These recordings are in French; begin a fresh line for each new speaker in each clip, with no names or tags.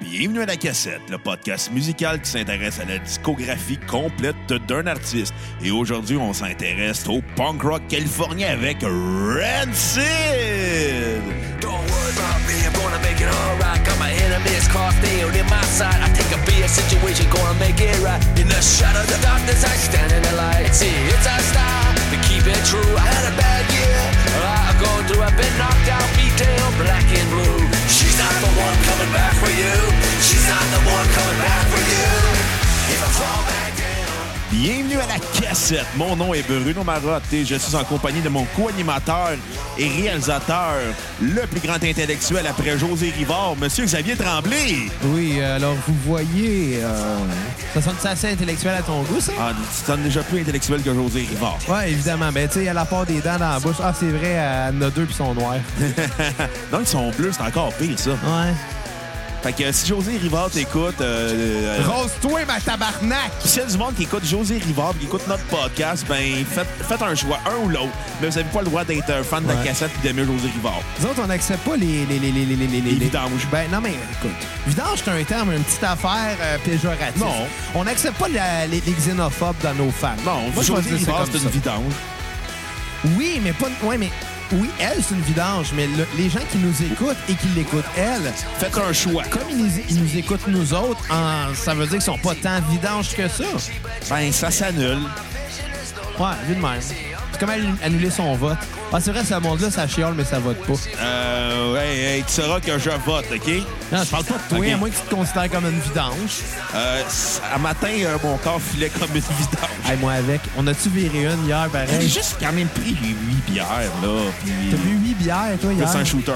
Bienvenue à La Cassette, le podcast musical qui s'intéresse à la discographie complète d'un artiste. Et aujourd'hui, on s'intéresse au punk rock californien avec Rancid!
Don't worry about me, I'm gonna make it alright. Got my enemies crossed, they on in my side. I take a bad situation, gonna make it right. In the shadow, the darkness, I stand in the light. See, it's our style to keep it true. I had a bad year, I've gone through. I've been knocked out, beat down, black and blue. She's not the one coming back for you. She's not the one coming back for you. If I fall back down.
Bienvenue à la cassette. Mon nom est Bruno Marotte et je suis en compagnie de mon co-animateur et réalisateur, le plus grand intellectuel après José Rivard, Monsieur Xavier Tremblay.
Oui, euh, alors vous voyez, euh, ça sonne assez intellectuel à ton goût, ça?
Ah, tu sonnes déjà plus intellectuel que José Rivard.
Ouais, évidemment. Mais tu sais, à la part des dents dans la bouche. Ah, c'est vrai, elle en a deux puis sont noirs.
Non, ils sont bleus, c'est encore pire ça.
Ouais.
Fait que si José Rivard t'écoute, euh, euh,
Rose-toi, ma tabarnak!
s'il y a du monde qui écoute José Rivard, qui écoute notre podcast, ben faites, faites un choix, un ou l'autre. Mais vous n'avez pas le droit d'être un fan de la
Ouais.
cassette et d'aimer José Rivard.
Nous autres, on n'accepte pas les... Les, les, les, les, les, les, les-
vidanges.
Ben non, mais écoute, vidange, c'est un terme, une petite affaire euh, péjorative.
Non.
On n'accepte pas la- les, les xénophobes dans nos fans.
Non,
Moi, je vais
José
dire ça
Rivard,
comme
c'est une
ça.
vidange.
Oui, mais pas... Ouais, mais... Oui, elle, c'est une vidange, mais le- les gens qui nous écoutent et qui l'écoutent, elle,
Faites un choix.
Comme ils nous, ils nous écoutent, nous autres, en- ça veut dire qu'ils sont pas tant vidanges que ça.
Ben, ça s'annule.
Ouais, vu de même. C'est comme annu- annuler son vote. Ah, c'est vrai, ce monde-là, ça chiole, mais ça vote pas.
Euh, hey, hey, tu sauras que je vote, OK?
Non, je parle pas de toi,
Ok.
à moins que tu te considères comme une vidange.
Euh, c- à matin, euh, mon corps filait comme une vidange.
Hey, moi, avec, on a-tu viré une hier,
J'ai
pareil?
juste quand même pris 8 bières, là.
Ah,
Puis
T'as bu 8 bières, toi, hier?
plus un shooter,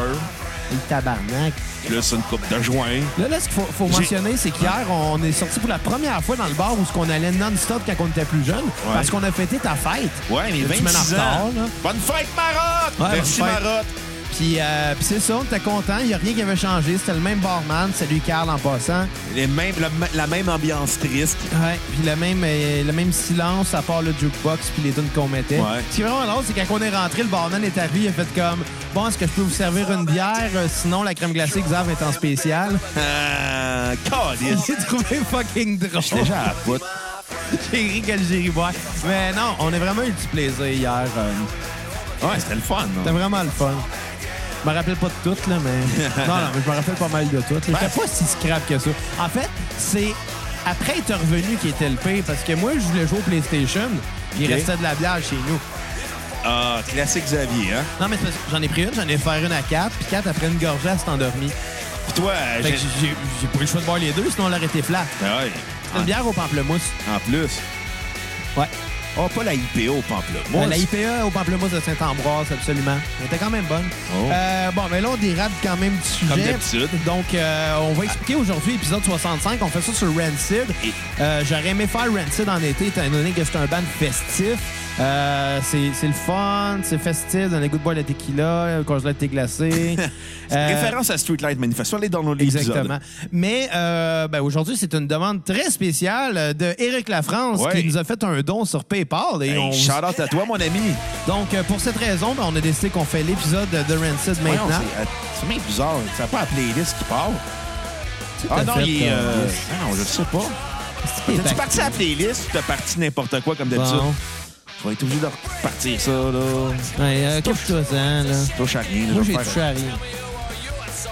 Le tabarnak.
plus une coupe de joint.
Là, là, ce qu'il faut, faut
J'ai-
mentionner, c'est qu'hier, on est sorti pour la première fois dans le bar où ce qu'on allait non-stop quand on était plus jeune, parce qu'on a fêté ta fête.
Ouais, mais
Deux semaines
26
en retard,
ans.
là.
Bonne fête, Marotte!
Ouais,
Merci,
bonne fête.
Marotte.
Puis, euh, puis c'est ça, on était content. Il n'y a rien qui avait changé. C'était le même barman. Salut, Carl, en passant.
Les mêmes, la, m- la même ambiance triste.
Ouais. Puis le même, euh, le même silence à part le jukebox puis les tunes qu'on mettait.
Ouais.
Ce qui est vraiment drôle, c'est quand on est rentré, le barman est arrivé. Il a fait comme Bon, est-ce que je peux vous servir une bière Euh, Sinon, la crème glacée Xav est en spécial.
Euh, calice.
J'ai trouvé fucking drôle.
J'étais déjà à la poutre.
J'ai ri que j'ai ri boire. Mais non, on a vraiment eu du plaisir hier. euh.
Ouais, c'était le fun. hein. là.
C'était vraiment le fun. Je me rappelle pas de tout, là, mais. non, non, mais je me rappelle pas mal de tout. là. J'étais pas si scrap que ça. En fait, c'est après être revenu qui était le pire, parce que moi, je voulais jouer au PlayStation, puis
Ok.
il restait de la bière chez nous.
Ah, classique Xavier, hein?
Non, mais c'est parce que j'en ai pris une, j'en ai fait une à 4, puis 4, après une gorgée, elle s'est endormie.
Puis toi,
Fait que
j'ai- Ah
j'ai j'ai pas eu le choix de boire les deux, sinon elle aurait été flat.
Ouais.
Une bière au pamplemousse.
En plus.
Ouais.
Oh, pas la IPO, Pamplemousse.
la IPA au pamplemousse de Saint-Ambroise, absolument. Elle était quand même bonne.
Oh.
Euh, bon, mais là, on dérape quand même du sujet.
Comme d'habitude.
Donc, euh, on va expliquer aujourd'hui épisode 65. On fait ça sur Rancid.
Et-
Euh, J'aurais aimé faire Rancid en été, étant donné que c'est un band festif. Euh, c'est c'est le fun, c'est festif. On a le goût de boire la tequila, le congelé de thé glacé. Euh,
Référence à Streetlight Manifest. Allez dans nos
Exactement. Mais euh, ben, aujourd'hui, c'est une demande très spéciale euh, de Éric Lafrance
Ouais.
qui nous a fait un don sur PayPal. Et on...
shout out à toi, mon ami.
Donc, euh, pour cette raison, ben, on a décidé qu'on fait l'épisode de Rancid
Voyons,
maintenant.
c'est- euh, C'est même bizarre. Ça n'a pas la playlist qui part.
t'as
Ah non,
fait,
il est.
euh,
euh,
yes.
ah non, je sais pas.
T'es
T'es-tu parti à la playlist ou t'as parti n'importe quoi comme d'habitude?
Bon.
Je vais être obligé de repartir ça, là.
Ouais, euh, occupe-toi ça, là.
Touche à rien. là,
Moi,
je
j'ai
vais
touché
faire-
à rien.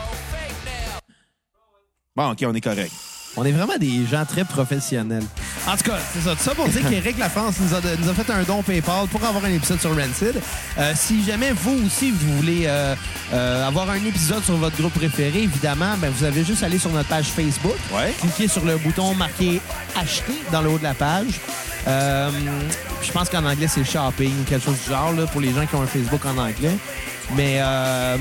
Bon, OK, on est correct.
On est vraiment des gens très professionnels. En tout cas, c'est ça. Tout ça pour dire qu'Éric Lafrance nous a, nous a fait un don PayPal pour avoir un épisode sur Rancid. Euh, si jamais vous aussi, vous voulez euh, euh, avoir un épisode sur votre groupe préféré, évidemment, ben, vous avez juste à aller sur notre page Facebook.
Ouais.
Cliquez sur le bouton marqué « Acheter » dans le haut de la page. Euh, je pense qu'en anglais, c'est « Shopping » ou quelque chose du genre là, pour les gens qui ont un Facebook en anglais. Mais... euh,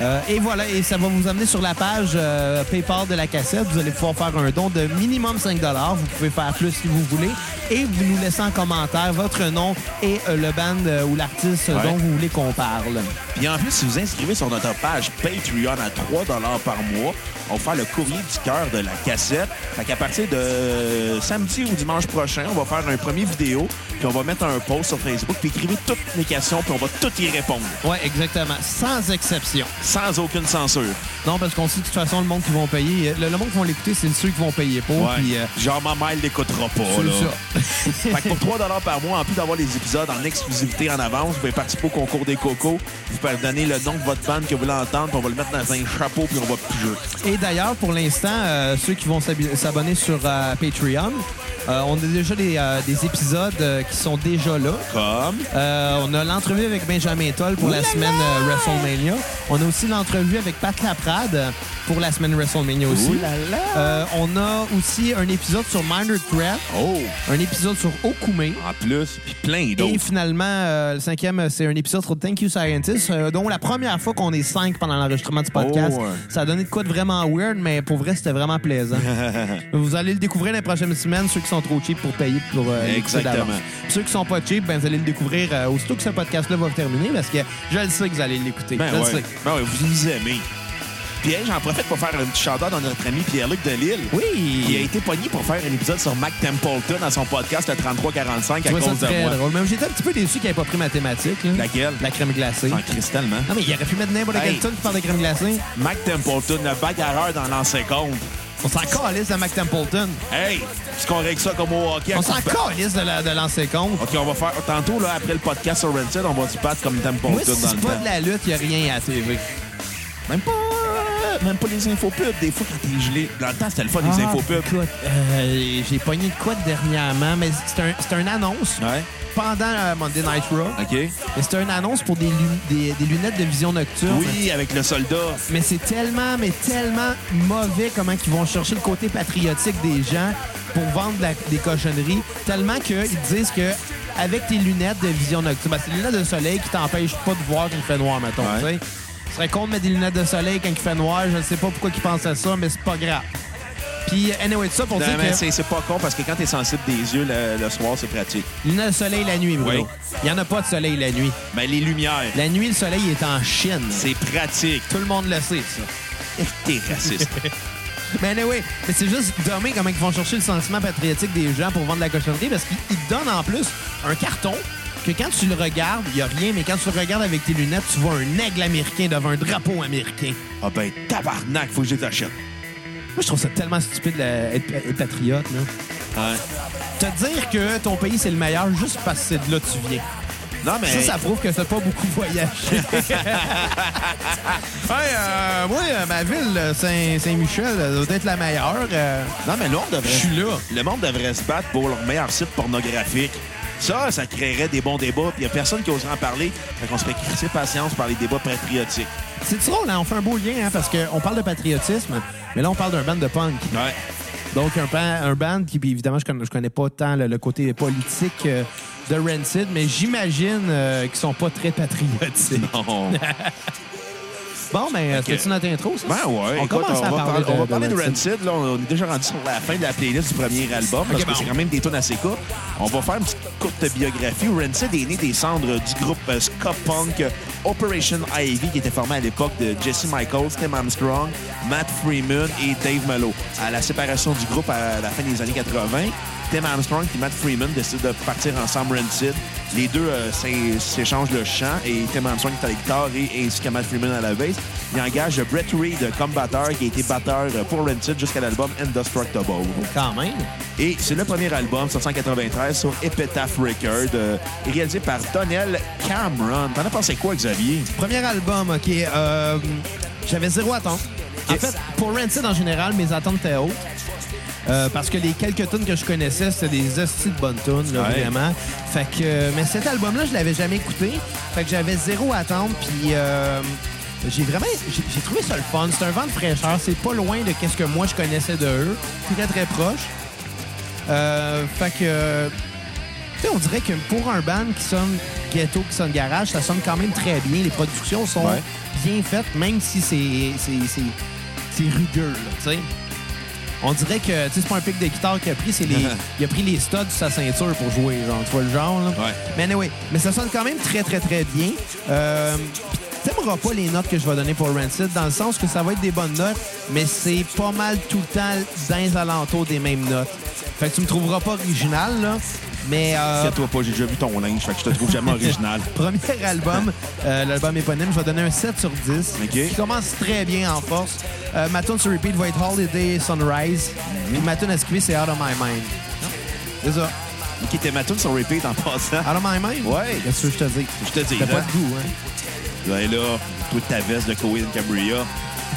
euh, et voilà, et ça va vous amener sur la page euh, PayPal de la cassette. Vous allez pouvoir faire un don de minimum 5 Vous pouvez faire plus si vous voulez. et vous nous laissez en commentaire votre nom et euh, le band euh, ou l'artiste
Ouais.
dont vous voulez qu'on parle.
Puis en plus, si vous inscrivez sur notre page Patreon à 3 par mois, on va faire le courrier du cœur de la cassette. Fait qu'à partir de samedi ou dimanche prochain, on va faire un premier vidéo, puis on va mettre un post sur Facebook, puis écrivez toutes les questions, puis on va toutes y répondre,
Oui, exactement. Sans exception.
sans aucune censure.
Non, parce qu'on sait que de toute façon, le monde qui vont payer, euh, le, le monde qui vont l'écouter, c'est ceux qui vont payer pour. puis, euh,
Genre, ma mère l'écoutera pas.
c'est
là.
ça.
Fait que pour 3 par mois, en plus d'avoir les épisodes en exclusivité en avance, vous pouvez participer au concours des cocos. Vous pouvez donner le nom de votre bande que vous voulez entendre, puis on va le mettre dans un chapeau, puis on va piger.
Et d'ailleurs, pour l'instant, euh, ceux qui vont s'ab- s'abonner sur euh, Patreon, euh, on a déjà des, euh, des épisodes euh, qui sont déjà là.
Comme.
Euh, on a l'entrevue avec Benjamin Toll pour la semaine euh, WrestleMania. On a aussi l'entrevue avec Pat Laprade euh, pour la semaine WrestleMania aussi.
Ouh là là!
Euh, on a aussi un épisode sur Minor Threat,
Oh!
un épisode sur Okume.
En plus, puis plein
Et
d'autres.
finalement, euh, le cinquième, euh, c'est un épisode sur Thank You Scientist, euh, dont la première fois qu'on est cinq pendant l'enregistrement du podcast,
Oh, ouais.
ça a donné de quoi de vraiment weird, mais pour vrai, c'était vraiment plaisant. vous allez le découvrir les prochaines semaines, ceux qui sont trop cheap pour payer pour euh, l'écouter
Exactement.
d'avance. Puis Ceux qui sont pas cheap, ben, vous allez le découvrir euh, aussitôt que ce podcast-là va terminer, parce que je le sais que vous allez l'écouter.
Ben
je le
ouais.
sais.
Ben ouais, vous nous aimez. Puis hey, j'en profite pour faire un petit chanteur dans notre ami Pierre-Luc Delille.
Oui!
Il a été pogné pour faire un épisode sur Mac Templeton dans son podcast le 3345
Je
à
trouvais
cause
ça
de
très
moi.
drôle. Même j'étais un petit peu déçu qu'il n'avait pas pris mathématiques. là.
Laquelle?
La crème glacée.
En cristal, man.
Non, mais il aurait pu mettre n'importe
Hey.
quel tune qui parle de crème glacée.
Mac Templeton, le bagarreur dans l'an 50.
On s'en calisse de Mac Templeton.
Hey! Est-ce qu'on règle ça comme au hockey? à
On s'en
coups de-
calisse de, la- de lancer contre.
OK, on va faire... Tantôt, là, après le podcast sur Rented, on va se battre comme Templeton
Moi, si
dans le
c'est
temps.
pas de la lutte, il a rien à la TV.
Même pas... euh, Même pas les infos pubs. Des fois, quand t'es gelé... Dans le temps, c'était le fun, les infos pubs.
Ah, Écoute, euh, j'ai pogné de quoi de dernièrement, mais c'est un, c'est une annonce
Ouais.
pendant euh, Monday Night Raw.
OK.
Mais c'est une annonce pour des, lu- des- des lunettes de vision nocturne.
Oui, avec le soldat.
Mais c'est tellement, mais tellement mauvais comment ils vont chercher le côté patriotique des gens pour vendre de la- des cochonneries. Tellement qu'ils disent que avec tes lunettes de vision nocturne, ben, c'est les lunettes de soleil qui t'empêchent pas de voir quand il fait noir, mettons. tu
Ouais.
sais. Ce serait con de mettre des lunettes de soleil quand il fait noir. Je ne sais pas pourquoi ils pensent à ça, mais c'est pas grave. Puis, anyway, tout ça pour
Non,
dire
mais
que
c'est- c'est pas con parce que quand t'es sensible des yeux le, le soir, c'est pratique.
lunettes de soleil la nuit, Bruno.
Oui.
Il n'y en a pas de soleil la nuit.
Mais les lumières,
La nuit, le soleil est en Chine.
c'est pratique.
Tout le monde le sait, ça.
T'es raciste.
Mais anyway, mais c'est juste dommé comment ils vont chercher le sentiment patriotique des gens pour vendre de la cochonnerie parce qu'ils ils te donnent en plus un carton que quand tu le regardes, il n'y a rien, mais quand tu le regardes avec tes lunettes, tu vois un aigle américain devant un drapeau américain.
ah ben, tabarnak, faut que je les achète.
Moi, je trouve ça tellement stupide d'être patriote. Là.
Ouais.
Te dire que ton pays, c'est le meilleur juste parce que c'est de là que tu viens.
Non, mais.
Ça, ça prouve que t'as pas beaucoup voyagé. hey, euh, moi, euh, ma ville, euh, Saint- Saint-Michel, euh, doit être la meilleure. euh.
Non, mais le monde devrait.
Je suis là.
Le monde devrait se battre pour leur meilleur site pornographique. Ça, ça créerait des bons débats, puis y a personne qui oserait en parler. Fait qu'on se fait crisser patience par les débats patriotiques.
C'est drôle, hein? on fait un beau lien, hein, parce qu'on parle de patriotisme, mais là, on parle d'un band de punk.
Ouais.
Donc, un, ban- un band qui, puis évidemment, je connais, je connais pas tant le, le côté politique euh, de Rancid, mais j'imagine euh, qu'ils sont pas très patriotiques.
Non.
Bon, mais euh, c'était-tu notre intro, ça?
Ben ouais,
On
écoute,
commence
on
à
va
parler,
parler, on va parler de,
Rancid.
Rancid. Là, on est déjà rendu sur la fin de la playlist du premier album, parce
Ok,
que
bon.
c'est quand même des tonnes assez courtes. On va faire une petite courte biographie. Rancid est né des cendres du groupe euh, ska punk euh, Operation Ivy, qui était formé à l'époque de Jesse Michaels, Tim Armstrong, Matt Freeman et Dave Mello. À la séparation du groupe à la fin des années 80, Tim Armstrong et Matt Freeman décident de partir ensemble Rancid. Les deux euh, s'é- s'échangent le chant et Tim Armstrong est à la guitare et ainsi que Matt Freeman à la basse. Il engage Brett Reed comme batteur qui a été batteur euh, pour Rancid jusqu'à l'album Indestructible.
Quand même.
Et c'est le premier album, 1993, sur Epitaph Record, euh, réalisé par Donnell Cameron. T'en as pensé quoi, Xavier?
Premier album, OK. euh, J'avais zéro attente. En fait, pour Rancid, en général, mes attentes étaient hautes. Euh, parce que les quelques tunes que je connaissais, c'était des hosties de bonnes tunes, là,
Ouais.
vraiment. Fait que, euh, mais cet album-là, je l'avais jamais écouté. Fait que j'avais zéro attente, puis euh, j'ai vraiment, j'ai j'ai trouvé ça le fun. C'est un vent de fraîcheur. C'est pas loin de qu'est-ce que moi je connaissais de eux. Très très proche. Euh, fait que, euh, tu sais, on dirait que pour un band qui sonne ghetto, qui sonne garage, ça sonne quand même très bien. Les productions sont
Ouais.
bien faites, même si c'est c'est c'est- c'est rugueux, là, tu sais. on dirait que, tu sais, c'est pas un pic de guitare qu'il a pris, c'est les, il a pris les studs de sa ceinture pour jouer, genre, tu vois le genre, là.
Ouais.
Mais anyway, mais ça sonne quand même très, très, très bien. Euh, pis T'aimeras pas les notes que je vais donner pour Rancid, dans le sens que ça va être des bonnes notes, mais c'est pas mal tout le temps dans les alentours des mêmes notes. Fait que tu me trouveras pas original, là, mais... euh,
Inquiète-toi pas, j'ai déjà vu ton linge, fait que je te trouve jamais original.
Premier album, euh, l'album éponyme, je vais donner un 7 sur 10.
OK.
Qui commence très bien en force. Euh, ma tune sur repeat va être Holiday Sunrise.
Mhm.
Puis ma tune à skipper, c'est Out of My Mind. C'est ça.
Qui était ma tune sur repeat en passant.
Out of My Mind?
Ouais.
Qu'est-ce que je te dis?
Je te dis,
T'as
là.
pas de goût, hein?
Ben là, toute ta veste de Cohen Cambria.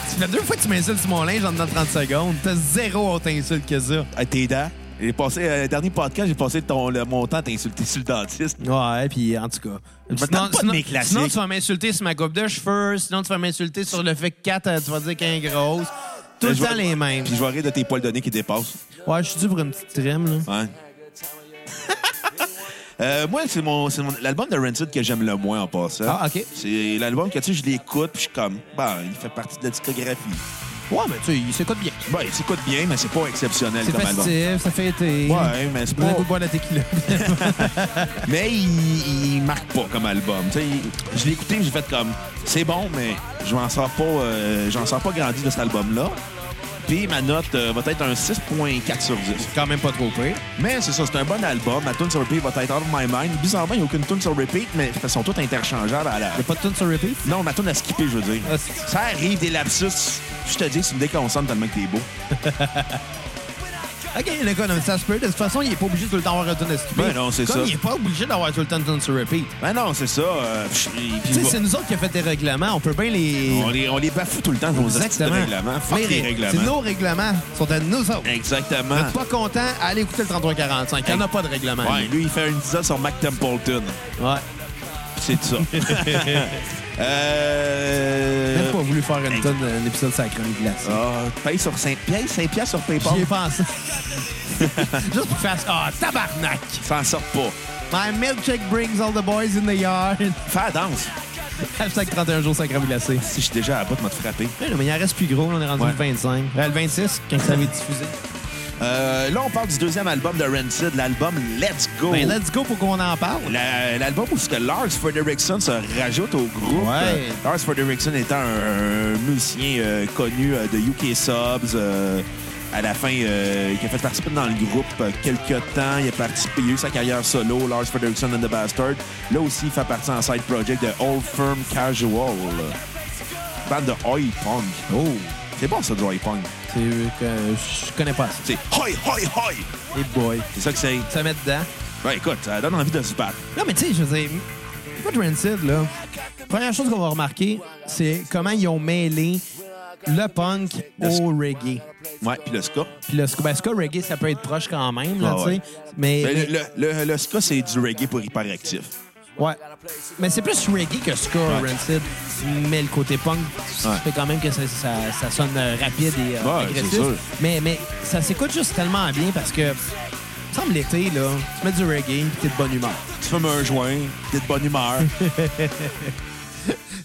Tu fais deux fois que tu m'insultes sur mon linge en dedans de 30 secondes. T'as zéro autre insulte que ça.
à tes dents. J'ai passé, euh, le dernier podcast, j'ai passé ton, le, mon temps à t'insulter sur le dentiste.
Ouais, puis en tout cas.
me tente pas de mes classiques.
sinon, tu vas m'insulter sur ma coupe de cheveux. Sinon, tu vas m'insulter sur le fait que 4, tu vas dire qu'elle est grosse. Tout le
Je vais-
temps les mêmes.
Puis je vais rire de tes poils de nez qui dépassent.
Ouais, je suis dû pour une petite trim, là.
Ouais. Euh, moi, c'est mon, c'est mon- l'album de Rancid que j'aime le moins en passant.
Ah, OK.
C'est l'album que, tu sais, je l'écoute, puis je suis comme, ben, il fait partie de la discographie.
Ouais, mais tu sais, il s'écoute bien.
Ben, il s'écoute bien, mais c'est pas exceptionnel
C'est
comme album.
festif, ça fait été.
Ouais, mais c'est
On a
pas...
goût de boire la tequila.
Mais il, il marque pas comme album. Tu sais, il- je l'ai écouté, j'ai fait comme c'est bon, mais je m'en sors pas, euh, j'en sors pas grandi de cet album-là. Puis ma note euh, va être un 6.4 sur 10.
Quand même pas trop pire.
Mais c'est ça, c'est un bon album. Ma tune sur repeat va être Out of My Mind. Bizarrement, il n'y a aucune tune sur repeat, mais elles sont toutes interchangeables à la.
Y'a pas de tune sur repeat?
Non, ma tune à skipper, je veux dire.
Ah, c'est-
Ça arrive des lapsus. Je te dis, tu me déconsommes tellement que t'es beau.
Ok, le gars, non, mais ça se peut. De toute façon, il est pas obligé tout le temps d'avoir un tune à skipper.
Ben non, c'est
Comme
ça.
il est pas obligé d'avoir tout le temps une tune sur repeat.
Ben non, c'est ça. euh, pis- pis- pis
Tu sais,
va-
c'est nous autres qui a fait des règlements. On peut bien les.
on, les, on les bafoue tout le temps, nos astuces de règlements. Fuck
Mais
les
ré-
règlements.
C'est nos règlements. Ils sont à nous autres.
Exactement.
Pas content, allez écouter le 3345. Il n'y en a pas de règlement.
Ouais, lui, il fait une tisane sur Mac Templeton.
Ouais.
C'est ça. euh...
Même pas voulu faire une
ex-
tonne un épisode sacré de glace.
Ah, paye sur 5 pièces, 5 pièces sur PayPal.
J'y ai pensé. Juste pour faire ça. Ah, tabarnak!
S'en sort pas.
My milkshake brings all the boys in the yard.
Fais la danse.
Hashtag 31 jours sans crème glacée.
Si je suis déjà à la bout de me frapper.
Ouais, Mais il en reste plus gros, là, on est rendu
Ouais.
le 25. Ouais, Euh, le 26, quand ça avait diffusé.
Euh, là, on parle du deuxième album de Rancid, l'album Let's Go.
Ben, let's go pour qu'on en parle.
La- L'album où ce que Lars Fredrickson se rajoute au groupe. Euh,
Ouais.
Lars Fredrickson étant un, un musicien euh, connu euh, de UK Subs. euh, à la fin, euh, qui a fait participer dans le groupe euh, quelques temps. Il a participé, il a eu sa carrière solo, Lars Fredrickson and the Bastard. Là aussi, il fait partie en side project de Old Firm Casual. Bande de Hoi Pong.
Oh,
C'est bon, ça, du Hoi Pong.
c'est euh, que je connais pas ça.
C'est Hoi, Hoi, Hoi.
Et boy,
C'est ça que c'est.
ça met dedans.
Ouais, écoute, ça donne envie de se battre.
Non, mais tu sais, je veux dire, pas de Rancid, là. Première chose qu'on va remarquer, c'est comment ils ont mêlé le punk
Le sc-
au reggae.
Ouais, puis le ska.
Puis le ska, ben, ska reggae, ça peut être proche quand même, là,
Ah
tu sais.
ouais.
Mais,
Ben,
mais-
le, le, le- le ska, c'est du reggae pour hyperactif.
Ouais. Mais c'est plus reggae que ska,
Ouais.
Rancid. Mais le côté punk, ça
Ouais.
fait quand même que ça, ça- ça sonne euh, rapide et euh,
Ouais, c'est
agressif.
sûr.
Mais, mais ça s'écoute juste tellement bien parce que, il me semble l'été, là, tu mets du reggae et t'es de bonne humeur.
Tu fumes un joint, t'es de bonne humeur.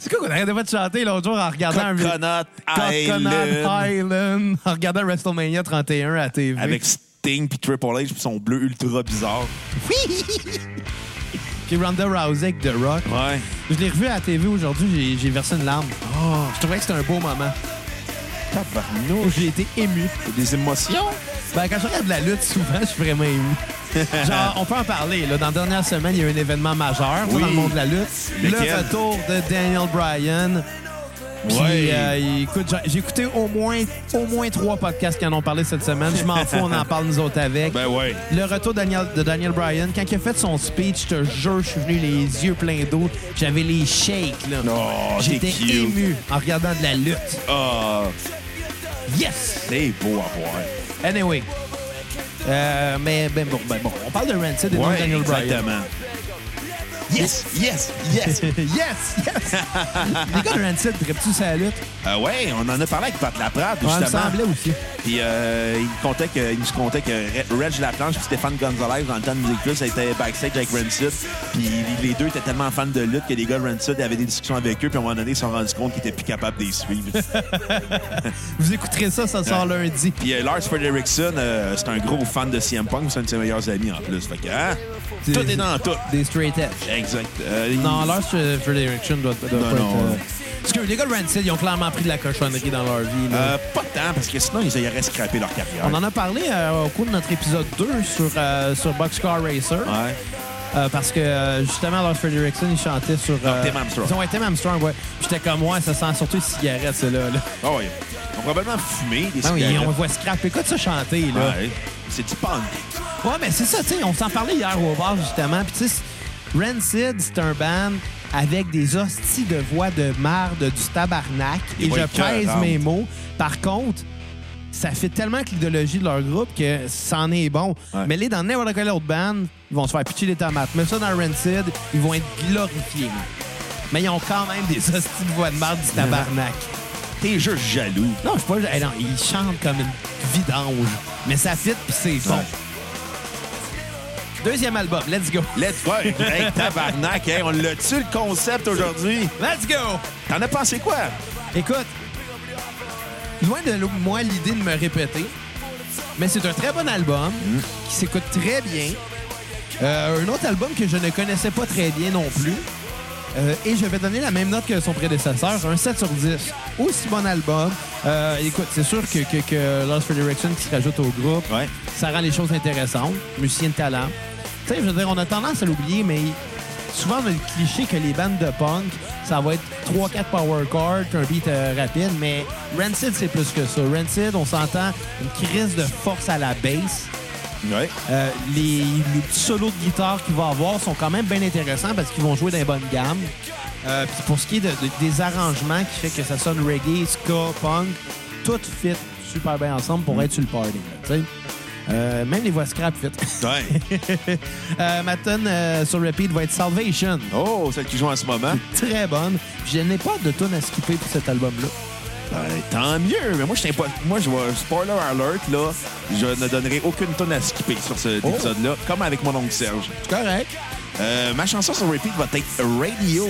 C'est quoi qu'on arrêtait pas de chanter l'autre jour en regardant un vidéo?
Coconut
Coconut
Island.
Island. En regardant WrestleMania 31 à TV.
Avec Sting puis Triple H puis son bleu ultra bizarre.
Oui! Puis Ronda Rousey avec The Rock.
Ouais.
Je l'ai revu à la TV aujourd'hui, j'ai- j'ai versé une larme. Oh, Je trouvais que c'était un beau moment. Oh,
Tabarnouche.
J'ai été ému.
Des émotions.
Ben, quand je regarde la lutte, souvent, je suis vraiment ému. Genre, on peut en parler. Là. Dans la dernière semaine, il y a eu un événement majeur tu sais,
Oui.
dans le monde de la lutte.
Lequel?
Le retour de Daniel Bryan. Puis,
Ouais.
euh, écoute, j'ai- j'ai écouté au moins, au moins trois podcasts qui en ont parlé cette semaine. Je m'en fous, on en parle nous autres avec.
Ben ouais.
Le retour de Daniel, de Daniel Bryan, quand il a fait son speech, je te jure, je suis venu les yeux pleins d'eau. J'avais les shakes, là.
Oh, t'es
J'étais
cute.
ému en regardant de la lutte.
Ah,
Yes!
t'es beau à voir.
Anyway. Euh, mais ben bon, ben bon, on parle de Rancid et non de Daniel Bryan.
exactement. Yes, yes, yes.
yes, yes! Les gars de Rancid, tripes-tu sa lutte?
Euh, ouais, on en a parlé avec Pat Laprade,
Ouais, il me
justement.
semblait aussi.
Puis euh, il, me contait que, il nous contait que Re- Reg Laplanche et Stéphane Gonzalez, dans le temps de Musique Plus, étaient backstage avec Rancid. Puis les deux étaient tellement fans de lutte que les gars de Rancid avaient des discussions avec eux. Puis à un moment donné, ils se sont rendus compte qu'ils étaient plus capables de les suivre.
Vous écouterez ça, ça sort lundi.
Puis euh, Lars Frederickson, euh, c'est un gros fan de CM Punk. C'est un de ses meilleurs amis en plus. Fait que, hein,
C'est-
tout est dans tout.
Des straight edge.
Exact. Euh, il-
Non, Lars euh, Frederickson doit, doit
Non,
pas
non,
être... euh,
ouais.
Parce que les gars de Rancid, ils ont clairement pris de la cochonnerie dans leur vie. là.
Euh, pas tant, parce que sinon, ils auraient scrappé leur carrière.
On en a parlé euh, au cours de notre épisode 2 sur, euh, sur Boxcar Racer.
Ouais.
Euh, parce que euh, justement, Lars Frederickson, il chantait sur. euh,
Tim Armstrong.
Ils ont été Armstrong, ouais. J'étais comme moi, ça sent surtout les cigarettes, ceux-là. là.
Ah ouais. Ils ont probablement fumé des
Ah oui,
cigarettes.
on voit scrap. Écoute ça chanter, là.
Ouais. C'est du punk.
Ouais, mais c'est ça, tu sais. On s'en parlait hier au bar, justement. Puis, tu sais, Rancid, c'est un band avec des hosties de voix de marde, du tabarnak.
Des
et
voix
je pèse
écœurantes.
mes mots. Par contre, ça fait tellement avec l'idéologie de leur groupe que c'en est bon.
Ouais.
Mais les dans n'importe quelle autre band, ils vont se faire pitcher des tomates. Mais ça, dans Rancid, ils vont être glorifiés. Mais ils ont quand même des hosties de voix de marde, du tabarnak.
T'es juste jaloux.
Non, je suis pas. hey, non, il chante comme une vidange. Mais ça fit puis c'est bon.
Ouais.
Deuxième album, let's go.
Let's go! hey, tabarnak, hey, on l'a tu le concept aujourd'hui?
Let's go!
T'en as pensé quoi?
Écoute, loin de l- moi l'idée de me répéter, mais c'est un très bon album qui s'écoute très bien. Euh, un autre album que je ne connaissais pas très bien non plus. Euh, et je vais donner la même note que son prédécesseur, un 7 sur 10. Aussi bon album. Euh, écoute, c'est sûr que, que, que Lost for Direction qui se rajoute au groupe,
Ouais.
ça rend les choses intéressantes. Musicien de talent. Tu sais, je veux dire, on a tendance à l'oublier, mais souvent on a le cliché que les bandes de punk, ça va être 3-4 power chords, un beat euh, rapide, mais Rancid, c'est plus que ça. Rancid, on s'entend une crise de force à la bass.
Ouais.
Euh, les, les petits solos de guitare qu'il va avoir sont quand même bien intéressants parce qu'ils vont jouer dans les bonnes gammes. Euh, Puis pour ce qui est de- de- des arrangements qui fait que ça sonne reggae, ska, punk, tout fit super bien ensemble pour être sur le party. là, tu sais. Euh, même les voix scrap fit.
Ouais.
Euh, ma tune euh, sur repeat va être Salvation.
Oh, celle qui joue en ce moment?
Très bonne. Je n'ai pas de tune à skipper pour cet album-là.
Ben, tant mieux. Mais moi, je tiens pas. Moi, je vois. Spoiler alert, là. Je ne donnerai aucune tonne à skipper sur cet
Oh.
épisode-là, comme avec mon oncle Serge.
Correct.
Euh, ma chanson sur repeat va être Radio.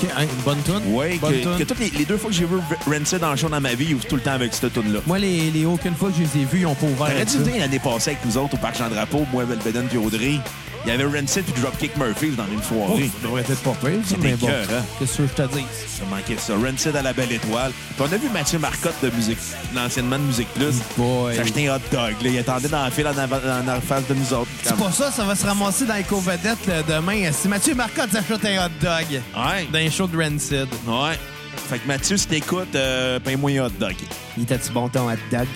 Ok, hein, une bonne tune.
Ouais,
bonne
que,
tune.
que toutes les, les deux fois que j'ai vu Rancid en show dans ma vie, ils ouvrent tout le temps avec cette tune là
Moi, les, les aucune fois que je les ai vus, ils ont pas ouvert.
T'aurais
avec
dû
ça.
venir l'année passée avec nous autres au Parc Jean-Drapeau, moi, Belbeden puis Audrey. Il y avait Rancid puis Dropkick Murphys dans la même
Oh,
soirée.
ça devrait être pas pire, ça,
C'était
mais bon.
cœur, hein?
Qu'est-ce que je te dis?
Ça manquait ça. Rancid à la belle étoile. Puis on a vu Mathieu Marcotte de musique, l'anciennement de Musique Plus,
boy.
s'acheter un hot dog. là. Il attendait dans la file en, avant, en face de nous autres.
C'est pas ça, ça va se ramasser dans les co-vedettes là, demain. Si Mathieu Marcotte s'achète un hot dog
Ouais.
dans les shows de Rancid.
Ouais. Fait que Mathieu, si t'écoutes, euh, paye-moi un hot dog.
Il était-tu bon ton hot dog?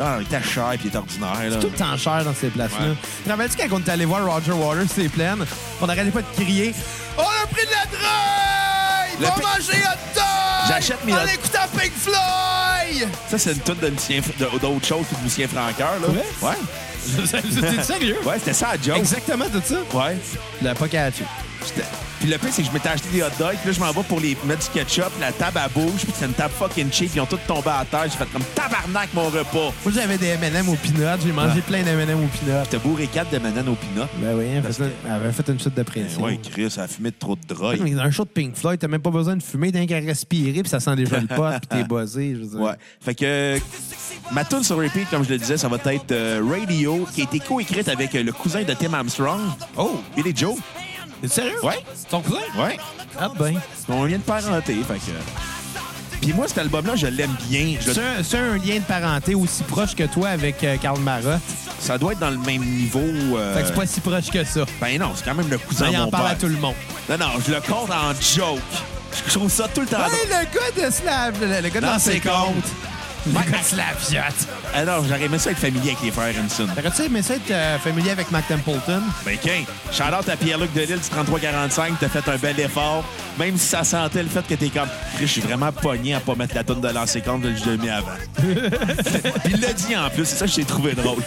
Non, il était cher puis il était ordinaire. Là.
Tout le temps cher dans ces places-là.
Ouais.
Te rappelles-tu quand on est allé voir Roger Waters, c'est plein, on n'arrêtait pas de crier « On a pris de la drogue!
Le
On
pi-
va manger hot dog! »
J'achète mes
En
hot-
écoutant Pink Floyd!
Ça, c'est une toute de Lucien- de- d'autres choses que de Lucien Franqueur. Là.
Ouais?
Ouais.
T'es sérieux?
Ouais, c'était ça, la joke.
Exactement tout ça.
Ouais.
Je l'ai pas catché.
J'étais- Puis le pire, c'est que je m'étais acheté des hot dogs. Puis là, je m'en vais pour les mettre du ketchup. La table à bouge. Puis c'est une table fucking cheap. Ils ont tous tombé à terre. J'ai fait comme tabarnak mon repas.
Moi, j'avais des M&M au peanut. J'ai mangé plein de M&M au peanut.
T'as bourré quatre de bananes au pinot.
Ben oui, elle, faisait- elle avait fait une chute de pression.
Ouais, Chris, ça a fumé de trop de drogue.
Mais Un show de Pink Floyd, t'as même pas besoin de fumer, t'as rien qu'à respirer, puis ça sent déjà le pot, puis t'es buzzé. Je veux dire.
Ouais. Fait que ma tune sur repeat, comme je le disais, ça va être euh, Radio, qui a été coécrite avec euh, le cousin de Tim Armstrong,
Oh!
Billy Joe.
T'es sérieux?
Ouais.
Ton cousin?
Ouais.
Ah ben.
On vient de parenté, fait que. Puis moi, cet album-là, je l'aime bien. Je-
C'est un, c'est un lien de parenté aussi proche que toi avec euh, Karl Marat.
Ça doit être dans le même niveau. euh,
Fait que c'est pas si proche que ça.
Ben non, c'est quand même le cousin
Il
de
en
mon
parle à
père.
tout le monde.
Non, non, je le compte en joke. Je trouve ça tout le temps.
Hey, Ah, ben, le gars de Slav, le, le gars de
Dans ses
l'ancien
comptes.
Le gars de Slaviate.
Alors, Ah j'aurais aimé ça être familier avec les frères Hanson.
T'aurais-tu aimé ça être euh, familier avec Mac Templeton?
Ben, qu'un. Shout-out à Pierre-Luc Delille du 3345, t'as fait un bel effort, même si ça sentait le fait que t'es comme. Chris, Je suis vraiment pogné à pas mettre la tonne de lancer compte que je l'ai mis avant. Puis il l'a dit en plus, c'est ça que j'ai trouvé drôle.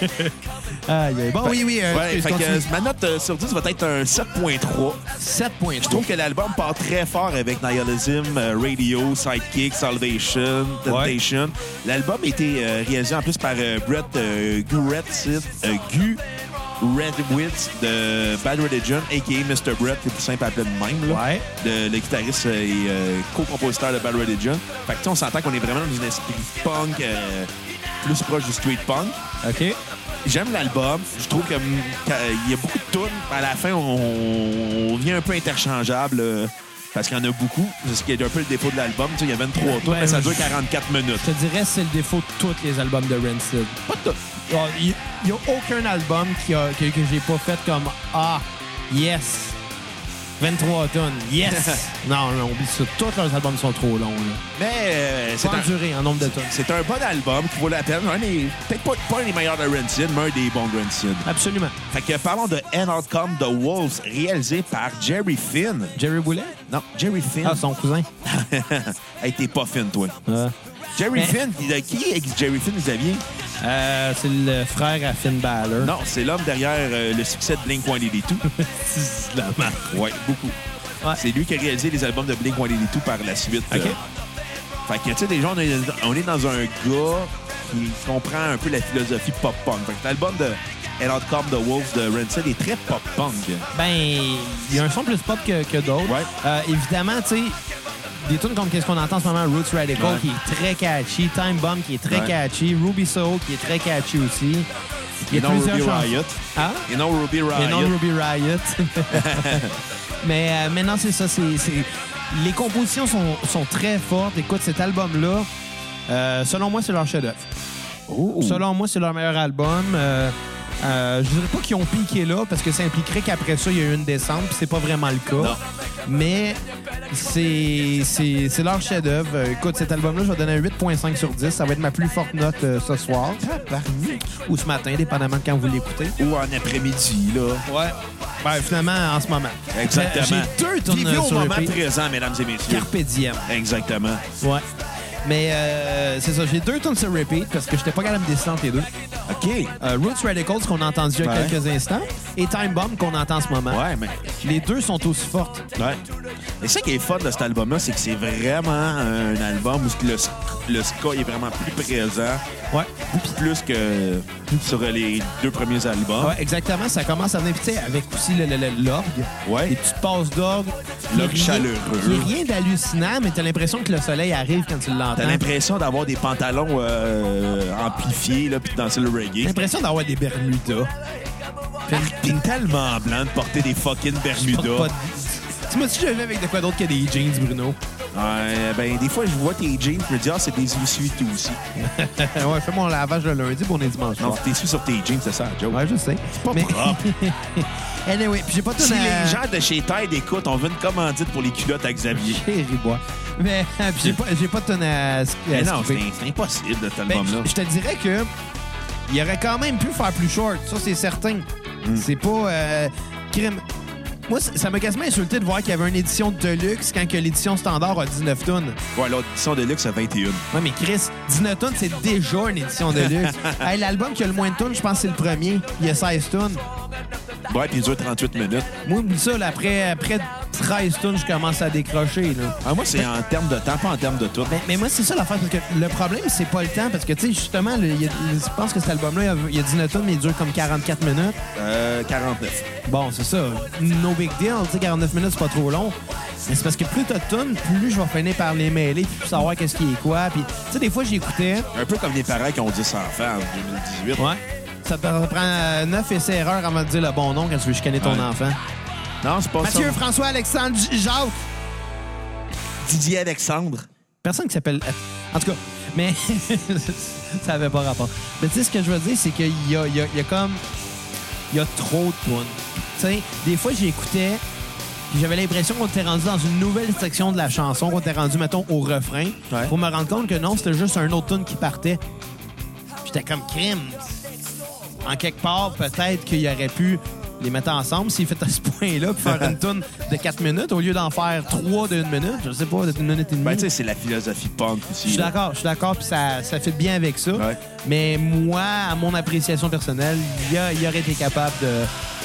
Aïe, aïe. Bon, oui, oui. euh,
ouais, fait
excuse,
que,
continue.
ma note euh, sur 10 va être un 7.3.
7.3.
Je trouve que l'album part très fort avec Nihilism, euh, Radio, Sidekick, Salvation, Temptation. L'album a été euh, réalisé en plus par euh, Brett euh, Guretz- euh, Gu Redwitz de Bad Religion, a.k.a. Mr. Brett, c'est plus simple à appeler de même, là,
Ouais.
de- le guitariste euh, et euh, co-compositeur de Bad Religion. Fait que, tu sais, on s'entend qu'on est vraiment dans une esprit punk, euh, plus proche du street punk.
OK.
J'aime l'album. Je trouve que, mm, qu'il y a beaucoup de tunes. À la fin, on, on vient un peu interchangeable euh, parce qu'il y en a beaucoup. C'est ce qui est un peu le défaut de l'album. Tu sais, Il y a 23 tunes,
Ouais,
mais ça
je-
dure 44 minutes.
Je te dirais c'est le défaut de tous les albums de Rancid.
Pas de
Genre, Il n'y a aucun album qui a- que, que j'ai pas fait comme Ah, yes, 23 tonnes, yes. non, non, oublie ça. Tous leurs albums sont trop longs. Là.
Mais euh, c'est
Pas en
un,
durée, en nombre de tonnes.
c'est un bon album qui vaut la peine. Un des- Peut-être pas, pas un des meilleurs de Rancid, mais un des bons de Rancid.
Absolument.
Fait que parlons de An Outcome The Wolves, réalisé par Jerry Finn.
Jerry Boulet?
Non, Jerry Finn.
Ah, son cousin.
hey, t'es pas Finn, toi.
Ah.
Jerry
Mais-
Finn, il a- qui est Jerry Finn, Xavier?
Euh, c'est le frère à Finn Balor.
Non, c'est l'homme derrière euh, le succès de Blink-182.
c'est de la merde.
Oui, beaucoup.
Ouais.
C'est lui qui a réalisé les albums de Blink-182 par la suite. euh.
OK.
fait que, tu sais, déjà, on est, on est dans un gars qui comprend un peu la philosophie pop-punk. Fait que l'album de And Out Come the Wolves de Rancid est très pop-punk.
Ben, il y a un son plus pop que, que d'autres.
Ouais.
Euh, évidemment, tu sais, des tunes comme qu'est-ce qu'on entend en ce moment, Roots Radical,
Ouais.
qui est très catchy, Time Bomb, qui est très
Ouais.
catchy, Ruby Soul, qui est très catchy aussi.
Et non Ruby
chansons-
Riot.
Hein?
Et non Ruby Riot.
Et non Ruby Riot. Mais euh, maintenant, c'est ça. c'est c'est- Les compositions sont, sont très fortes. Écoute, cet album-là, euh, selon moi, c'est leur chef-d'œuvre.
Oh.
Selon moi, c'est leur meilleur album. Euh, euh, je dirais pas qu'ils ont piqué là, parce que ça impliquerait qu'après ça, il y a eu une descente, puis c'est pas vraiment le cas.
Non.
Mais c'est c'est- c'est leur chef-d'œuvre. Euh, Écoute, cet album-là, je vais donner un 8,5 sur 10. Ça va être ma plus forte note euh, ce soir. Ou ce matin, dépendamment de quand vous l'écoutez.
Ou en après-midi, là.
Ouais. Ben, finalement, en ce moment.
Exactement.
Euh, J'ai deux tonnes
Vivez au
sur
moment
EP.
présent, mesdames et messieurs.
Carpe diem.
Exactement.
Ouais. Mais euh, c'est ça, j'ai deux tonnes sur repeat parce que j'étais pas capable de décider entre les deux.
OK.
Euh, Roots Radicals qu'on a entendu il y a
Ouais.
quelques instants et Time Bomb qu'on entend en ce moment.
Ouais, mais
Les deux sont aussi fortes.
Ouais. Et ça qui est fun de cet album-là, c'est que c'est vraiment un album où le, le ska est vraiment plus présent,
Ouais.
beaucoup plus que sur les deux premiers albums.
Ah Ouais, exactement. Ça commence à venir, puis tu sais, avec aussi le- le- le- l'orgue.
Ouais.
Les petites passes d'orgue.
L'orgue
Il y a rien-
chaleureux.
Il y a rien d'hallucinant, mais t'as l'impression que le soleil arrive quand tu l'entends.
T'as l'impression d'avoir des pantalons euh, amplifiés, là, puis de danser le
T'as
reggae.
l'impression d'avoir des Bermudas.
T'es tellement blanc de porter des fucking
Je porte pas
Bermudas.
de- Tu m'as dit que je vais avec de quoi d'autre que des jeans, Bruno.
Ouais, ben, des fois, je vois tes jeans, je me dis, ah, c'est des issues tout aussi.
ouais, fais mon lavage le lundi pour on est dimanche
Non,
soir.
t'es sous sur tes jeans, c'est ça, Joe.
Ouais, je sais.
pas propre.
anyway, puis j'ai pas euh, tout
Si
à-
les gens de chez Tide écoutent, on veut une commandite pour les culottes à Xavier.
Bois. Mais euh, puis j'ai pas, j'ai pas de tonne à, à
Mais non, c'est
skipper.
c'est impossible, cet
Ben,
album-là.
je je te dirais que il aurait quand même pu faire plus short. Ça, c'est certain.
Hmm.
C'est pas euh, crime. Moi, ça ça m'a quasiment insulté de voir qu'il y avait une édition de luxe quand que l'édition standard a 19 tonnes.
Ouais, l'autre édition de luxe à 21.
Ouais, mais Chris, 19 tonnes, c'est déjà une édition de luxe. Hey, L'album qui a le moins de tonnes, je pense que c'est le premier. Il y a 16 tonnes.
Ouais, puis il dure 38 minutes.
Moi, oublie ça, là, après, après 13 tonnes, je commence à décrocher. Là.
Ah, moi, c'est en termes de temps, pas en termes de tout.
Mais, mais moi, c'est ça l'affaire, parce que le problème, c'est pas le temps, parce que, tu sais, justement, le- il y a- je pense que cet album-là, il y a 19 tonnes, mais il dure comme 44 minutes.
Euh, 49.
Bon, c'est ça. No big deal. Tu sais, 49 minutes, c'est pas trop long. Mais c'est parce que plus t'as de tonnes, plus je vais finir par les mêler, puis plus savoir qu'est-ce qui est quoi. Puis, tu sais, des fois, j'écoutais.
Un peu comme les parents qui ont 10 enfants en 2018.
Ouais. Ça te prend euh, 9 essais erreurs avant de dire le bon nom quand tu veux chicaner ton
Ouais.
enfant.
Non, c'est pas
Mathieu,
ça.
François, Alexandre, J- Jacques.
Didier Alexandre.
Personne qui s'appelle. En tout cas, mais ça avait pas rapport. Mais tu sais, ce que je veux dire, c'est qu'il y a, il y a- il y a comme. Il y a trop de tunes. Tu sais, des fois, j'écoutais, puis j'avais l'impression qu'on était rendu dans une nouvelle section de la chanson, qu'on était rendu, mettons, au refrain,
Ouais.
pour me rendre compte que non, c'était juste un autre tune qui partait. J'étais comme crime. En quelque part, peut-être qu'il aurait pu les mettant ensemble, s'il fait à ce point-là, puis faire une tune de 4 minutes au lieu d'en faire 3 de 1 minute, je sais pas, de 1 minute et demie.
Ben, tu sais, c'est la philosophie punk aussi.
Je suis
là.
d'accord, je suis d'accord, puis ça, ça fit bien avec ça.
Ouais.
Mais moi, à mon appréciation personnelle, il, a- il aurait été capable de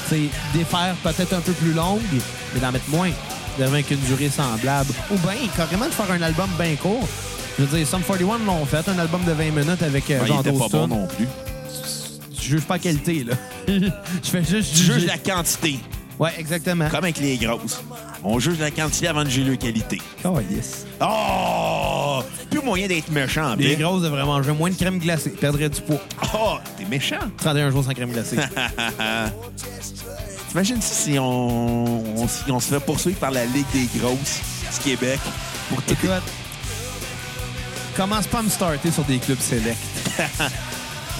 tu sais, défaire peut-être un peu plus longue, mais d'en mettre moins, avec une durée semblable. Ou bien, carrément de faire un album bien court. Je veux dire, Sum 41 l'ont fait, un album de 20 minutes avec euh,
Ben, il
Jean
était pas bon
Doston.
non plus.
Je juge pas la qualité, là. je fais juste
Tu juges
juger.
la quantité,
Ouais, exactement.
comme avec les grosses. On juge la quantité avant de juger la qualité.
Oh, yes.
Oh! Plus moyen d'être méchant,
Les
mais...
grosses devraient manger moins de crème glacée, perdraient du poids.
Oh, t'es méchant.
31 jours sans crème glacée.
T'imagines si on, on- si on se fait poursuivre par la Ligue des grosses du Québec pour tout
Écoute, commence pas à me starter sur des clubs select.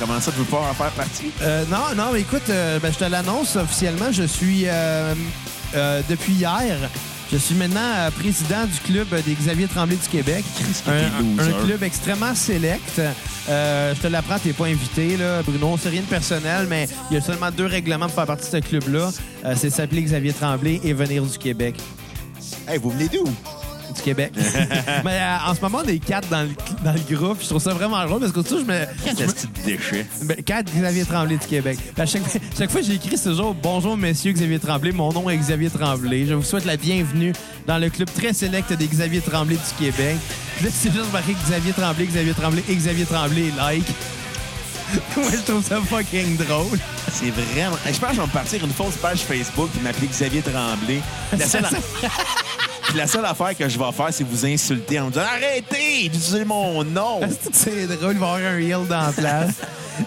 Comment ça, tu veux pas en faire partie?
Euh, non, non, mais écoute, euh, ben, je te l'annonce officiellement. Je suis, euh, euh, depuis hier, je suis maintenant euh, président du club euh, des Xavier Tremblay du Québec.
Christ,
Un,
t'es loser.
un club extrêmement select. Euh, je te l'apprends, t'es pas invité, là, Bruno. C'est rien de personnel, mais il y a seulement deux règlements pour faire partie de ce club-là. Euh, c'est s'appeler Xavier Tremblay et venir du Québec.
Hey, vous venez d'où?
du Québec. mais euh, en ce moment, on est quatre dans le, dans le groupe. Je trouve ça vraiment drôle parce que tu sais, je me. je me-
Qu'est-ce que tu déchets?
ben, quatre Xavier Tremblay du Québec. À chaque, fois- chaque fois, j'écris ce jour Bonjour, messieurs Xavier Tremblay. Mon nom est Xavier Tremblay. Je vous souhaite la bienvenue dans le club très sélect des Xavier Tremblay du Québec. Là, c'est juste marqué Xavier Tremblay, Xavier Tremblay et Xavier Tremblay, like. Moi, je trouve ça fucking drôle.
C'est vraiment... Hey, je pense que je vais me partir une fausse page Facebook et m'appeler Xavier Tremblay. La seule, Puis la seule affaire que je vais faire, c'est vous insulter en me disant « Arrêtez d'utiliser mon nom!
Est-ce que C'est drôle, il va y avoir un reel dans la place.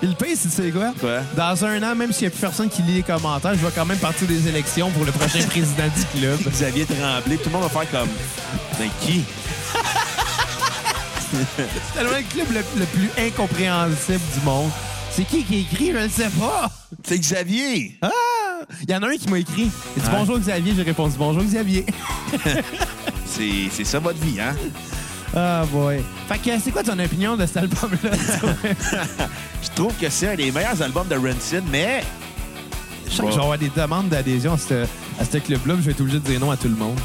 Et le pire, c'est tu sais quoi?
Quoi?
Dans un an, même s'il n'y a plus personne qui lit les commentaires, je vais quand même partir des élections pour le prochain président du club. »
Xavier Tremblay. Tout le monde va faire comme « Mais qui?
C'est tellement le club le, le plus incompréhensible du monde. C'est qui qui écrit? Je ne sais pas.
C'est Xavier!
Ah! Il y en a un qui m'a écrit. Il dit bonjour Xavier. J'ai répondu bonjour Xavier. »
C'est c'est ça votre vie, hein?
Ah boy. Fait que c'est quoi ton opinion de cet album-là? toi?
Je trouve que c'est un des meilleurs albums de Rancid, mais
Je sens que je vais avoir des demandes d'adhésion à ce à ce club-là, puis je vais être obligé de dire non à tout le monde.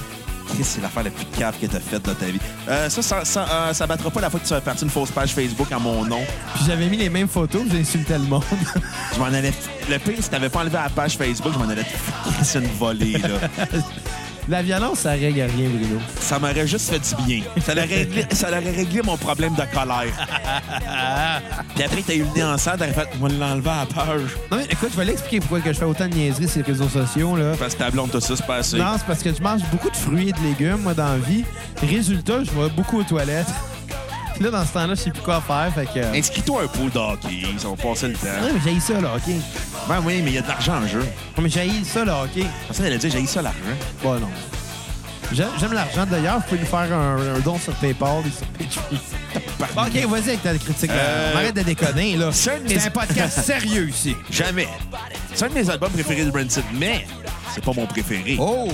Chris, c'est l'affaire la plus cave que t'as faite dans ta vie. Euh, ça, ça, ça, euh, ça battra pas la fois que tu as parti une fausse page Facebook à mon nom.
Puis j'avais mis les mêmes photos, puis j'insultais le monde.
Je m'en allais. Le pire, si t'avais pas enlevé la page Facebook, je m'en allais te crisser une volée, là.
La violence, ça règle à rien, Bruno.
Ça m'aurait juste fait du bien. Ça l'aurait réglé, ça l'aurait réglé mon problème de colère. Puis après, t'as eu le nez en sang, t'aurais fait, moi, l'enlever à la page.
Non, mais écoute, je vais l'expliquer pourquoi que je fais autant de niaiseries sur les réseaux sociaux, là.
Parce que ta blonde, t'as ça, c'est pas assez.
Non, c'est parce que je mange beaucoup de fruits et de légumes, moi, dans la vie. Résultat, je vais beaucoup aux toilettes. Puis là, dans ce temps-là, je sais plus quoi faire, fait que... Ouais,
Inscris-toi un pool d'hockey, ils ont passé le temps.
mais j'ai ça, là, OK.
Ben oui, mais il y a de l'argent en jeu.
mais j'ai ça, là, OK.
Personne allait dire, j'ai ça l'argent.
Bon, non. J'aime j'aime l'argent, d'ailleurs. Vous pouvez nous faire un, un don sur PayPal et sur Patreon. Bon, OK, vas-y avec ta critique. là.
Euh,
Arrête de déconner, là.
c'est un de mes-
C'est un podcast sérieux, ici.
Jamais. C'est un de mes albums préférés de Rancid, mais c'est pas mon préféré.
Oh!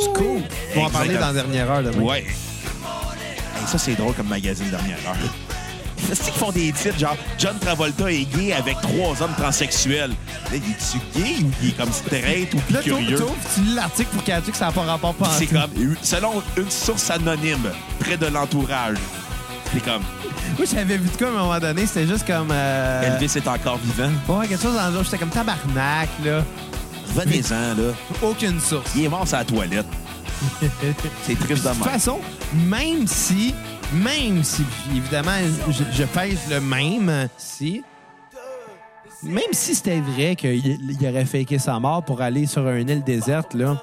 C'est cool. On va en parler dans la dernière heure, demain.
Ouais. Hey, ça, c'est drôle comme magazine dernière heure. C'est qu'ils font des titres genre John Travolta est gay avec trois hommes transsexuels. Là, il est-tu gay ou il est comme straight ou
Puis Là, tu
curieux?
ouvres- tu lis l'article pour catcher que ça n'a pas rapport pas
C'est comme, selon une source anonyme, près de l'entourage. C'est comme,
Moi, j'avais vu de quoi à un moment donné, c'était juste comme. Euh...
Elvis est encore vivant.
Ouais, quelque chose dans le genre. J'étais comme tabarnak, là.
Revenez-en, là.
Aucune source.
Il est mort sur la toilette. C'est triste de
De toute
mort.
façon, même si, même si, puis évidemment, je, je pèse le même si, même si c'était vrai qu'il il aurait faké sa mort pour aller sur une île déserte, là,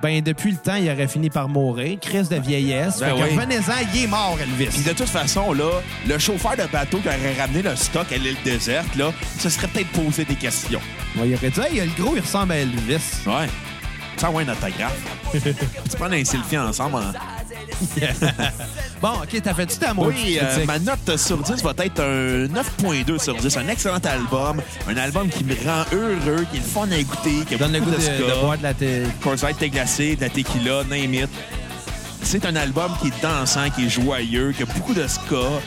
ben depuis le temps, il aurait fini par mourir. Crise de vieillesse.
Ben
fait que
oui.
revenez-en, il est mort,
Puis
Elvis.
de toute façon, là, le chauffeur de bateau qui aurait ramené le stock à l'île déserte, là, se serait peut-être posé des questions.
Ouais, il aurait dit, Hey, le gros, il ressemble à Elvis.
Ouais. Ça, ouais, un autographe. tu prends un selfie ensemble. hein?
Bon, OK, t'as fait tout ta
Oui,
maudite
euh,
critique.
ma note sur 10 va être un 9.2 sur 10. Un excellent album. Un album qui me rend heureux, qui est le fun à écouter, qui a
Donne le
beaucoup
goût de,
de, ska.
de boire de la télé.
Corsite, thé glacé, de la tequila, name it. C'est un album qui est dansant, qui est joyeux, qui a beaucoup de ska,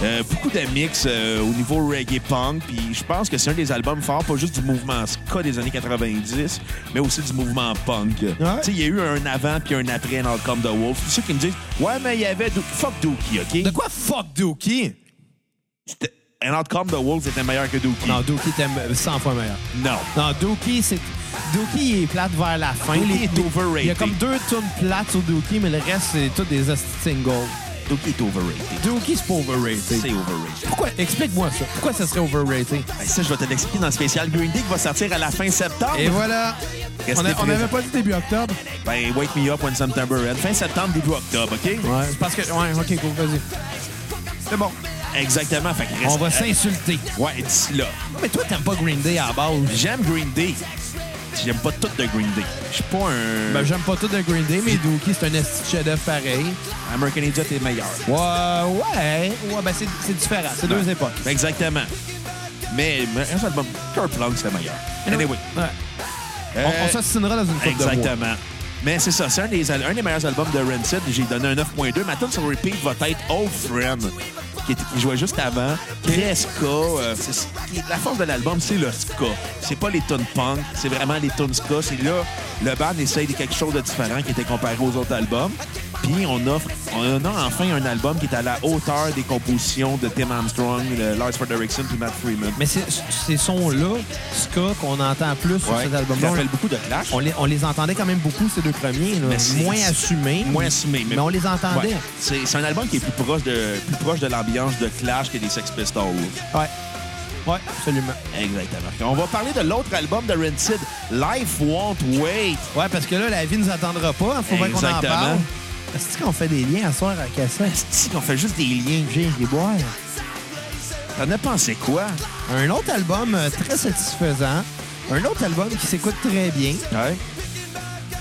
Euh, beaucoup de mix euh, au niveau reggae punk, puis je pense que c'est un des albums forts, pas juste du mouvement ska des années 90, mais aussi du mouvement punk. Tu sais, il y a eu un avant puis un après dans Come the Wolf. Tous ceux qui me disent, ouais, mais il y avait Do- fuck Dookie, ok?
De quoi fuck Dookie?
C'était- And Out Come the Wolves était meilleur que Dookie.
Non, Dookie était 100 fois meilleur.
Non.
Non, Dookie, c'est. Dookie il est plate vers la fin.
Dookie
Les-
est
les-
overrated.
Il y a comme deux tunes plates sur Dookie, mais le reste, c'est toutes des hosties de singles.
Dookie est overrated.
Dookie, c'est pas
C'est
overrated.
overrated.
Pourquoi? Explique-moi ça. Pourquoi ça serait overrated?
Ben, ça, je vais te l'expliquer dans le spécial Green Day qui va sortir à la fin septembre.
Et voilà.
Restez
On a- On
présents.
n'avait pas dit début octobre.
Ben, Wake Me Up When September Ends. Fin septembre, début octobre, OK?
Ouais. C'est parce que. Ouais, ok, cool, vas-y. C'est bon.
Exactement. Fait que reste-
On va
euh,
s'insulter.
Ouais, d'ici là.
Non, mais toi, t'aimes pas Green Day à la base.
J'aime Green Day. J'aime pas tout de Green Day. Je suis pas un...
Ben, j'aime pas tout de Green Day, mais Dookie, c'est un esti de chef-d'œuvre pareil.
American Idiot est meilleur.
Ouais, ouais. Ouais, ben, c'est c'est différent. C'est deux
Ouais.
époques.
Exactement. Mais mais un seul album, Kurt Plunk, c'était meilleur. Anyway.
Ouais. On,
Euh,
on s'assinera dans une couple de mois.
ben Exactement. Mais c'est ça, c'est un des, al- un des meilleurs albums de Rancid. J'ai donné un 9.2. Ma tune sur repeat va être Old Friend, qui, était- qui jouait juste avant. Très ska. euh, c'est- c'est- la force de l'album, c'est le ska. C'est pas les tunes punk, c'est vraiment les tunes ska. C'est là, le band essaye de quelque chose de différent qui était comparé aux autres albums. Puis on offre, on a enfin un album qui est à la hauteur des compositions de Tim Armstrong, le Lars Fredrickson puis Matt Freeman.
Mais c'est- ces sons-là, ska, qu'on entend plus sur
Ouais,
cet
qui
album-là,
rappelle beaucoup de Clash.
on les, on les entendait quand même beaucoup, ces deux premiers. là.
Mais c'est-
Moins assumés.
moins assumé.
Mais on les entendait.
Ouais. C'est c'est un album qui est plus proche de plus proche de l'ambiance de Clash que des Sex Pistols.
Ouais. Ouais, absolument.
Exactement. On va parler de l'autre album de Rancid, Life Won't Wait.
Ouais, parce que là, la vie nous attendra pas. hein. Faut bien qu'on en
Exactement.
parle. Est-ce qu'on fait des liens à soir à cassette?
Si on fait juste des liens, j'ai
Les boires.
T'en as pensé quoi?
Un autre album euh, très satisfaisant. Un autre album qui s'écoute très bien.
Ouais.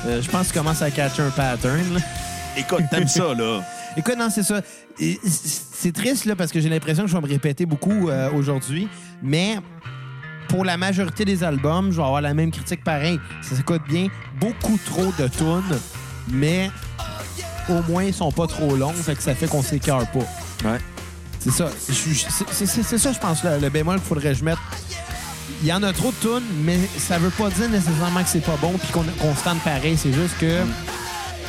Euh, je pense qu'il commence à catcher un pattern. là.
Écoute, t'aimes ça, là.
Écoute, non, c'est ça. Et c- C'est triste, là, parce que j'ai l'impression que je vais me répéter beaucoup euh, aujourd'hui. Mais pour la majorité des albums, je vais avoir la même critique pareil. Ça s'écoute bien. Beaucoup trop de tunes, mais au moins, ils sont pas trop longs, fait que ça fait qu'on s'écœure pas.
Ouais.
C'est ça. Je- je- c'est- c'est- C'est c'est ça, je pense, le, le bémol qu'il faudrait que je mette. Il y en a trop de tunes, mais ça veut pas dire nécessairement que c'est pas bon puis qu'on qu'on se tente pareil. C'est juste que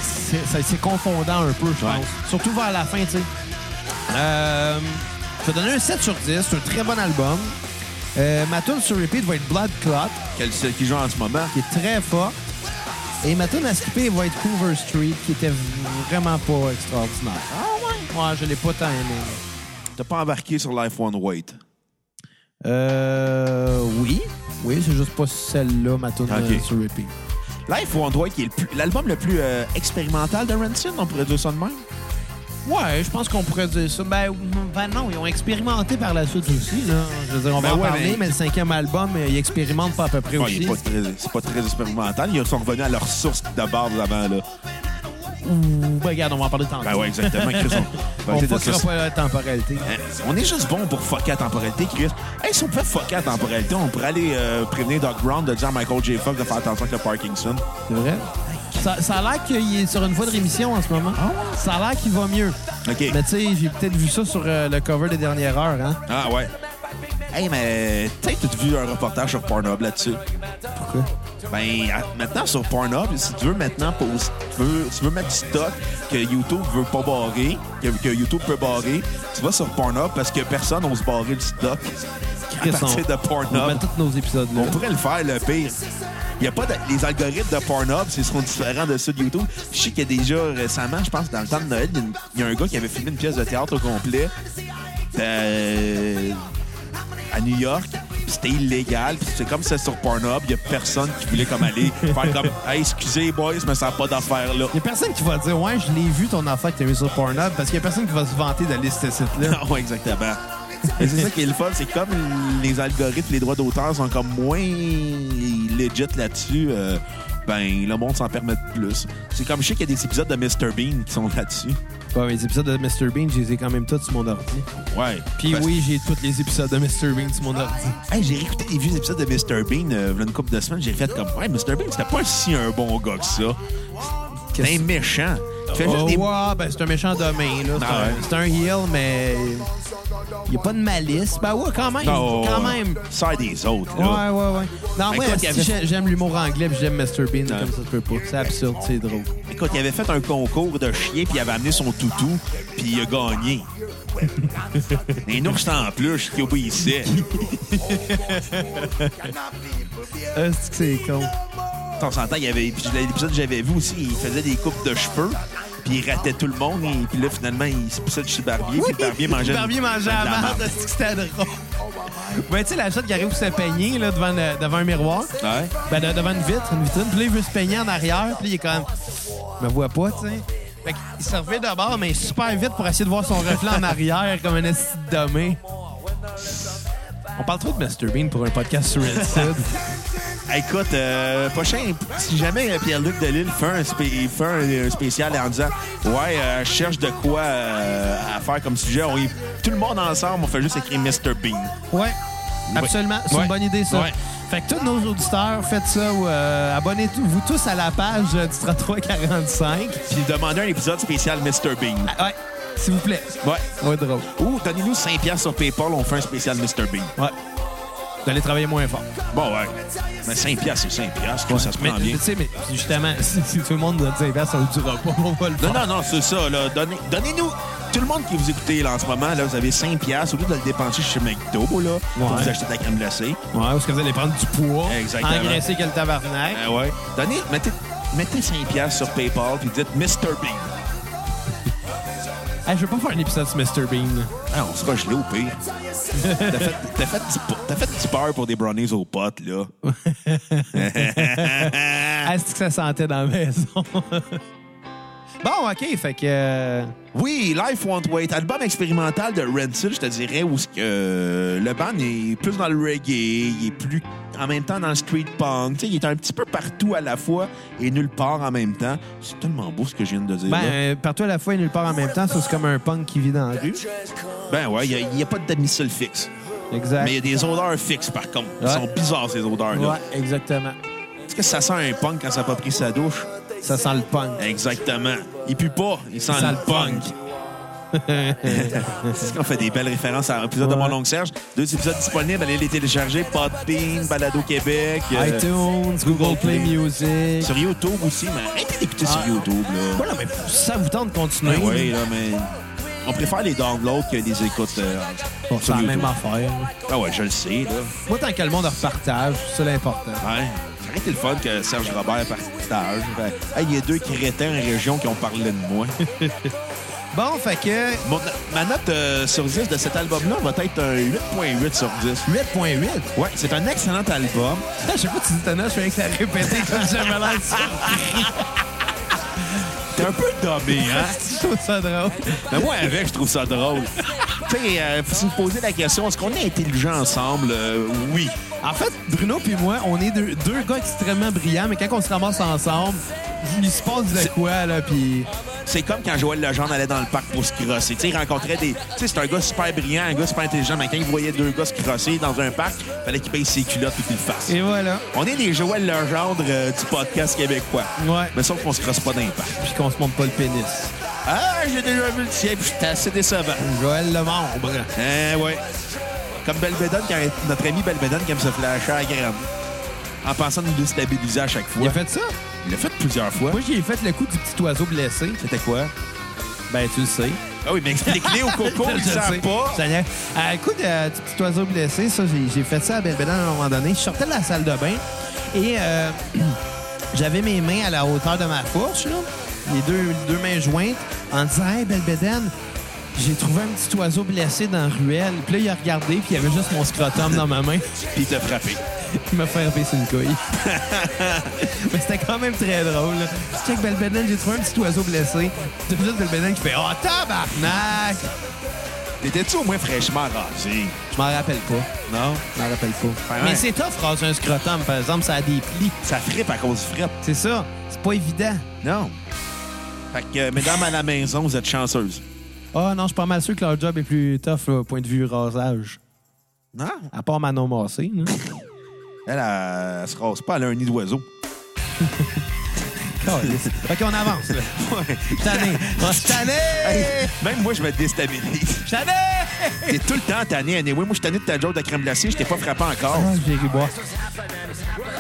c'est- ça- c'est confondant un peu, je pense.
Mm. Ouais.
Surtout vers la fin, tu sais. Euh, je vais donner un 7 sur 10. C'est un très bon album. Euh, ma tune sur repeat va être Blood Clot,
Quel, celle qui joue en ce moment.
qui est très fort. Et ma tune à skipper va être Hoover Street, qui était vraiment pas extraordinaire. Ah ouais? Ouais, je l'ai pas tant aimé. là.
T'as pas embarqué sur Life Won't Wait.
Euh. Oui. Oui, c'est juste pas celle-là, ma tune
Ok.
euh, sur repeat.
Life Won't Wait, qui est le plus- l'album le plus euh, expérimental de Rancid, on pourrait dire ça de même.
Ouais, je pense qu'on pourrait dire ça. Ben, ben non, ils ont expérimenté par la suite aussi, là. Je veux dire, on
Ben
va en
ouais,
parler,
mais-
mais... le cinquième album, euh, ils expérimentent pas à peu près
Ouais, il
aussi.
est pas très- c'est pas très expérimental. Ils sont revenus à leur source de base avant, là.
Ou, ben, regarde, on va en parler tantôt.
Ben ouais, exactement. Chris, on-
On
on va essayer de
fuckera
ça-
pas la temporalité.
Hein, On est juste bon pour fucker la temporalité, Chris. Hey, si on pouvait fucker la temporalité, on pourrait aller euh, prévenir Doc Brown de dire à Michael J. Fox de faire attention avec le Parkinson.
C'est vrai? Ça, ça a l'air qu'il est sur une voie de rémission en ce moment. Ça a l'air qu'il va mieux.
OK.
Mais tu sais, j'ai peut-être vu ça sur euh, le cover des dernières heures, hein.
Ah ouais. Hey, mais peut-être que tu as vu un reportage sur Pornhub là-dessus.
Pourquoi?
Ben, à- maintenant, sur Pornhub, si tu veux maintenant pos- tu veux, tu veux mettre du stock que YouTube veut pas barrer, que, que YouTube peut barrer, tu vas sur Pornhub parce que personne n'ose barrer du stock à
Chris, on-
partir de
On
Pornhub.
met tous nos épisodes là.
On pourrait le faire, le pire. Il y a pas de- les algorithmes de Pornhub, ils seront différents de ceux de YouTube. Je sais qu'il y a déjà récemment, je pense, dans le temps de Noël, il y a une- il y, a un gars qui avait filmé une pièce de théâtre au complet euh, à New York. Puis C'était illégal. Puis c'est comme c'est sur Pornhub, il y a personne qui voulait comme aller faire comme Hey, excusez, boys, je me sens pas d'affaire là.
Il y a personne qui va dire Ouais, je l'ai vu ton affaire que t'as mis sur Pornhub parce qu'il y a personne qui va se vanter d'aller sur ce site-là.
Non, Ah exactement. Et c'est ça qui est le fun, c'est comme les algorithmes, les droits d'auteur sont comme moins legit là-dessus, euh, ben le monde s'en permet de plus. C'est comme je sais qu'il y a des épisodes de Mr Bean qui sont là-dessus.
Ouais, mais les épisodes de Mr. Bean, je les ai quand même tous sur mon ordi.
Ouais.
Puis
Parce-
oui, j'ai tous les épisodes de Mr. Bean sur mon ordi.
Hey, j'ai réécouté les vieux épisodes de Mr Bean euh, v'là une couple de semaines, j'ai fait comme ouais, Mr Bean, c'était pas si un bon gars que ça. C'était un
Qu'est-ce-
méchant. Il fait
Ben, Oh,
juste des
ouais, ben c'est un méchant demain, là. C'est
Ah
un-
ouais.
C'est un heel, mais Il n'y a pas de malice. Ben ouais, quand même.
Non,
quand même.
Oh, Ça aide les autres,
Ouais, ouais,
là.
ouais. Non,
Ben,
moi,
écoute,
si
il y avait-
j'ai- j'aime l'humour anglais puis j'aime Mr. Bean,
Non.
comme ça, je peux pas. C'est absurde, c'est drôle.
Écoute, il avait fait un concours de chiens, puis il avait amené son toutou, puis il a gagné. Les ours en plus qui obéissaient.
Euh, c'est que c'est con.
On s'entend, il y avait puis l'épisode que j'avais vu aussi, il faisait des coupes de cheveux, puis il ratait tout le monde, et puis là, finalement, il se poussait de chez le barbier, puis le barbier mangeait.
Barbier mangeait à
de
la
marde.
marde, c'est que c'était drôle. Ben, tu sais, la chatte qui arrive pour se peigner là, devant, le- devant un miroir.
Ouais.
Ben, de- devant une vitre, une vitrine. Puis là, il veut se peigner en arrière. Puis là, il est comme... Je me vois pas, tu sais. Fait qu'il se revient de bord, mais super vite pour essayer de voir son reflet en arrière comme un esti de dommé. On parle trop de Mr. Bean pour un podcast sur Red
Écoute, euh, prochain, si jamais euh, Pierre-Luc Delisle fait un, spé- il fait un, un spécial en disant Ouais, euh, je cherche de quoi euh, à faire comme sujet, on y- tout le monde ensemble, on fait juste écrire Mr. Bean.
Ouais. Absolument, c'est
Ouais.
une bonne idée ça.
Ouais.
Fait que tous nos auditeurs, faites ça ou euh, abonnez-vous tous à la page euh, du 3345.
Puis demandez un épisode spécial Mr. Bean.
Ah, Ouais, s'il vous plaît.
Ouais.
Ouais, drôle.
Ou donnez-nous 5$ sur PayPal, on fait un spécial Mr. Bean.
Ouais. D'aller travailler moins fort.
Bon, ouais. Mais 5$, c'est 5$, je trouve que ça se
Mais
prend bien.
tu sais, mais justement, si, si tout le monde doit dire ben, ça, on le durera pas, on va le faire.
Non, non, non, c'est ça, là. Donnez- Donnez-nous. tout le monde qui vous écoutez là, en ce moment, là, vous avez 5$ au lieu de le dépenser chez McDo, là, pour
Ouais.
vous acheter de la crème glacée.
Ouais, parce que vous allez prendre du poids,
Exactement.
engraisser que le tabarnak.
Ben ouais. Donnez, mettez, mettez 5$ sur PayPal puis dites Mr. Bean.
Hey, je veux pas faire un épisode sur Mr. Bean.
Ah, on sera gelé au pire. T'as fait, t'as fait, du po- t'as fait du beurre pour des brownies aux potes, là. Ah.
Est-ce que ça sentait dans la maison? bon, OK, fait que... euh,
Oui, Life Won't Wait, album expérimental de Rancid, je te dirais, où ce que, euh, le band est plus dans le reggae, il est plus en même temps dans le street punk. Tu sais, il est un petit peu partout à la fois et nulle part en même temps. C'est tellement beau ce que je viens de dire.
Ben,
là.
euh, partout à la fois et nulle part en même temps, ça, c'est comme un punk qui vit dans la rue.
Ben ouais, il n'y a, il y a pas de domicile fixe.
Exact.
Mais il y a des odeurs fixes, par contre. Ils
Ouais.
sont bizarres, ces odeurs-là.
Ouais, exactement.
Est-ce que ça sent un punk quand ça n'a pas pris sa douche?
Ça sent le punk.
Exactement. Il pue pas, il sent,
sent
le
le
punk. C'est ce qu'on fait des belles références à l'épisode de
Ouais.
Mon Oncle Serge. Deux épisodes disponibles, allez les télécharger. Podbean, Balado Québec. euh,
iTunes, Google Play Music.
Sur YouTube aussi, mais arrêtez d'écouter
Ah.
sur YouTube. Là.
Voilà, mais ça vous tente de continuer.
Ben oui, là, mais on préfère les downloads que les écoutes euh,
Bon, c'est
sur
la
YouTube.
même affaire.
Ah ouais, je le sais. Là.
Moi, tant que le monde repartage, c'est l'important.
Ouais. Ça aurait été le fun que Serge Robert partage. Ben, hey, il y a deux crétins en région qui ont parlé de moi.
Bon, fait que
Mon- ma note euh, sur 10 de cet album-là va être un 8.8 sur 10.
8.8.
Ouais, c'est un excellent album.
Ah, Je sais pas si tu t'en as, je fais que ça répéter comme j'avais l'air de ça.
T'es un peu dommé, hein?
Je trouve ça drôle.
Mais moi, avec, je trouve ça drôle. tu sais, euh, si vous posez la question, est-ce qu'on est intelligents ensemble? Euh, oui.
En fait, Bruno puis moi, on est deux, deux gars extrêmement brillants, mais quand on se ramasse ensemble, il se passe de quoi, là, puis...
C'est comme quand Joël Legendre allait dans le parc pour se crosser. Tu sais, il rencontrait des... Tu sais, c'est un gars super brillant, un gars super intelligent, mais quand il voyait deux gars se crosser dans un parc, fallait qu'il paye ses culottes et qu'il le fasse.
Et voilà.
On est les Joël Legendre euh, du podcast québécois.
Ouais.
Mais sauf qu'on se crosse pas dans les parcs.
Puis qu'on se montre pas le pénis.
Ah, j'ai déjà vu le ciel, puis j'étais assez décevant.
Joël Lemombre.
Eh ouais. Comme Belvedon, quand notre ami Belvedon qui aime se flasher à la graine. En pensant nous déstabiliser à chaque fois.
Il a fait ça?
Il l'a fait plusieurs fois.
Moi, j'ai fait le coup du petit oiseau blessé.
C'était quoi?
Ben, tu le sais.
Ah oui, mais explique-les au coco,
Je
il
le sais.
sent pas.
Ça y est. Euh, écoute, euh, du petit oiseau blessé, ça, j'ai- j'ai fait ça à Belvedere à un moment donné. Je sortais de la salle de bain et euh, j'avais mes mains à la hauteur de ma fourche, là, les deux, les deux mains jointes, en disant Hey, Belbédane, j'ai trouvé un petit oiseau blessé dans la ruelle. Puis là, il a regardé, puis il y avait juste mon scrotum dans ma main.
Puis il t'a frappé.
Il m'a fait frapper sur une couille. Mais c'était quand même très drôle. là. Je check Belbédane, j'ai trouvé un petit oiseau blessé. T'as juste Belbédane qui fait Oh, tabarnak
T'étais-tu au moins fraîchement rasé?
Je m'en rappelle pas.
Non?
Je m'en rappelle pas.
Ben ouais.
Mais c'est tough, raser un scrotum, par exemple, ça a des plis.
Ça frippe à cause du frippe.
C'est ça. C'est pas évident.
Non. Fait que, euh, mesdames à la maison, vous êtes chanceuses.
Ah non, je suis pas mal sûr que leur job est plus tough, là, au point de vue rasage.
Non?
À part Manon Massé, là.
Elle, elle, elle se rase pas, elle a un nid d'oiseau.
Calisse. OK, on avance. là. Je suis tanné. Oh, Je suis tanné.
Hey, même moi, je me déstabilise.
Je suis tanné.
T'es tout le temps tanné, anyway. Moi, je suis tanné de ta joke de crème glacée. Je t'ai pas frappé encore.
Ah, j'ai ri boire.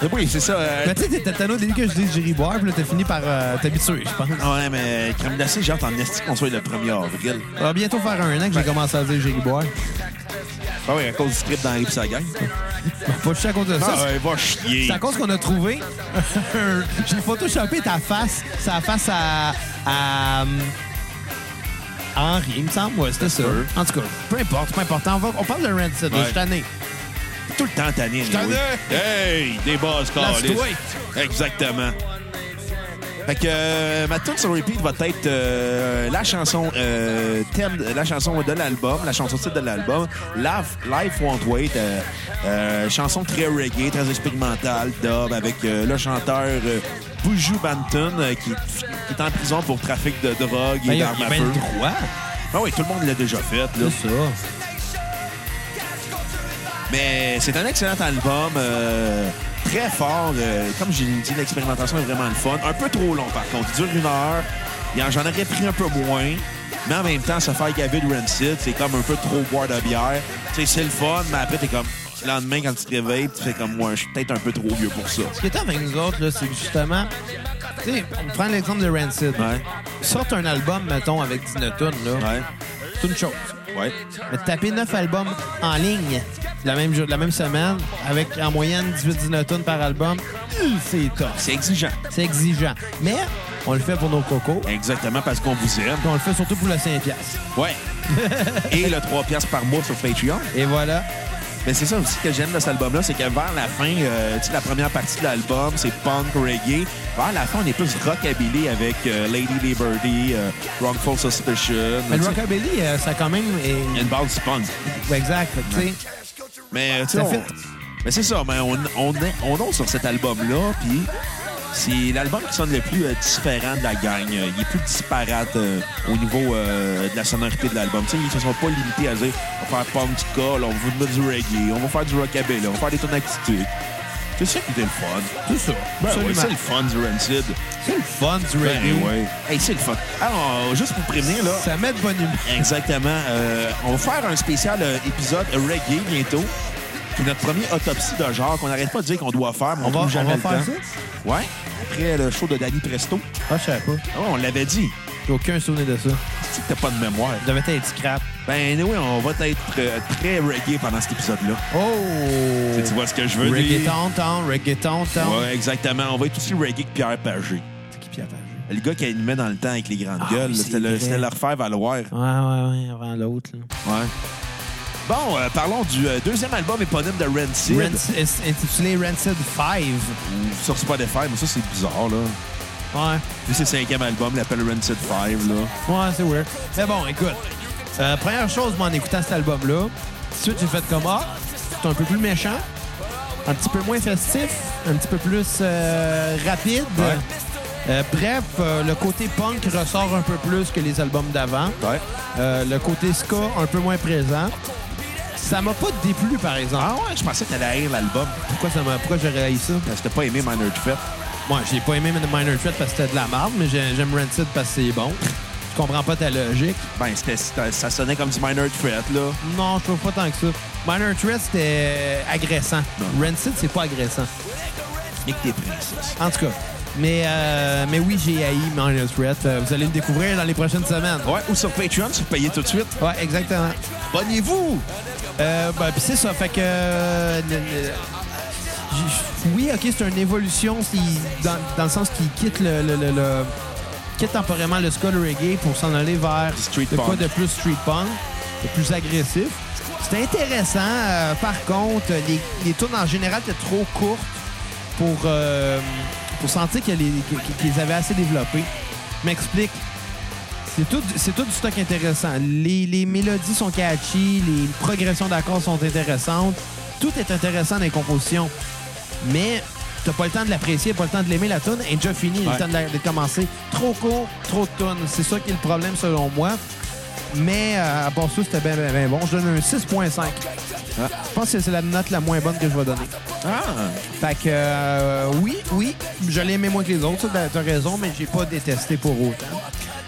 Mais oui, c'est ça. euh,
Mais tu sais, t'étais tanné au début que je dis j'ai ri boire, puis là, t'as fini par euh, t'habituer, je pense.
Ouais, mais crème glacée, j'ai hâte en esti qu'on soit le 1er avril.
Ça va Ah, bientôt faire un
Ben.
an que j'ai commencé à dire j'ai ri boire.
Ah oui, à cause du trip dans la sa gang.
Faut juste à cause de ça.
Ben.
euh,
Ah, ouais, va chier.
C'est à cause qu'on a trouvé. un- J'ai photoshopé ta face, sa face à. à. hum, Henri, il me semble. Ouais, c'était ça.
peut.
En tout cas, peu importe, pas important. On, va- on parle de Rancid, là,
Ouais.
je suis tanné.
tout le temps tanné, anyway.
tanné.
Hey, des bases calées.
Lance-toi.
Exactement. Fait que euh, ma tune sur repeat va être euh, la chanson euh, thème, la chanson de l'album, la chanson titre de l'album, Life, Life Won't Wait, euh, euh, chanson très reggae, très expérimentale, dub avec euh, le chanteur euh, Buju Banton euh, qui, qui est en prison pour trafic de drogue et
Ben, il a
d'armes à
bien
feu.
le droit.
Ah oui, tout le monde l'a déjà fait. Là.
C'est ça.
Mais c'est un excellent album, euh, très fort. euh, comme j'ai dit, l'expérimentation est vraiment le fun. Un peu trop long, par contre. Il dure une heure. Il en- J'en aurais pris un peu moins. Mais en même temps, se faire gaver de Rancid, c'est comme un peu trop boire de bière. Tu sais, c'est le fun, mais après, t'es comme... Le lendemain, quand tu te réveilles, tu fais comme moi, je suis peut-être un peu trop vieux pour ça.
Ce qui est top avec nous autres, là, c'est que justement. Tu sais, on prend l'exemple de Rancid.
Ouais.
Sorte un album, mettons, avec 19 tonnes, là.
Ouais.
C'est une chose.
Ouais.
Mais taper 9 albums en ligne la même, jour- la même semaine, avec en moyenne 18-19 tonnes par album, hum, c'est top.
C'est exigeant.
C'est exigeant. Mais on le fait pour nos cocos. puis
Exactement, parce qu'on vous aime.
On le fait surtout pour le 5 piastres.
Ouais. Et le 3 piastres par mois sur Patreon.
Et voilà.
Mais c'est ça aussi que j'aime de cet album-là, c'est que vers la fin, euh, tu sais, la première partie de l'album, c'est punk, reggae. Vers la fin, on est plus rockabilly avec euh, Lady Liberty, euh, Wrongful Suspicion.
Mais
Tu
le
sais,
rockabilly, euh, ça a quand même...
il y a
est-
une base du punk.
Ouais, Exact. Fait que, tu sais,
Mais euh, tu sais,
Ça
on-
fit.
mais c'est ça, mais on, on, est- on est sur cet album-là, puis c'est l'album qui sonne le plus euh, différent de la gang. Euh, Il est plus disparate euh, au niveau euh, de la sonorité de l'album. Tu sais, ils se sont pas limités à dire on va faire punk du call, on va mettre du reggae, on va faire du rockabilly, on va faire des tonnes d'actitude. C'est ça qui était le fun.
tout ça.
Ben
Absolument.
oui, c'est le fun du Rancid.
c'est le fun du
Ben
reggae.
oui. Hey, c'est le fun. Alors, juste pour prévenir, Ben là.
Ça met de bonne humeur.
Exactement. Euh, on va faire un spécial euh, épisode reggae bientôt. C'est notre premier autopsie de genre qu'on n'arrête pas de dire qu'on doit faire, mais on,
On va-
trouve
on
jamais
va
le
faire
temps. Ouais. Après le show de Danny Presto.
Ah, je savais pas.
Ah ouais, on l'avait dit.
J'ai aucun souvenir de ça.
C'est que t'as pas de mémoire.
Ça devait être scrap.
Ben oui, on va être euh, très reggae pendant cet épisode-là.
Oh!
Tu vois ce que je veux dire?
Reggaeton, town, reggaeton, town.
Ouais, exactement. On va être aussi reggae que Pierre Pagé.
C'est qui Pierre Pagé?
Le gars qui animait dans le temps avec les grandes
Ah
gueules,
oui,
là,
c'est
c'était le,
vrai.
c'était leur faire valoir.
Ouais, ouais, ouais, avant l'autre. là.
Ouais. Bon, euh, parlons du euh, deuxième album éponyme de Rancid,
Rancid- est- Intitulé Rancid 5.
sur Spotify, mais ça c'est bizarre là.
Ouais.
Vu que c'est le cinquième album, il l'appelle Rancid 5 là.
Ouais, c'est weird. Mais bon, écoute. euh, première chose, moi, en écoutant cet album-là, tout de suite, j'ai fait comme Ah, c'est un peu plus méchant, un petit peu moins festif, un petit peu plus euh, rapide.
Ouais.
Euh, bref, euh, le côté punk ressort un peu plus que les albums d'avant.
Ouais.
Euh, le côté ska, un peu moins présent. Ça m'a pas déplu, par exemple.
Ah ouais, je pensais que t'allais haïr l'album.
Pourquoi, ça m'a- pourquoi j'aurais haï ça?
Parce que t'as pas aimé Minor Threat.
Moi, j'ai pas aimé Minor Threat parce que c'était de la merde, mais j'ai- j'aime Rancid parce que c'est bon. Je comprends pas ta logique.
Ben, c'était, c'était- ça sonnait comme du Minor Threat là.
Non, je trouve pas tant que ça. Minor Threat, c'était agressant.
Non.
Rancid, c'est pas agressant.
Et que t'es princesse.
En tout cas. Mais, euh, mais oui, j'ai haï Minor Threat. Euh, Vous allez le découvrir dans les prochaines semaines.
Ouais, ou sur Patreon, tu peux payer tout de suite.
Ouais, exactement.
Abonnez-vous!
Euh, ben, puis c'est ça. Fait que. euh, le- le- j- oui, OK, c'est une évolution c'est- dans, dans le sens qu'il quitte le. le- le- le- quitte temporairement le ska, le reggae pour s'en aller vers
Street
de quoi
punk.
de plus street punk, de plus agressif. C'était intéressant. Euh, par contre, les, les tunes en général étaient trop courtes pour, euh, pour sentir que les- qu'ils qu'ils avaient assez développé. Je m'explique. C'est tout, c'est tout du stock intéressant. Les, les mélodies sont catchy, les progressions d'accords sont intéressantes. Tout est intéressant dans les compositions. Mais t'as pas le temps de l'apprécier, pas le temps de l'aimer. La tune est déjà finie, il est
Ouais.
le temps de, la- de commencer. Trop court, trop de tunes. C'est ça qui est le problème selon moi. Mais euh, à part ça, c'était bien, bien, bien bon. Je donne un 6.5. Je pense que c'est la note la moins bonne que je vais donner.
Ah!
Fait que euh, oui, oui, je l'ai aimé moins que les autres, ça, t'as- t'as raison, mais j'ai pas détesté pour autant.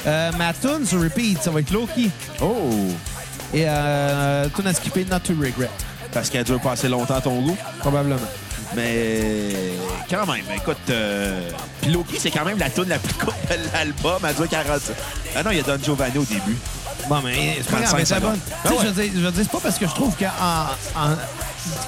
Euh, ma tune sur repeat, ça va être Loki.
Oh!
Et euh, tune à skipper, Not to Regret,
Parce qu'elle a dû passer longtemps à ton goût.
probablement.
Mais quand même, écoute, euh... puis Loki, c'est quand même la tune la plus courte de l'album. Elle dure 40. Ah non, il y a Don Giovanni au début.
Bon, mais c'est pas grave,
35
mais c'est
secondes.
bonne.
Ah
Tu sais,
ouais.
je, veux dire, je veux dire, c'est pas parce que je trouve que, en- en-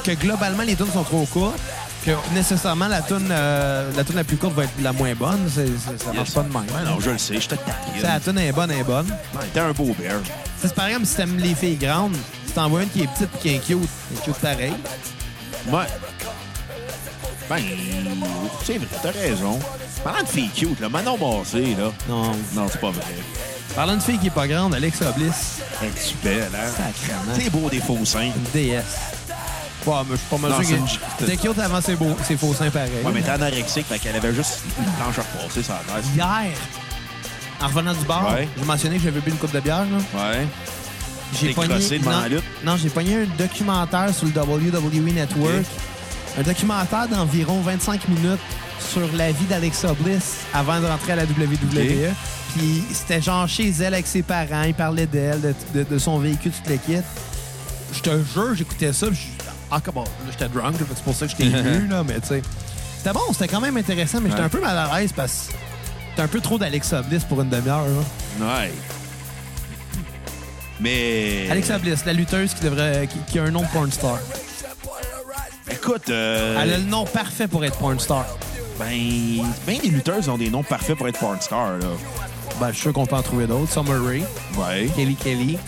que globalement, les tunes sont trop courtes que nécessairement la tune euh, la tune la plus courte va être la moins bonne. C'est- c'est- ça marche pas de même.
Ouais, Ben non, je le sais, je te
Tu sais, La
taquine.
tune est bonne, elle est bonne.
Ouais, T'es un beau bear.
Tu sais, C'est par exemple si t'aimes les filles grandes, tu t'envoies une qui est petite et qui est cute. Elle est cute pareil.
Ouais. Ben, c'est vrai, t'as raison. Parlant de filles cute, là, Manon Massé, là.
Non.
Non, c'est pas vrai.
Parlant de fille qui est pas grande, Alexa Bliss,
Elle est super, hein?
Sacrément.
C'est beau des faux seins.
une déesse. Ouais, mais je suis pas mal
Non,
sûr
c'est
que-
une j-
T'es cute avant ses, beaux, ses faux seins pareil.
Ouais, mais t'es anorexique, fait qu'elle avait juste une planche à repasser sur la tête.
Hier, en revenant du bar,
Ouais.
j'ai mentionné que j'avais bu une coupe de bière. là.
Ouais.
J'ai
T'es crossé devant
non,
la lutte?
non, j'ai pogné un documentaire sur le WWE Network.
Ok.
Un documentaire d'environ 25 minutes sur la vie d'Alexa Bliss avant de rentrer à la WWE.
Ok.
Puis c'était genre chez elle avec ses parents, il parlait d'elle, de, de- de son véhicule, toute l'équipe. Je te jure, j'écoutais ça, puis je- ah, comment, là, j'étais drunk, là, c'est pour ça que j'étais ému, là, mais tu sais. C'était bon, c'était quand même intéressant, mais j'étais
Ouais.
un peu mal à l'aise parce que c'était un peu trop d'Alexa Bliss pour une demi-heure, là.
Ouais. Mais.
Alexa Bliss, la lutteuse qui devrait qui, qui a un nom de porn star.
Écoute, euh,
Elle a le nom parfait pour être porn star.
ben, ben les lutteuses ont des noms parfaits pour être porn star, là.
Ben, je suis sûr qu'on peut en trouver d'autres. Summer Rae,
Ouais.
Kelly Kelly.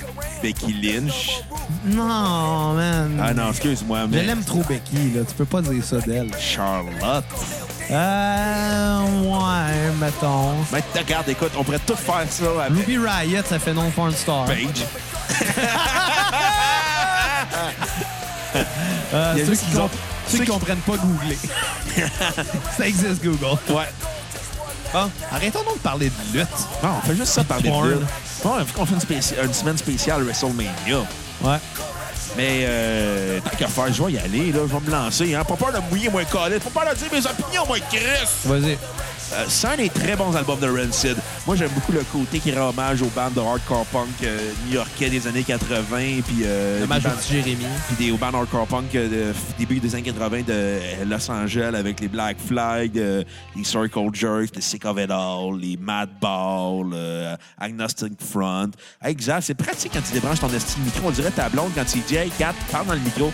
Becky Lynch.
Non, man.
Ah non, excuse-moi,
Je
mais.
l'aime trop, Becky, là. Tu peux pas dire ça d'elle.
Charlotte.
Euh, ouais, mettons.
Ben, regarde, écoute, on pourrait tout faire ça avec
Ruby Riot, ça fait non porn star.
Paige.
Euh,
Il y a
ceux
juste
qui,
qu'ils
com-
ont-
ceux qui comprennent pas, googler. ça existe, Google.
Ouais.
Bon, Ah, arrêtons donc de parler de lutte.
Non, on fait juste ça par les
Porn.
deux. Bon, vu qu'on fait une, spéci- une semaine spéciale WrestleMania.
Ouais.
Mais euh, tant qu'à faire, je vais y aller, là. Je vais me lancer, hein. Pas peur de mouiller, moi, collé. Pas peur de dire mes opinions, moi, Chris.
Vas-y.
Euh, c'est un des très bons albums de Rancid. Moi, j'aime beaucoup le côté qui rend hommage aux bandes de hardcore punk euh, new-yorkais des années 80, puis euh,
Dommage
des
au
bandes-
petit Jérémy.
puis des, aux bandes hardcore punk euh, de f- début des années 80 de euh, Los Angeles avec les Black Flag, euh, les Circle Jerks, les Sick of It All, les Madball, euh, Agnostic Front. Hey, exact, c'est pratique quand tu débranches ton estime micro. On dirait ta blonde quand tu lui dis « Hey, Kat, parle dans le micro. »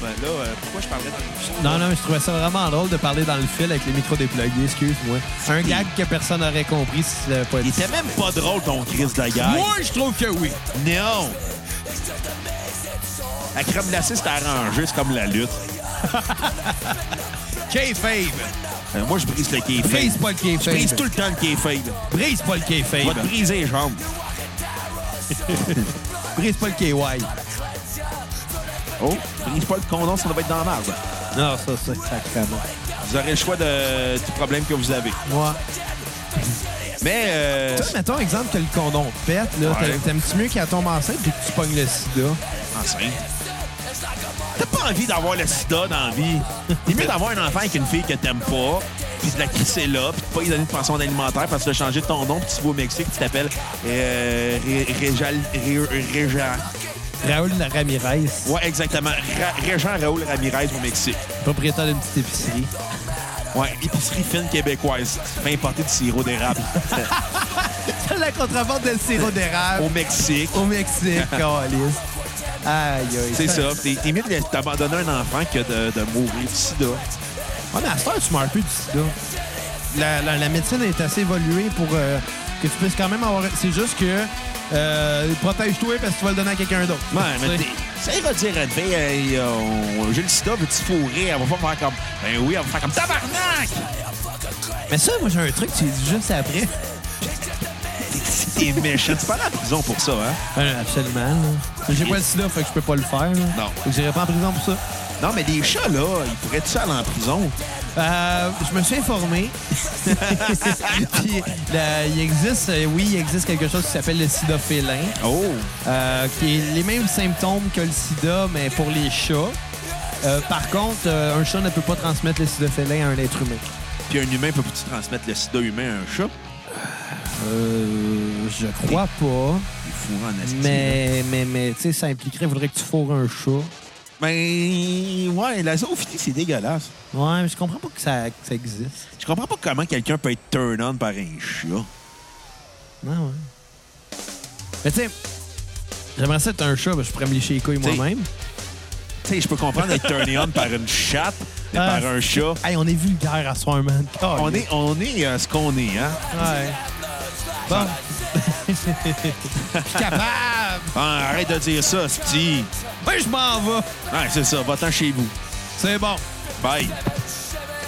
Ben là, euh, pourquoi je parlerais dans le micro?
Non, non, mais je trouvais ça vraiment drôle de parler dans le fil avec les micros déplugués, excuse-moi. Un gag que personne n'aurait compris si ça n'avait pas
Il
été.
était même pas drôle, ton Chris de la guerre.
je trouve que oui.
Non! La crème glacée, c'est arrangé, c'est comme la lutte.
K-Fave.
Euh, moi, je brise le kayfabe.
Brise pas le
Je brise
K-Fave.
tout le temps le kayfabe.
Brise pas le
Je vais te
K-Fave.
briser les jambes.
Brise pas le KY.
Oh, brise pas le condom, ça va être dans la merde.
Non, ça, c'est sacrément.
Vous aurez le choix de, du problème que vous avez.
Moi.
Mais, euh,
Toi, mettons exemple que le condom pète, là.
Ouais.
t'a- T'aimes-tu mieux qu'elle tombe enceinte puis que tu pognes le sida?
enceinte. T'as pas envie d'avoir le sida dans la vie. C'est mieux d'avoir un enfant avec une fille que t'aimes pas, puis de la crisser là, puis de pas lui donner de pension alimentaire parce que tu as changé ton nom, puis tu vas au Mexique, puis tu t'appelles euh, Ré- Réjal- Ré- Réja-
Raoul Ramirez,
Ouais, exactement. Ra- Régent Raoul Ramirez au Mexique.
propriétaire d'une petite épicerie.
Ouais, épicerie fine québécoise. Fait importer du sirop d'érable.
la contrebande de sirop d'érable
au Mexique.
au Mexique, Calis. Aïe, aïe.
C'est ça. T'es t'es mieux de laisser- d'abandonner un enfant que de, de mourir du sida.
Ah, mais à cette heure, tu meurs plus du sida. La, la- la médecine est assez évoluée pour euh, que tu puisses quand même avoir. C'est juste que euh, protège-toi parce que tu vas le donner à quelqu'un d'autre.
Ouais,
Tu
mais
sais.
t'es- ça ira dire à une fille, Hey, euh, on- j'ai le sida, veux-tu fourrer? Elle va pas faire comme, ben oui, elle va faire comme tabarnak!
Mais ça, moi, j'ai un truc, tu dis juste après.
T'es méchant. tu pas en prison pour ça, hein?
absolument. J'ai pas le sida, fait que je peux pas le faire. là.
Non.
Fait que J'irai pas en prison pour ça.
Non, mais des chats, là, ils pourraient-tu aller en prison?
Euh, je me suis informé. Puis, là, il existe, euh, oui, il existe quelque chose qui s'appelle le sida félin,
Oh!
euh, qui est les mêmes symptômes que le sida, mais pour les chats. Euh, par contre, euh, un chat ne peut pas transmettre le sida félin à un être humain.
Puis un humain peut-tu transmettre le sida humain à un chat?
Euh, je crois pas,
Il fourré en esti,
mais, mais, mais tu sais, ça impliquerait, faudrait que tu fourres un chat.
là. Ben, ouais, la zoophilie, c'est dégueulasse.
Ouais, mais je comprends pas que ça, que ça existe.
Je comprends pas comment quelqu'un peut être turn on par un chat.
Ouais, ouais. Mais tu sais, j'aimerais ça être un chat, mais je pourrais me licher les couilles
T'sais,
moi-même.
Tu sais, je peux comprendre être turn on par une chatte, mais
Ah,
par un chat.
Hey, on est vulgaire à soir, man.
On est, on est euh, ce qu'on est, hein?
Ouais. Bon. Je suis capable.
Ah, arrête de dire ça, petit.
Ben, je m'en vais.
Ouais, c'est ça, va-t'en chez vous.
C'est bon.
Bye.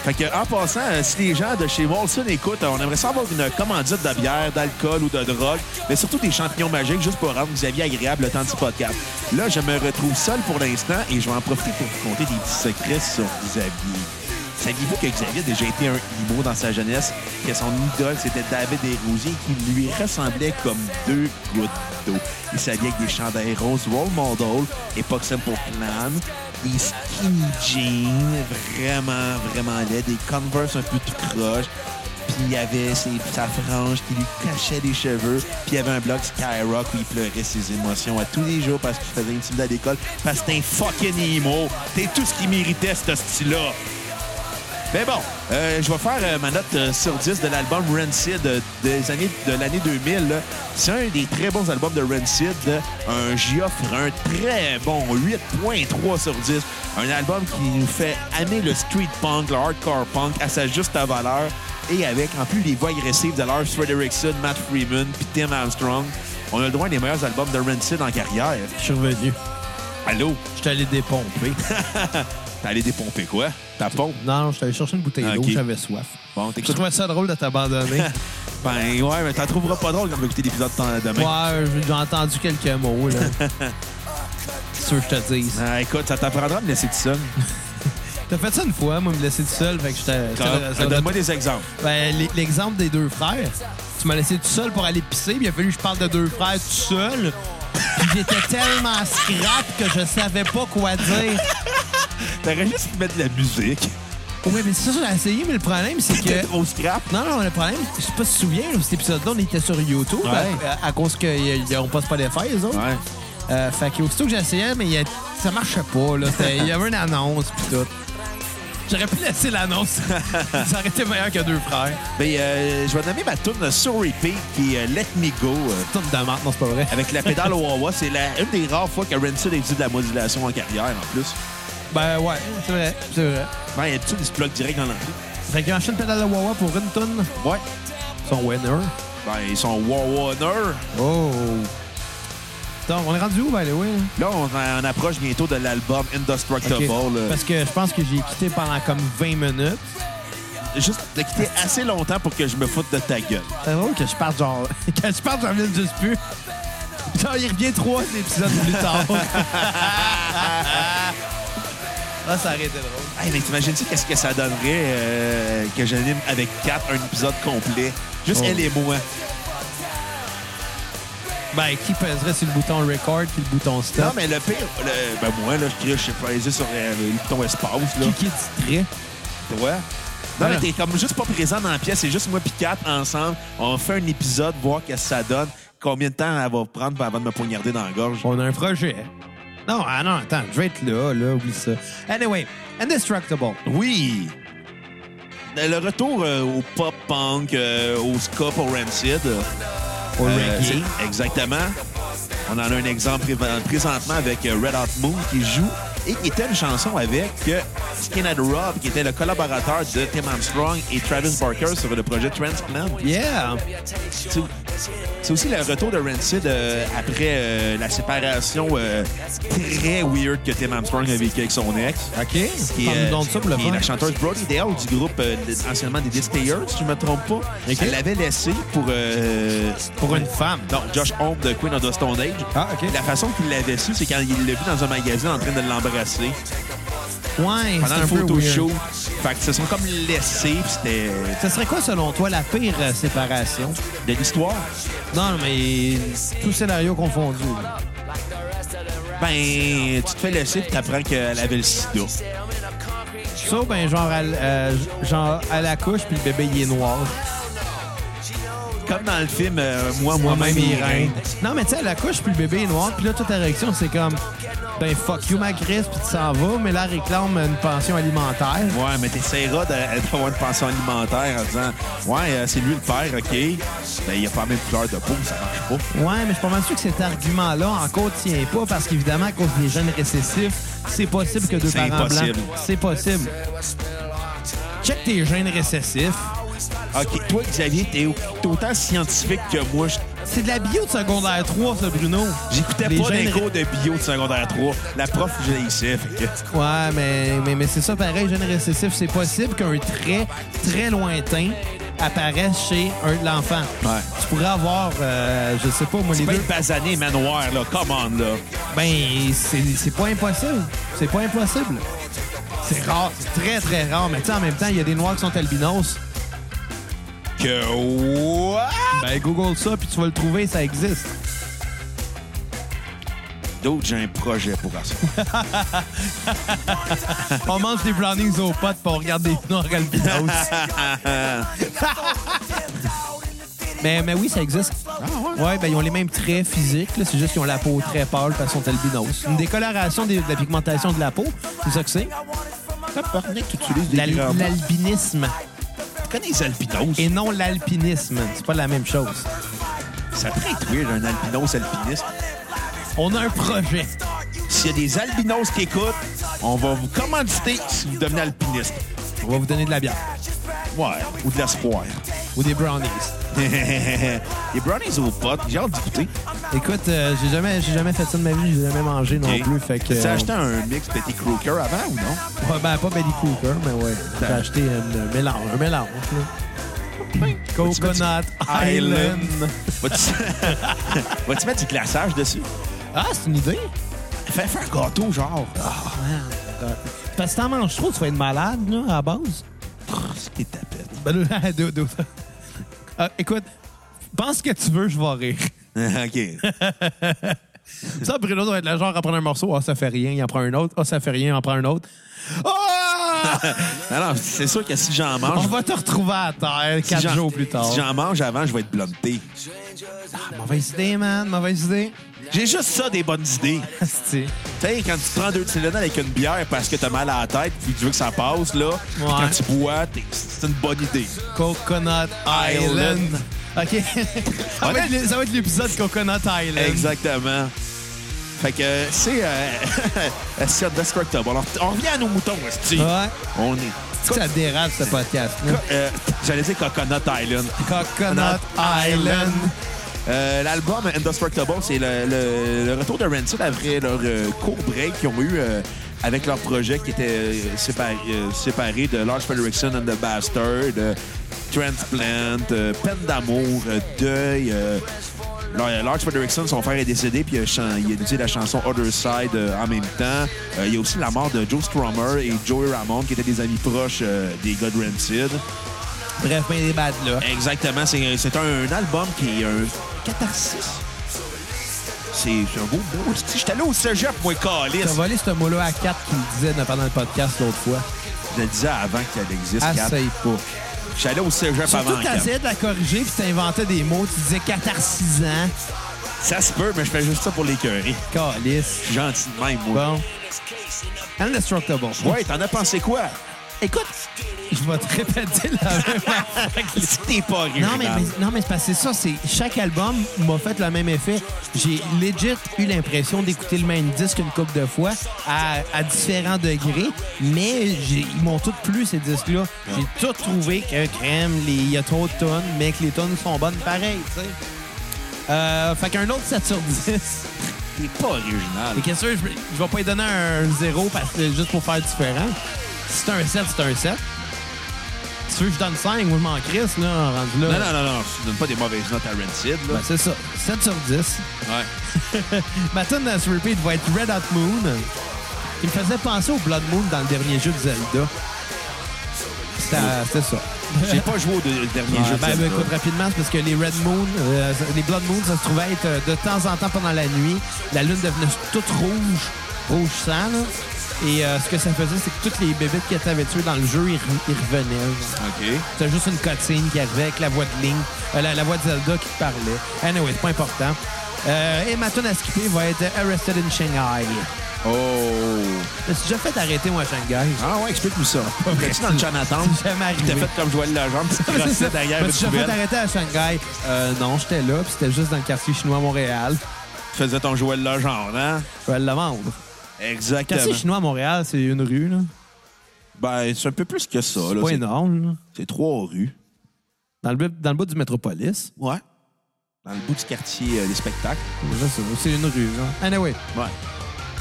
Fait que, en passant, euh, si les gens de chez Molson écoutent, euh, on aimerait ça avoir une commandite de bière, d'alcool ou de drogue, mais surtout des champignons magiques juste pour rendre Xavier agréable le temps du podcast. Là, je me retrouve seul pour l'instant et je vais en profiter pour vous conter des petits secrets sur Xavier. Saviez-vous que Xavier a déjà été un emo dans sa jeunesse, que son idole, c'était David Desrosiers, qui lui ressemblait comme deux gouttes d'eau. Il s'habillait avec des chandails roses Role Model, époque Simple Plan, des skinny jeans vraiment, vraiment laids, des Converse un peu tout croche, puis il y avait ses- sa frange qui lui cachait les cheveux, puis il y avait un blog Skyrock où il pleurait ses émotions à tous les jours parce qu'il faisait intimider à l'école, parce que t'es un fucking emo, t'es tout ce qu'il méritait, ce style-là. Mais bon, euh, je vais faire euh, ma note euh, sur 10 de l'album Rancid euh, des années, de l'année 2000. là. C'est un des très bons albums de Rancid. là. Un, j'y offre un très bon 8.3 sur 10. Un album qui nous fait amener le street punk, le hardcore punk à sa juste valeur et avec en plus les voix agressives de Lars Fredrickson, Matt Freeman puis Tim Armstrong. On a le droit à des meilleurs albums de Rancid en carrière.
Je suis revenu.
Allô?
Je suis allé dépomper.
T'as allé dépomper quoi? Ta pompe?
Non, je suis allé chercher une bouteille
Ah,
d'eau,
ok.
j'avais soif.
Bon,
Je
t'écoutes.
trouvais ça drôle de t'abandonner.
Ben ouais, mais t'en trouveras pas drôle quand on va écouter l'épisode de- demain.
ouais, j'ai entendu quelques mots, là. C'est sûr que je te dise.
Ah, écoute, ça t'apprendra à me laisser tout seul.
T'as fait ça une fois, moi, me laisser tout seul, fait que j'étais... ça- ça-
Donne-moi des exemples.
Ben, l- l'exemple des deux frères. Tu m'as laissé tout seul pour aller pisser, puis il a fallu que je parle de deux frères tout seul. Puis j'étais tellement scrap que je savais pas quoi dire.
T'aurais juste pu mettre de la musique.
Oui, mais c'est ça, j'ai essayé, mais le problème, c'est
T'es
que.
trop scrap.
Non, non, le problème, je sais pas si tu te souviens, là, cet épisode-là, on était sur YouTube euh,
Ouais.
à- à, à cause qu'on passe pas les faire, les autres.
Ouais.
Euh, fait que aussitôt que j'essayais, mais il y a- ça marchait pas. Là. C'était- Il y avait une annonce, puis tout. J'aurais pu laisser l'annonce. ça aurait été meilleur que deux frères.
Mais euh, je vais nommer ma tune sur repeat qui est euh, Let Me Go. euh,
Tout de marde, non, c'est pas vrai.
avec la pédale au wah-wah. C'est la- une des rares fois que Rancid a dit de la modulation en carrière, en plus.
Ben ouais, c'est vrai, c'est vrai.
Ben, d'habitude, il se plug direct dans l'entrée.
Fait qu'il enchaîne pédale de Wawa pour une tonne.
Ouais.
Son winner.
Ben, ils sont wah-wahner.
Oh. Donc, on est rendu où, by the way?
Là, on, on approche bientôt de l'album Indestructible. Euh, là.
Parce que je pense que j'ai quitté pendant comme 20 minutes.
Juste de quitter assez longtemps pour que je me foute de ta gueule.
C'est drôle que je parte genre. Quand je parte, j'en viens juste plus. Genre, il revient trois épisodes plus tard. Là, Ah, ça aurait été drôle.
Hey, mais t'imagines-tu qu'est-ce que ça donnerait euh, que j'anime avec 4 un épisode complet? Juste
Oh.
elle et moi.
Ben, qui pèserait sur le bouton record puis le bouton stop?
Non, mais le pire, le- ben moi, là, je crie, je suis présé sur euh, le bouton espace, là.
Qui qui titrait?
Toi? Hein? Non, mais
Ouais.
t'es comme juste pas présent dans la pièce, c'est juste moi puis 4 ensemble. On fait un épisode, voir qu'est-ce que ça donne, combien de temps elle va prendre avant de me poignarder dans la gorge.
On a un projet. Non, ah non, attends, je vais être là, là, oublie ça. Anyway, Indestructible.
Oui! Le le retour euh, au pop-punk, euh, au ska pour Rancid.
Au
Euh,
reggae.
c'est- exactement. On en a un exemple pré- présentement avec euh, Red Hot Moon qui joue et qui était une chanson avec euh, Skinhead Rob, qui était le collaborateur de Tim Armstrong et Travis Barker sur le projet Transplant.
Yeah!
C'est- C'est aussi le retour de Rancid euh, après euh, la séparation euh, très weird que Tim Armstrong a vécu avec son ex.
OK.
Qui est,
Parle-nous
euh,
donc de ça pour le
qui est
fun.
la chanteuse Brody Dale du groupe euh, de- anciennement des Distayers, si je ne me trompe pas.
Ok.
Elle l'avait laissé pour euh,
Pour une femme.
non, Josh Homme de Queen of the Stone Age.
Ah, OK.
La façon qu'il l'avait su, c'est quand il l'a vu dans un magazine en train de l'embrasser.
Ouais, c'est
pendant
un
le
peu
photoshoot.
weird.
Fait que se sont comme laissés, puis c'était
Ce serait quoi, selon toi, la pire euh, séparation?
de l'histoire.
Non, mais tout scénario confondu.
Ben, tu te fais laisser, puis t'apprends qu'elle avait le sida.
Ça, ben, genre, à, l- euh, genre, à la couche, puis le bébé, il est noir.
Comme dans le film euh, Moi, moi-même, Irène.
Non, mais tu sais, à la couche, puis le bébé est noir, puis là, toute ta réaction, c'est comme, ben, fuck you, ma Chris, puis tu s'en vas, mais là, elle réclame une pension alimentaire.
Ouais, mais t'essaieras de- d'avoir une pension alimentaire en disant Ouais, euh, c'est lui le père, OK. Ben, il a pas la même couleur de peau, ça marche pas.
Ouais, mais je suis pas mal sûr que cet argument-là encore tient pas parce qu'évidemment, à cause des jeunes récessifs, c'est possible que deux
C'est
parents
impossible.
blancs. C'est possible. Check tes gènes récessifs.
OK, toi, Xavier, t'es au- t'es autant scientifique que moi. Je-
C'est de la bio de secondaire 3, ça, Bruno.
J'écoutais
Les
pas
gènes
d'un
ré-
cours de bio de secondaire 3. La prof, je l'ai ici. Fait que...
Ouais, mais, mais, mais c'est ça pareil, gène récessif. C'est possible qu'un trait très lointain apparaisse chez un de l'enfant.
Ouais.
Tu pourrais avoir, euh, je sais pas, moi, les
C'est pas
deux.
une basanée, manoir, là. Come on, là.
Ben, c'est c'est pas impossible. C'est pas impossible. C'est rare, c'est très, très rare. Mais tu sais, en même temps, il y a des Noirs qui sont albinos.
Que what?
Ben, Google ça, puis tu vas le trouver, ça existe.
D'autres, j'ai un projet pour ça.
On mange des brownies aux potes, pour on regarde des Noirs albinos. mais, mais oui, ça existe. ouais? ben ils ont les mêmes traits physiques. là. C'est juste qu'ils ont la peau très pâle parce qu'ils sont albinos. Une décoloration des- de la pigmentation de la peau, c'est ça que c'est.
tu utilises
L'al- L'albinisme.
Tu connais les albinos?
Et non l'alpinisme. C'est pas la même chose.
Ça pourrait être weird, un albinos alpiniste.
On a un projet.
S'il y a des albinos qui écoutent, on va vous commanditer si vous devenez alpiniste.
On va vous donner de la bière.
Ouais, ou de l'espoir.
Ou des brownies.
les brownies aux potes, j'ai hâte d'écouter.
Écoute, euh, j'ai jamais, j'ai jamais fait ça de ma vie, j'ai jamais mangé non plus. Fait que.
T'as acheté un mix Betty Crocker avant ou non?
Ouais, ben, pas Betty Cooper, mais ouais. J'ai
Ben.
acheté une- un mélange, un mélange. là. Coconut Island.
Vas-tu Vas-tu mettre du glaçage dessus?
Ah, c'est une idée.
Fais faire un gâteau, genre. Ah,
Parce que t'en manges trop, tu vas être malade, là, à la base.
c'est des tapettes.
Ben, là, deux, deux. Ah, écoute, pense ce que tu veux, je vais rire.
OK.
Ça, Bruno doit être le genre à prendre un morceau. Ah, ça fait rien. Il en prend un autre. Ah, ça fait rien. Il en prend un autre. Ah!
Alors, c'est sûr que si j'en mange...
On va te retrouver à terre
si
quatre
j'en-
jours plus tard.
Si j'en mange avant, je vais être blunté.
Mauvaise idée, man. Mauvaise idée.
J'ai juste ça, des bonnes idées.
Asti.
Tu sais, quand tu prends deux Tylenol avec une bière parce que t'as mal à la tête puis tu veux que ça passe, là, puis quand tu bois, t'es- c'est une bonne idée.
Coconut Island.
Island.
OK. ça, va être, le- ça va être l'épisode Coconut Island.
Exactement. Fait que euh, c'est euh, c'est destructible. Alors, on revient à nos moutons, Esti.
Ouais.
On est.
C'est que Ça dérape, ce podcast. là.
Euh, J'allais dire Coconut Island.
Coconut Island.
Euh, L'album Indestructible, c'est le, le- le retour de Rancid après leur euh, court break qu'ils ont eu euh, avec leur projet qui était euh, séparé, euh, séparé de Lars Frederiksen and the Bastard, euh, Transplant, euh, Peine d'amour, euh, Deuil. euh, Lars Lars Frederiksen, son frère est décédé, puis il a, chan- il a dit la chanson Other Side euh, en même temps. Euh, il y a aussi la mort de Joe Strummer et Joey Ramone, qui étaient des amis proches euh, des gars de Rancid.
Bref, ben des bad, là.
Exactement. C'est c'est un, album qui est un catharsis. C'est c'est un beau mot. Si J'étais allé au cégep, moi, Calis.
T'as volé ce mot-là à 4 qui me disait pendant le podcast l'autre fois.
Je le disais avant qu'elle existe, Cap.
Essaye pas.
J'étais allé au cégep
Surtout
avant,
que
Cap.
t'essayais de la corriger puis t'inventais des mots. Tu disais catharsisant,
Ça se peut, mais je fais juste ça pour l'écœurer.
calice.
Je suis gentil de même, moi.
Bon. Indestructible.
Ouais, t'en as pensé quoi?
Écoute, je vais te répéter la même affaire que les-
Si t'es pas original.
Non, mais, mais- non, mais c'est parce que c'est ça. C'est, chaque album m'a fait le même effet. J'ai legit eu l'impression d'écouter le même disque une couple de fois à, à différents degrés, mais j'ai- ils m'ont tous plu, ces disques-là. J'ai tout trouvé que crème, les- il y a trop de tonnes, mais que les tonnes sont bonnes pareil, tu sais. Euh, fait qu'un autre 7 sur 10.
T'es pas original.
Et qu'est-ce que je, je vais pas lui donner un 0 parce que juste pour faire différent. Si c'est un 7, c'est un 7. Si tu veux que je donne 5, moi je m'en crisse, là, rendu là.
Non, non, non, non. Tu donnes pas des mauvaises notes à Rancid, là.
euh, Ben, c'est ça. 7 sur 10.
ouais.
Ma tune à ce repeat va être Red Hot Moon. qui me faisait penser au Blood Moon dans le dernier jeu de Zelda. C'était c'était ça.
J'ai pas joué au de- au dernier
Ouais,
jeu. de
ben,
Zelda.
ben, écoute, rapidement, c'est parce que les Red Moon, euh, les Blood Moon, ça se trouvait être euh, de temps en temps pendant la nuit. La lune devenait toute rouge, rouge sang. là. Et euh, ce que ça faisait, c'est que toutes les bébites qui étaient avait tuées dans le jeu, ils, re- ils revenaient. là.
OK.
C'était juste une cutscene qui arrivait avec la voix de Link, euh, la, la voix de Zelda qui parlait. Anyway, c'est pas important. Euh, et ma tune à skipper va être Arrested in Shanghai.
Oh.
Je me suis déjà fait arrêter, moi, à Shanghai.
Ah ouais, explique-nous ça. T'es-tu dans le Chinatown?
C'est jamais
Puis t'as
arrivé.
fait comme Joël Legendre, tu te
C'est
crossais
ça.
derrière
Je me
une
suis déjà fait
poubelle.
arrêter à Shanghai. Euh, non, j'étais là, puis c'était juste dans le quartier chinois à Montréal.
Tu faisais ton Joël Legendre, hein?
Je vais le vendre. Quartier
Exactement.
chinois à Montréal, c'est une rue, là.
Ben, c'est un peu plus que ça.
C'est
là.
pas
C'est-
énorme, là.
C'est trois rues.
Dans le, but- dans le bout du métropolis.
Ouais. Dans le bout du quartier euh, des spectacles.
Je sais pas, C'est une rue, là. Anyway,
Ouais.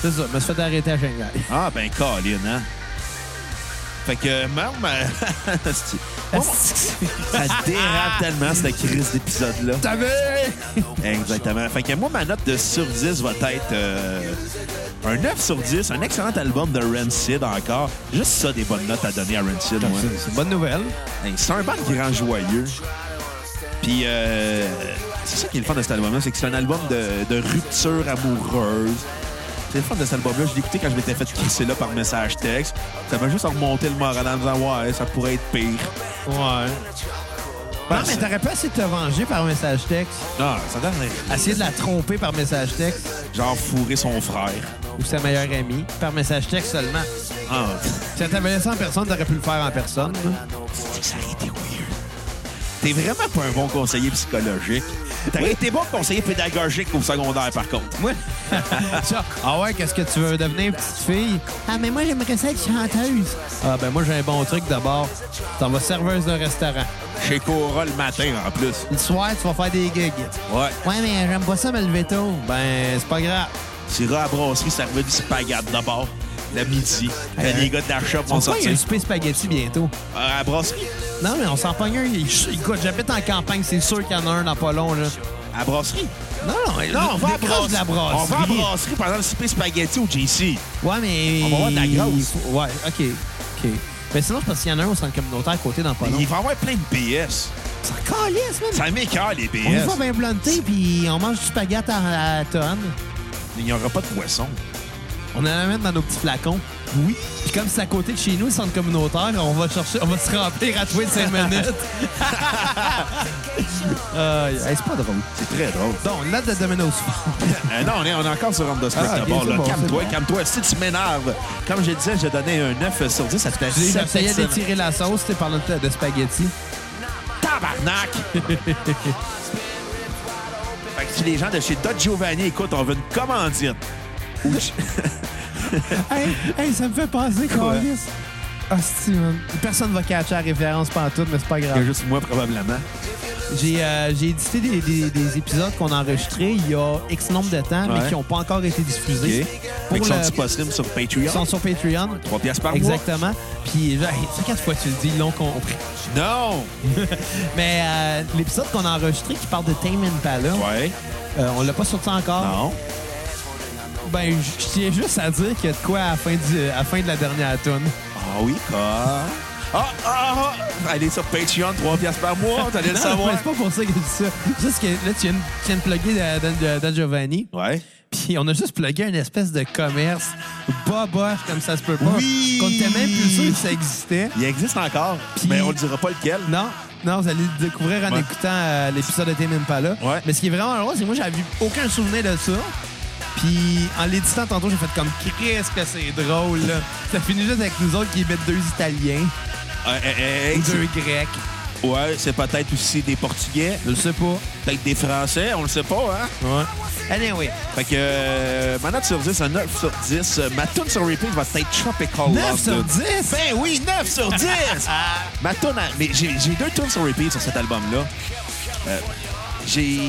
c'est ça. Je me suis fait arrêter à Shanghai.
Ah, ben, Colin, hein? Fait que, même. euh, c'est- Moi, mon- ça dérape tellement, cette crise d'épisode-là. Exactement. Fait que moi, ma note de sur 10 va être euh, un 9 sur 10, un excellent album de Rancid encore. Juste ça, des bonnes notes à donner à Rancid, moi.
C'est c'est une bonne nouvelle.
Hey, C'est un band qui rend joyeux. Puis, euh, c'est ça qui est le fun de cet album-là, c'est que c'est un album de, de rupture amoureuse. C'est le fun de cet album-là. Je l'ai écouté quand je m'étais fait crisser là par message texte. Ça m'a juste remonté le moral en me disant « Ouais, ça pourrait être pire.
Ouais. Non, mais t'aurais pas essayé de te venger par message texte. »
Non, ça donne rien.
Essayer de la tromper par message texte
Genre fourrer son frère.
ou sa meilleure amie. Par message texte seulement.
Ah,
Si elle t'avait laissé en personne, t'aurais pu le faire en personne. là.
c'est que ça aurait été weird. T'es vraiment pas un bon conseiller psychologique. T'aurais été bon conseiller pédagogique au secondaire, par contre.
Moi, ça, ah ouais, qu'est-ce que tu veux devenir, petite fille? Ah, mais moi, j'aimerais ça être chanteuse. Ah, ben moi, j'ai un bon truc d'abord. T'en vas serveuse d'un restaurant.
Chez Cora le matin, en plus.
Le soir, tu vas faire des gigs.
Ouais.
Ouais, mais j'aime pas ça me lever tôt. Ben, c'est pas grave.
C'est à la brasserie, ça revient du spaghetti d'abord, la midi. Fait
Hey,
les gars de la shop vont
On se il y a
sortir.
un souper spaghetti bientôt.
Euh, À la brasserie?
Non, mais on s'en pogne un. Il- ch- Écoute, j'habite en campagne, c'est sûr qu'il y en a un dans pas long, là.
À la brasserie?
Non, non, il-
Non, on va à la
décroche
brasserie.
de la brasserie.
On va à la brasserie pendant le souper spaghetti au JC.
Ouais, mais.
On va avoir de la grosse.
Ouais, OK. OK. Mais sinon, c'est parce qu'il y en a un au centre communautaire à côté dans pas long.
Il va y avoir plein de BS.
Ça calisse, même.
Ça m'écœure, les
On y
BS.
va ben. bien blunté, puis on mange du spaghetti à la tonne.
Il n'y aura pas de poisson.
On en amène dans nos petits flacons. Oui. Puis comme c'est à côté de chez nous, le centre communautaire, on va chercher, on va se remplir à tous les cinq minutes. Euh, hey, c'est pas drôle.
C'est très drôle.
Donc, note de Domino's
Euh, non, on est, on est encore sur Rome de Spectre.
Ah, ok,
Bon,
c'est
là,
bon,
calme-toi,
c'est bon.
calme-toi. Si tu m'énerves, comme je disais, j'ai donné un 9 sur 10 à ta
J'essayais d'étirer la sauce, c'était par notre euh, de spaghetti.
Tabarnak! fait que si les gens de chez Dot Giovanni écoutent, on veut une commandite. Ou-
Hey, hey, ça me fait penser,
Quoi?
Carlis. Hostie, man. Personne va catcher la référence pantoute, mais c'est pas grave.
juste moi, probablement.
J'ai euh, j'ai édité des, des- des épisodes qu'on a enregistrés il y a X nombre de temps, mais
Ouais.
qui n'ont pas encore été diffusés.
OK.
Pour
Fait qu'ils
le-
sont disponibles sur
Ils
Patreon.
sont sur Patreon.
3 piastres par
Exactement. Puis, genre, hey, ça, quatre fois tu le dis, ils l'ont compris.
mois. Non!
Mais euh, l'épisode qu'on a enregistré qui parle de Tame Impala,
Ouais.
euh, on l'a pas sorti encore.
Non.
Ben, je je tiens juste à dire qu'il y a de quoi à la fin, du- à la fin de la dernière tune.
Ah oui, quoi? Ah, ah, ah! Allez sur Patreon, 3 piastres par mois, t'allais le
Non,
savoir.
mais c'est pas pour ça que je dis ça. Juste que là, tu viens, de- tu viens de plugger euh, Dan Dan Giovanni.
Ouais.
Puis on a juste plugué une espèce de commerce boboche comme ça se peut pas.
Oui!
Qu'on était même plus sûr que ça existait.
Il existe encore,
Puis-
mais on ne dira pas lequel.
Non, non, vous allez le découvrir en
Ouais.
écoutant euh, l'épisode de Tame Impala.
Ouais.
Mais ce qui est vraiment drôle, c'est que moi, j'avais aucun souvenir de ça. Puis en l'éditant tantôt, j'ai fait comme Qu'est-ce que c'est drôle, là. Ça finit juste avec nous autres qui mettent deux Italiens
Euh, euh, euh,
ou deux Grecs.
Ouais, c'est peut-être aussi des Portugais,
Je le sais pas.
peut-être des Français, on le sait pas, hein?
Ouais. Anyway,
Fait que euh, ma note sur 10, un 9 sur 10. Euh, Ma tune sur repeat va être Tropical
9
Love
sur
de-
10!
Ben oui, 9 sur 10! Ma tune à- Mais j'ai j'ai deux tunes sur repeat sur cet album-là. Euh, j'ai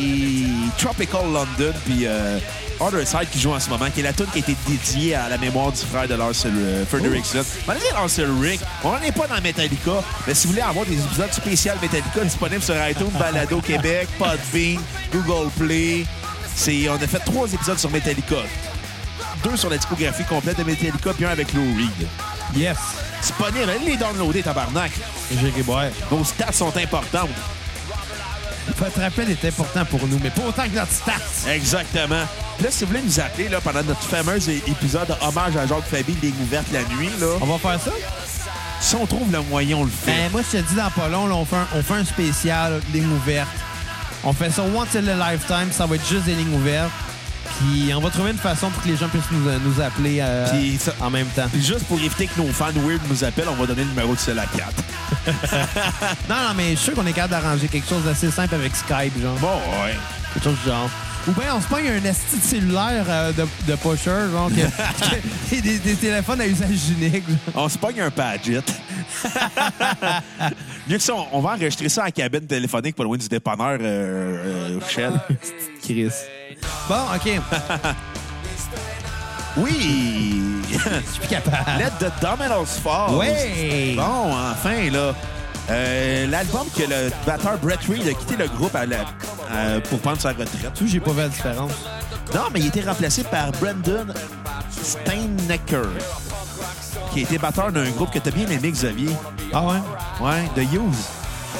Tropical London puis euh, Other Side qui joue en ce moment, qui est la tune qui a été dédiée à la mémoire du frère de Lars euh, Fredrickson. On va dire Lars Rick. On n'est pas dans Metallica, mais si vous voulez avoir des épisodes spéciaux Metallica disponibles sur iTunes, Balado Québec, Podbean, Google Play, c'est- on a fait trois épisodes sur Metallica. deux sur la discographie complète de Metallica, puis un avec Lou Reed.
Yes.
Disponible, allez les downloader, tabarnak.
Jerry Boy.
Vos stats sont importantes.
Votre appel est important pour nous, mais pas autant que notre stats.
Exactement. Là, si vous voulez nous appeler là, pendant notre fameux é- épisode hommage à Jacques Fabi, Ligne ouverte la nuit, là,
On va faire ça?
si on trouve le moyen, on le fait.
Ben, moi, je te dis dans pas long, là, on, fait un, on fait un spécial, ligne ouverte. On fait ça once in a lifetime, ça va être juste des lignes ouvertes. Puis on va trouver une façon pour que les gens puissent nous, nous appeler euh,
Puis ça-
en même temps.
Puis juste pour éviter que nos fans weird nous appellent, on va donner le numéro de celle à 4.
Non, non, mais je suis sûr qu'on est capable d'arranger quelque chose d'assez simple avec Skype, genre.
Bon, ouais.
Quelque chose du genre. Ou bien on se pogne un esti de cellulaire euh, de, de pusher, genre, que- que- des, des téléphones à usage unique. genre.
On se pogne un Padgett. Mieux que ça, on, on va enregistrer ça en cabine téléphonique pas loin du dépanneur euh, euh, Shell.
Chris. Bon, OK.
Oui!
Je suis capable.
Let the dominoes fall!
Ouais!
Bon, enfin, là. Euh, L'album que le batteur Brett Reed a quitté le groupe à la- à- pour prendre sa retraite.
Tu vois, j'ai pas vu la différence.
Non, mais il a été remplacé par Brendan Steinecker, qui a été batteur d'un groupe que t'as bien aimé, Xavier.
Ah ouais?
Ouais, The Hughes.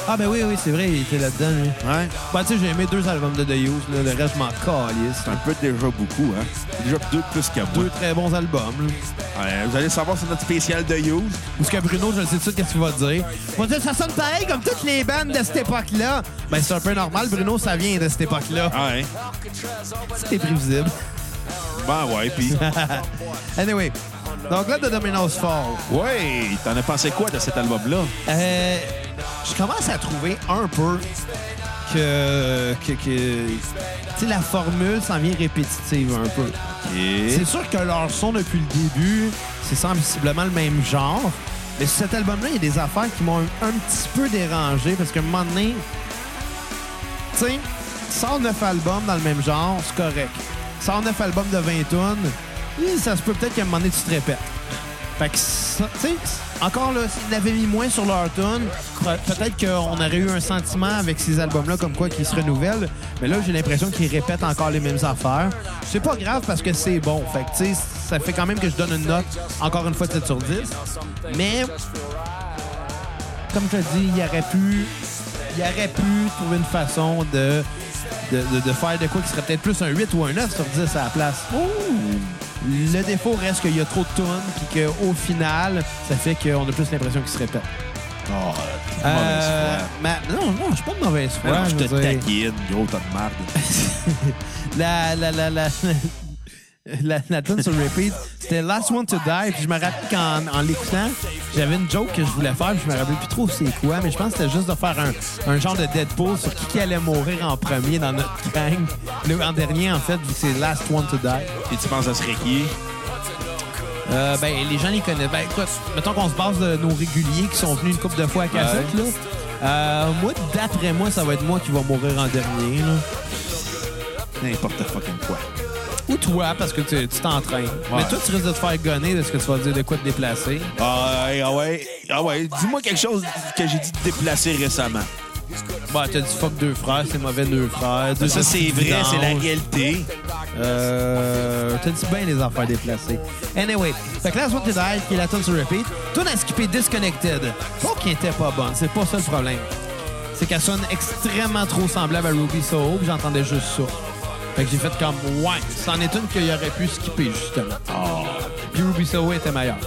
Ah ben oui, oui, c'est vrai, il était là-dedans, lui.
Ouais.
Bah, tu sais, j'ai aimé deux albums de The Used, là. le reste, je m'en calisse.
C'est un peu déjà beaucoup, hein? Déjà deux de plus qu'à moi.
Deux très bons albums. là.
Ouais, vous allez savoir, c'est notre spécial de Hughes.
Ou ce que Bruno, je le sais tout de suite qu'est-ce qu'il va dire. Il va dire, ça sonne pareil comme toutes les bandes de cette époque-là. Ben, c'est un peu normal, Bruno, ça vient de cette époque-là.
Ouais.
C'était prévisible.
Ben ouais, puis...
Anyway, donc là, de Domino's Fall,
ouais, t'en as pensé quoi de cet album-là?
euh, je commence à trouver un peu que, que, que tu sais, la formule s'en vient répétitive un peu. C'est sûr que leur son depuis le début, c'est sensiblement le même genre. Mais sur cet album-là, il y a des affaires qui m'ont un, un petit peu dérangé parce qu'à un moment donné, tu sais, sors neuf albums dans le même genre, c'est correct. Sors neuf albums de 20 tonnes, ça se peut peut-être qu'à un moment donné, tu te répètes. Fait que, ça- tu sais, encore là, s'ils l'avaient mis moins sur leur tune, peut-être qu'on aurait eu un sentiment avec ces albums-là comme quoi qu'ils se renouvellent. Mais là, j'ai l'impression qu'ils répètent encore les mêmes affaires. C'est pas grave parce que c'est bon. Fait que, tu sais, ça fait quand même que je donne une note, encore une fois, de 7 sur 10. Mais, comme je te dis, il aurait pu. Il aurait pu trouver une façon de, de, de- de faire de quoi qui serait peut-être plus un 8 ou un 9 sur 10 à la place. Le défaut reste qu'il y a trop de tunes puis qu'au final, ça fait qu'on a plus l'impression qu'ils se répètent.
Oh, t'es de
Euh,
mauvaise foi.
mais non, non, je suis pas de mauvaise foi.
Non, non, je
je
te
veux dire.
taquine, gros tas de marde.
La, la, la, la, la, la tune sur repeat, c'était Last One to Die. Puis je me rappelle qu'en en l'écoutant, j'avais une joke que je voulais faire, puis je me rappelle plus trop c'est quoi, mais je pense que c'était juste de faire un, un genre de Deadpool sur qui, qui allait mourir en premier dans notre gang. Le, en dernier, en fait, vu que c'est Last One to Die.
Et tu penses à ce qui?
Euh, ben, les gens les connaissent. Ben, écoute, mettons qu'on se base de nos réguliers qui sont venus une couple de fois à cassette, là. Euh, moi, d'après moi, ça va être moi qui va mourir en dernier, là.
N'importe fucking quoi.
Ou toi, parce que tu tu t'entraînes. Mais toi, tu risques de te faire gonner de ce que tu vas dire de quoi te déplacer.
Ah ouais, ah ouais, ah ouais. Dis-moi quelque chose que j'ai dit de déplacer récemment.
Bah, t'as dit fuck deux frères, c'est mauvais deux frères. Deux
Ça, c'est vrai, c'est la
réalité.
réalité.
Euh, t'as dit bien les affaires déplacées. Anyway, fait que là, soit t'es derrière, qui est la tune sur repeat, toi, on a skippé Disconnected. Pas qu'elle était pas bonne, c'est pas ça le problème. C'est qu'elle sonne extrêmement trop semblable à Ruby Soho, puis j'entendais juste ça. Fait que j'ai fait comme, ouais, c'en est une qu'il aurait pu skipper, justement. Ah. Puis Ruby Soho était meilleure.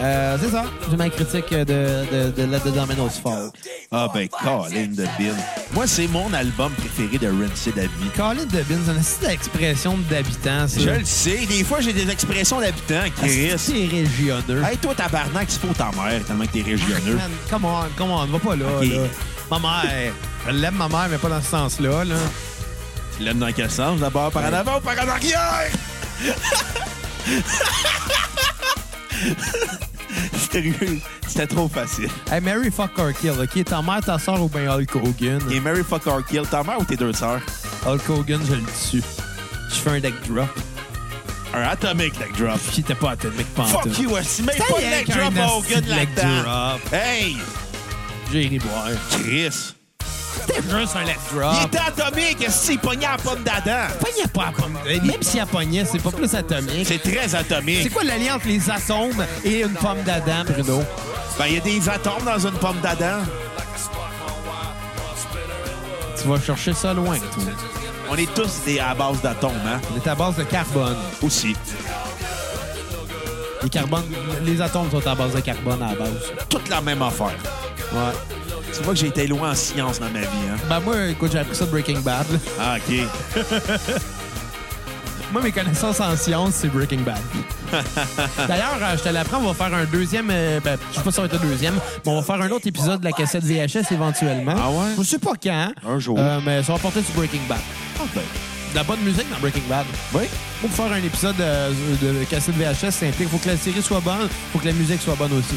Euh, c'est ça, j'ai ma critique de, de, de, la- de Domino's Fall.
Ah ben, Colin de Bill. Moi, c'est mon album préféré de Rancid à vie.
Colin Debbins, on a aussi l'expression d'habitant, ça.
Je le sais, des fois, j'ai des expressions d'habitants, Chris.
Ah, C'est régionneux.
Hey, toi, tabarnak, c'est pour ta mère, tellement que t'es régionneux.
Ah, Man, come on, come on, va pas là.
Ok.
là. Ma mère, je l'aime ma mère, mais pas dans ce sens-là. Là.
Tu l'aimes dans quel sens? D'abord par en avant ou par en arrière? Sérieux, c'était trop facile.
Hey, Mary fuck or kill, ok? Ta mère, ta soeur ou bien Hulk Hogan?
T'es Mary Fuck or Kill, ta mère ou tes deux sœurs?
Hulk Hogan, je le tue. Je fais un deck drop.
Un atomic leg drop.
Puis t'es pas à tête, mec, pas en tout.
Fuck you, Asti, mais
Ça
pas
y
de
est,
leg
qu'un
drop
asti
Hogan
de leg
là-dedans.
drop.
Hey,
J'ai ri boire.
Chris.
C'était juste un let's drop.
Il était atomique, est-ce qu'il pognait la pomme d'Adam?
pognait pas à pomme. Même s'il a pogné, c'est pas plus atomique.
C'est très
C'est
atomique.
quoi l'alliance entre les atomes et une pomme d'Adam, Bruno?
Ben, il y a des atomes dans une pomme d'Adam.
Tu vas chercher ça loin, toi.
On est tous des, à base d'atomes, hein?
On est à base de carbone.
Aussi.
Les, carbones, les atomes sont à base de carbone à la base.
Toute la même affaire.
Ouais.
Tu vois que j'ai été loin en science dans ma vie, hein?
Ben moi, écoute, j'ai appris ça de Breaking Bad.
Ah, OK.
Moi, mes connaissances en sciences, c'est Breaking Bad. D'ailleurs, euh, je te l'apprends, on va faire un deuxième... euh, ben, je sais pas si ça va être un deuxième, mais on va faire un autre épisode de la cassette VHS éventuellement.
Ah ouais?
Je sais pas quand.
Un jour.
Euh, mais ça va porter du Breaking Bad.
Ah, ben,
De la bonne musique dans Breaking Bad.
oui.
Pour faire un épisode euh, de cassette VHS, ça implique faut que la série soit bonne, faut que la musique soit bonne aussi.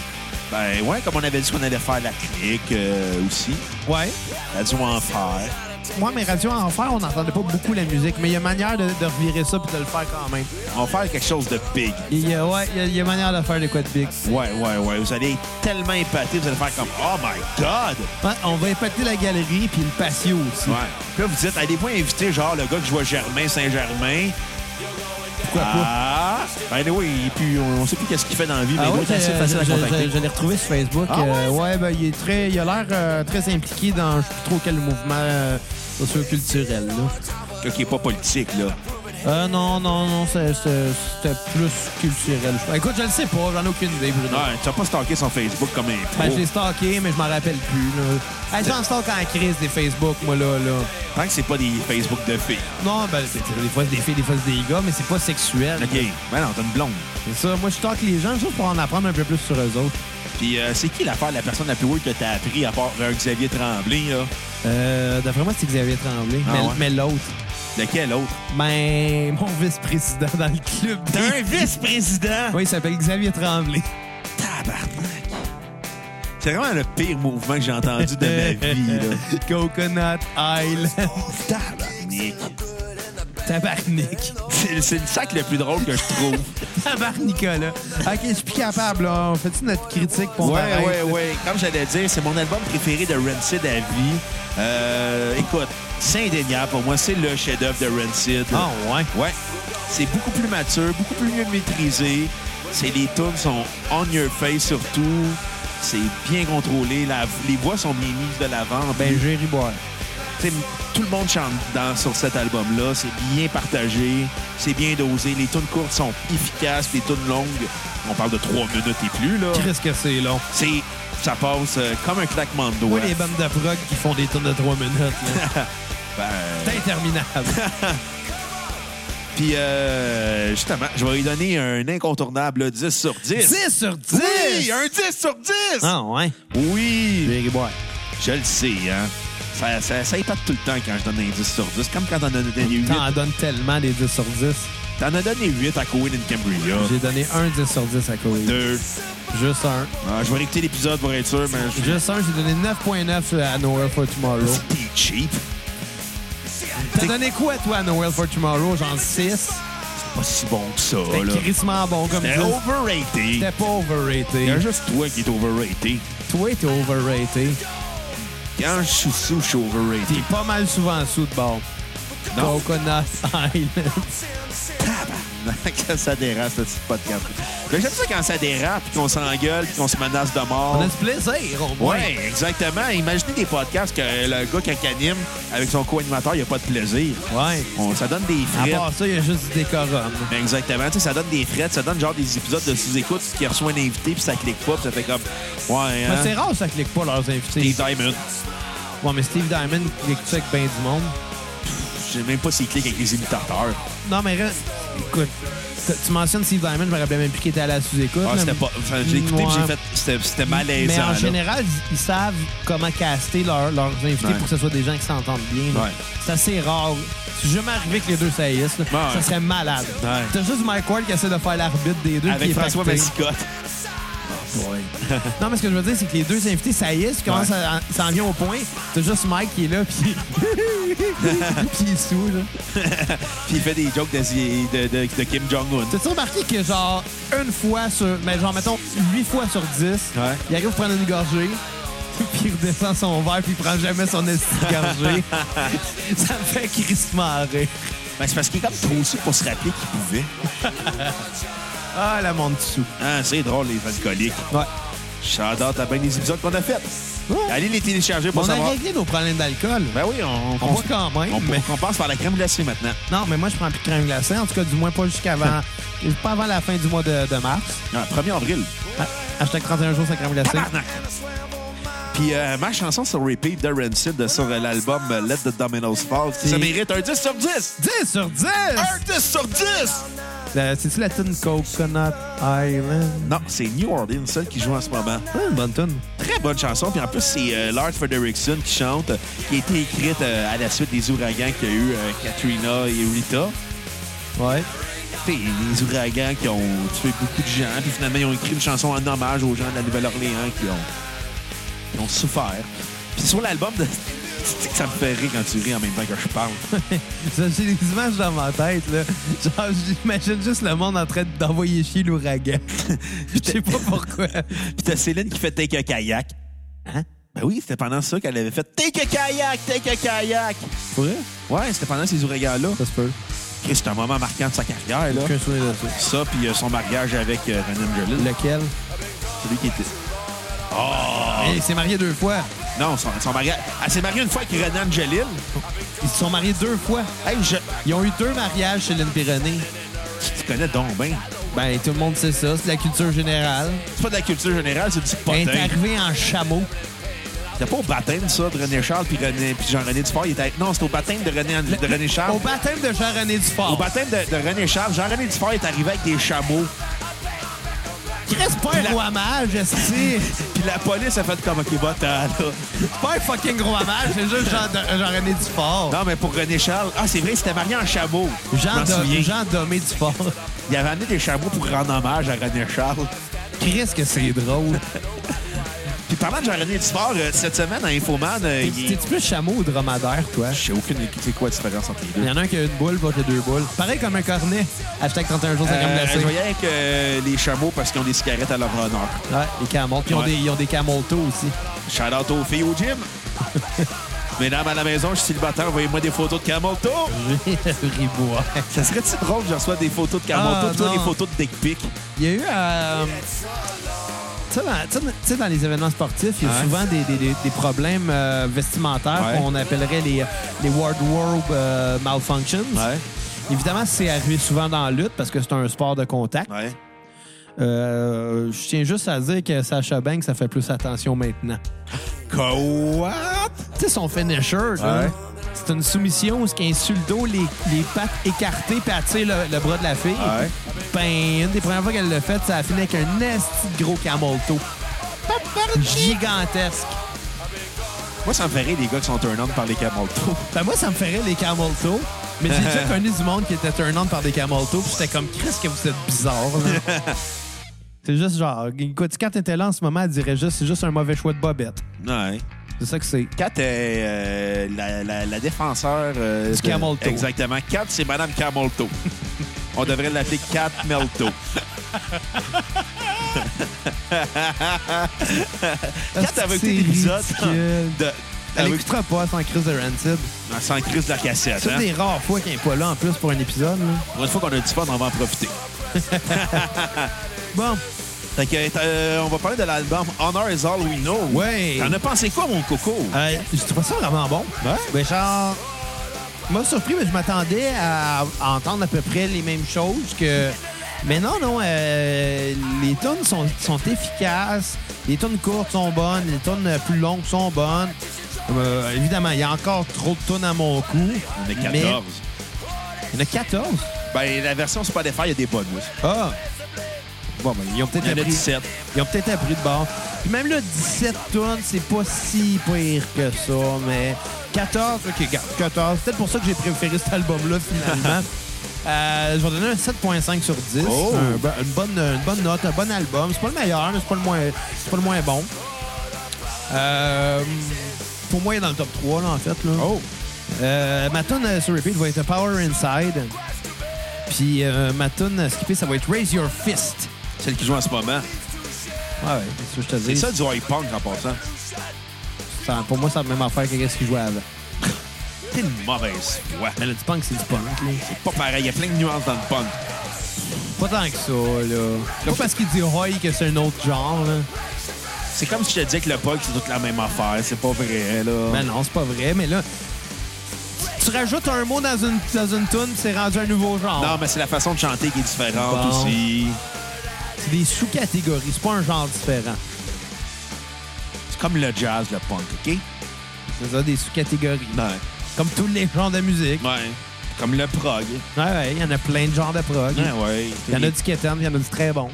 Ben, ouais, comme on avait dit qu'on allait faire la clique euh, aussi.
Ouais.
La dû en faire.
Moi, mes radios en fer, on n'entendait pas beaucoup la musique, mais il y a manière de, de revirer ça puis de le faire quand même.
On va faire quelque chose de big.
Il y a, ouais, il y a- il y a manière de faire des quoi de big.
Ouais, ouais, ouais. Vous allez être tellement épaté, vous allez faire comme Oh my God!
Ouais, on va épater la galerie puis le patio aussi.
Ouais. Puis là, vous dites, allez pas inviter genre le gars que je vois Germain Saint-Germain.
Pourquoi pas?
Ah! Ben oui, puis on, on sait plus qu'est-ce qu'il fait dans la vie, mais il doit être assez
euh,
facile à
je-
contacter.
je- je l'ai retrouvé sur Facebook.
Ah
Euh, ouais, ben, il est très, il a l'air euh, très impliqué dans je sais plus trop quel mouvement euh, socio-culturel. là.
Quelqu'un qui est pas politique, là.
Euh, non, non, non, c'est- c'est- c'était plus culturel. je crois. Écoute, je le sais pas, j'en ai aucune idée, Bruno.
Non, tu vas pas stalker son Facebook comme un pro.
Ben, je l'ai stocké, mais je m'en rappelle plus. Là. Hey, J'en stocke en crise des Facebook, moi, là. là.
Tant que c'est pas des Facebook de filles.
Non, ben, c'est- c'est- des fois, c'est des filles, des fois, c'est des gars, mais c'est pas sexuel.
OK. Ben non, t'as une blonde.
C'est ça. Moi, je stocke les gens juste pour en apprendre un peu plus sur eux autres.
Puis euh, c'est qui l'affaire de la personne la plus weird que t'as appris à part euh, Xavier Tremblay, là?
Euh, D'après moi, c'est Xavier Tremblay.
Ah
mais
ouais?
mais l'autre,
De quel autre?
ben, mon vice-président dans le club.
D'un vice-président!
Oui, il s'appelle Xavier Tremblay.
Tabarnak! C'est vraiment le pire mouvement que j'ai entendu de ma vie, là.
Coconut Island.
Tabarnak!
Tabarnak.
C'est c'est le sac le plus drôle que je trouve.
Tabarnak, Nicolas. OK, je suis plus capable, là. On fait-tu notre critique pour
ouais, ouais, ouais. Comme j'allais dire, c'est mon album préféré de Rancid à vie. Euh, écoute, c'est indéniable pour moi. C'est le chef-d'œuvre de Rancid.
Ah, ouais.
Ouais. C'est beaucoup plus mature, beaucoup plus mieux maîtrisé. C'est les tunes sont on your face surtout. C'est bien contrôlé. La- les voix sont bien mises de l'avant. Ben,
Ben, Jerry Boire.
je- t'sais, tout le monde chante dans, sur cet album-là. C'est bien partagé. C'est bien dosé. Les tunes courtes sont efficaces. Les tunes longues, on parle de trois minutes et plus, là.
Qu'est-ce que c'est long?
C'est, ça passe euh, comme un claquement de doigts.
Moi, les bandes de prog qui font des tours de 3 minutes, là.
Ben,
c'est interminable.
Puis, euh, justement, je vais lui donner un incontournable là, 10 sur 10.
10 sur 10!
Oui, un 10 sur 10!
Ah, ouais.
Oui,
Jerry Boire.
je le sais, hein. Ça, ça, ça épate tout le temps quand je donne un 10 sur 10. Comme quand on en a donné 8.
T'en donnes tellement des 10 sur 10.
T'en as donné 8 à Cohen and Cambria.
J'ai donné un 10 sur 10 à Corey.
Ah. Deux.
Juste un.
Ah, je vais réécouter l'épisode pour être sûr, mais je
Juste un, j'ai donné 9.9 à Nowhere for Tomorrow.
T'es cheap.
T'as donné quoi, toi, à Nowhere for Tomorrow? Genre 6?
C'est pas si bon que ça,
T'es
là.
crissement bon comme
T'es
ça.
overrated.
T'es pas
Il y a
overrated.
juste toi qui est overrated.
Toi, t'es overrated.
Quand je suis sous, je suis overrated.
T'es pas mal souvent sous de bord.
Non.
Coconut Island.
Quand ça dérape, ce petit podcast. Mais J'aime ça quand ça dérape, puis qu'on s'engueule, puis qu'on se menace de
On
mort.
a du plaisir, au moins.
Ouais, exactement. Imaginez des podcasts que le gars qui anime avec son co-animateur, il n'y a pas de plaisir.
Ouais.
On, ça donne des
À
frettes.
part ça, il y a juste du décorum.
Ben, exactement. Tu sais, ça donne des frettes, ça donne genre des épisodes de sous-écoute qui reçoit un invité, puis ça clique pas, puis ça fait comme. Ouais,
Mais c'est
hein.
rare que ça clique pas leurs
Des
invités.
diamonds.
Bon, mais Steve Diamond clique ça avec ben du monde.
Je sais même pas s'il clique avec les imitateurs. Ah,
Non, mais reste- écoute, t- tu mentionnes Steve Diamond, je me rappelais même plus qu'il était à la sous-écoute.
Ah,
là,
c'était
mais-
pas. enfin, J'ai écouté, puis
Ouais.
j'ai fait. C'était c'était
Mais
malaisant.
en
là.
général, ils- ils savent comment caster leur- leurs invités
Ouais.
pour que ce soit des gens qui s'entendent bien. là.
Ouais.
C'est assez rare. Si jamais arrivé que les deux saillissent, là,
Ouais.
ça serait malade.
Ouais.
T'as juste Mike Ward qui essaie de faire l'arbitre des deux. qui
Avec
est
François
pacté.
Massicotte. Oh,
Non, mais ce que je veux dire, c'est que les deux invités saillissent, puis commencent
Ouais.
à- ça en vient au point. T'as juste Mike qui est là, puis puis il est sous. là.
Puis il fait des jokes de, de- de- de Kim Jong-un.
T'as-tu remarqué que, genre, une fois sur. Mais genre, mettons, 8 fois sur 10,
Ouais.
il arrive pour prendre une gorgée, puis qui redescend son verre puis il prend jamais son esti de gorgée. ça me fait crissement rire.
Ben, c'est parce qu'il est comme trop aussi pour se rappeler qu'il pouvait.
Ah, la monte dessous.
Ah, c'est drôle, les alcooliques.
Ouais.
J'adore à bien des épisodes qu'on a fait.
Ouais.
Allez les télécharger
On
pour
a
savoir.
réglé nos problèmes d'alcool.
Ben oui, on,
On voit quand même,
on,
mais-
on passe par la crème glacée maintenant.
Non, mais moi, je prends plus de crème glacée. En tout cas, du moins pas jusqu'avant... pas avant la fin du mois de, de mars.
Ah, 1er avril.
Ah, Hashtag 31 jours sans crème glacée.
Tabarnak! Puis euh, ma chanson sur Repeat de Rancid sur euh, l'album euh, Let the Dominoes Fall, ça
Et-
mérite un 10 sur 10!
10 sur 10!
Un 10 sur 10!
Euh, C'est-tu la tune Coconut Island?
Non, c'est New Orleans, celle qui joue en ce moment.
Ah, une bonne tune.
Très bonne chanson. Puis en plus, c'est euh, Lars Fredrickson qui chante, euh, qui a été écrite euh, à la suite des ouragans qu'il y a eu euh, Katrina et Rita.
Ouais.
Tu sais, les ouragans qui ont tué beaucoup de gens. Puis finalement, ils ont écrit une chanson en hommage aux gens de la Nouvelle-Orléans qui ont, qui ont souffert. Puis sur l'album de... Tu sais que ça me fait rire quand tu ris en même temps que je parle.
Ça, J'ai des images dans ma tête, là. Genre, j'imagine juste le monde en train d'envoyer chier l'ouragan. Je sais pas pourquoi.
Puis t'as Céline qui fait Take a Kayak. Hein? Ben oui, c'était pendant ça qu'elle avait fait Take a Kayak, Take a Kayak.
Pour vrai?
Ouais, c'était pendant ces ouragans-là.
Ça se peut.
Chris, C'est un moment marquant de sa carrière, là.
Aucun souvenir de ça.
Ça, puis euh, son mariage avec euh, René Angelil.
Lequel?
Celui qui était...
Hey, il s'est marié deux fois.
Non, son, son mariage... Elle s'est mariée une fois avec René Angelil.
Ils se sont mariés deux fois.
Hey, je...
Ils ont eu deux mariages chez Lynn Pyrénées.
Tu connais donc bien.
Ben, tout le monde sait ça. C'est de la culture générale.
C'est pas de la culture générale, c'est du
Elle est
potin.
arrivée en chameau.
C'était pas au baptême, ça, de René Charles puis René, puis Jean-René Dufort. Il était... Non, c'était au baptême de René, de René Charles.
Au baptême de Jean-René Dufort.
Ah. Au baptême de, de René Charles, Jean-René Dufort est arrivé avec des chameaux.
Chris, pas un
La-
roi mage, esti.
Puis la police a fait comme, OK, va là.
Pas un fucking roi mage, c'est juste Jean- Jean-René Dufort.
Non, mais pour René Charles... Ah, c'est vrai, c'était marié en chameau. Je
Jean,
m'en
Do-
souviens.
Jean Domé Dufort.
Il avait amené des chameaux pour rendre hommage à René Charles.
Chris, que c'est drôle.
Puis parlant de Jean-René Dufort, euh, cette semaine à Infoman, euh,
T'es-
il est...
T'es-tu plus chameau ou dromadaire, toi?
J'ai aucune idée. C'est quoi la différence entre les
Il
deux?
y en a un qui a une boule, l'autre qui a deux boules. Pareil comme un cornet. Hashtag 31 jours, ça
Euh,
crème
je
glacée.
voyais avec euh, les chameaux parce qu'ils ont des cigarettes à leur honneur.
Ouais, les camels. Puis ils ont
Ouais.
des- ils ont des camels tôt aussi.
Shout out aux filles au gym. Mesdames à la maison, je suis célibataire, envoyez-moi des photos de Camonto.
Ribois.
Ça serait-tu drôle que je reçois des photos de
Ah,
Camonto plutôt
non.
des photos de dick pic?
Il y a eu... euh, tu sais, dans- tu sais, dans- tu sais, dans les événements sportifs, il y a
Ouais.
souvent des, des- des- des problèmes euh, vestimentaires
Ouais.
qu'on appellerait les, les wardrobe euh, malfunctions. Évidemment, c'est arrivé souvent dans la lutte parce que c'est un sport de contact.
Ouais.
Euh, je tiens juste à dire que Sacha Banks, ça fait plus attention maintenant.
Quoi?
Tu sais, son finisher, là,
Ouais.
c'est une soumission où ce qui insulte le dos, les, les pattes écartées, puis attire le, le bras de la fille.
Ouais.
Ben, une des premières fois qu'elle l'a fait, ça a fini avec un esti de gros camolto. Gigantesque.
Moi, ça me ferait les gars qui sont turn on par les Camonto.
Ben, moi, ça me ferait les camolto. Mais j'ai déjà connu du monde qui était turn on par des camolto, puis j'étais comme, Chris, que vous êtes bizarre, là. C'est juste genre, écoute, quand t'étais là en ce moment, elle dirait juste, c'est juste un mauvais choix de bobette.
Ouais.
C'est ça que c'est.
Kat est euh, la, la- la défenseur... euh,
Du
de-
Camelto.
Exactement. Kat, c'est Madame Camelto. On devrait l'appeler Kat Melto. Kat avait
C'est
écouté l'épisode
ridicule.
de...
Elle
avec-
écoutera pas sans crise de Rancid.
sans crise de la cassette.
C'est
Hein?
une des rares fois qu'elle est pas là en plus pour un épisode. là.
Pour une fois qu'on a du fun, on va en profiter.
Bon,
Fait que, euh, on va parler de l'album Honor is All We Know.
Ouais.
T'en as pensé quoi, mon coco?
euh, je trouve ça vraiment bon.
Ouais.
Mais genre, m'a surpris, mais je m'attendais à, à entendre à peu près les mêmes choses que. Mais non, non, euh, les tonnes sont, sont efficaces, les tonnes courtes sont bonnes, les tonnes plus longues sont bonnes. Euh, évidemment, il y a encore trop de tonnes à mon cou.
On est
Mais
14.
il y en a 14.
Ben, la version Spotify, il y a des bonnes. oui.
Ah! Bon, ben, ils ont
Il y en
peut-être
a
appris-
17.
Ils ont peut-être appris de bord. Puis même là, 17 tonnes, c'est pas si pire que ça, mais 14, ok, regarde, 14. C'est peut-être pour ça que j'ai préféré cet album-là, finalement. Euh, je vais donner un 7.5 sur 10.
Oh!
Un bo- une, bonne, une bonne note, un bon album. C'est pas le meilleur, mais c'est pas le moins, c'est pas le moins bon. Euh, pour moi, il est dans le top 3, là, en fait. Là.
Oh!
Euh, ma tune euh, sur repeat va être Power Inside. Puis euh, ma tune euh, skippée, ça va être Raise Your Fist.
Celle qui joue en ce moment.
Ouais, ouais, Ah c'est ce que je te dis.
C'est ça du high punk en passant.
Ça- pour moi, c'est la même affaire que ce qu'ils jouaient avant.
T'es une mauvaise foi.
Mais le du punk, c'est du punk. là.
C'est pas pareil. Il y a plein de nuances dans le punk.
Pas tant que ça, là. Pas parce qu'il dit Roy que c'est un autre genre, là.
C'est comme si je te disais que le punk, c'est toute la même affaire. C'est pas vrai, là.
Ben non, c'est pas vrai, mais là. Tu rajoutes un mot dans une, dans une toune, puis c'est rendu un nouveau genre.
Non, mais c'est la façon de chanter qui est différente
Bon.
aussi.
C'est des sous-catégories, c'est pas un genre différent.
C'est comme le jazz, le punk, OK?
C'est ça, des sous-catégories.
Ouais.
Comme tous les genres de musique.
Ouais. Comme le prog.
Ouais, ouais, il y en a plein de genres de prog.
Ouais, ouais.
Il y en a du quétaine, il y en a du très bon.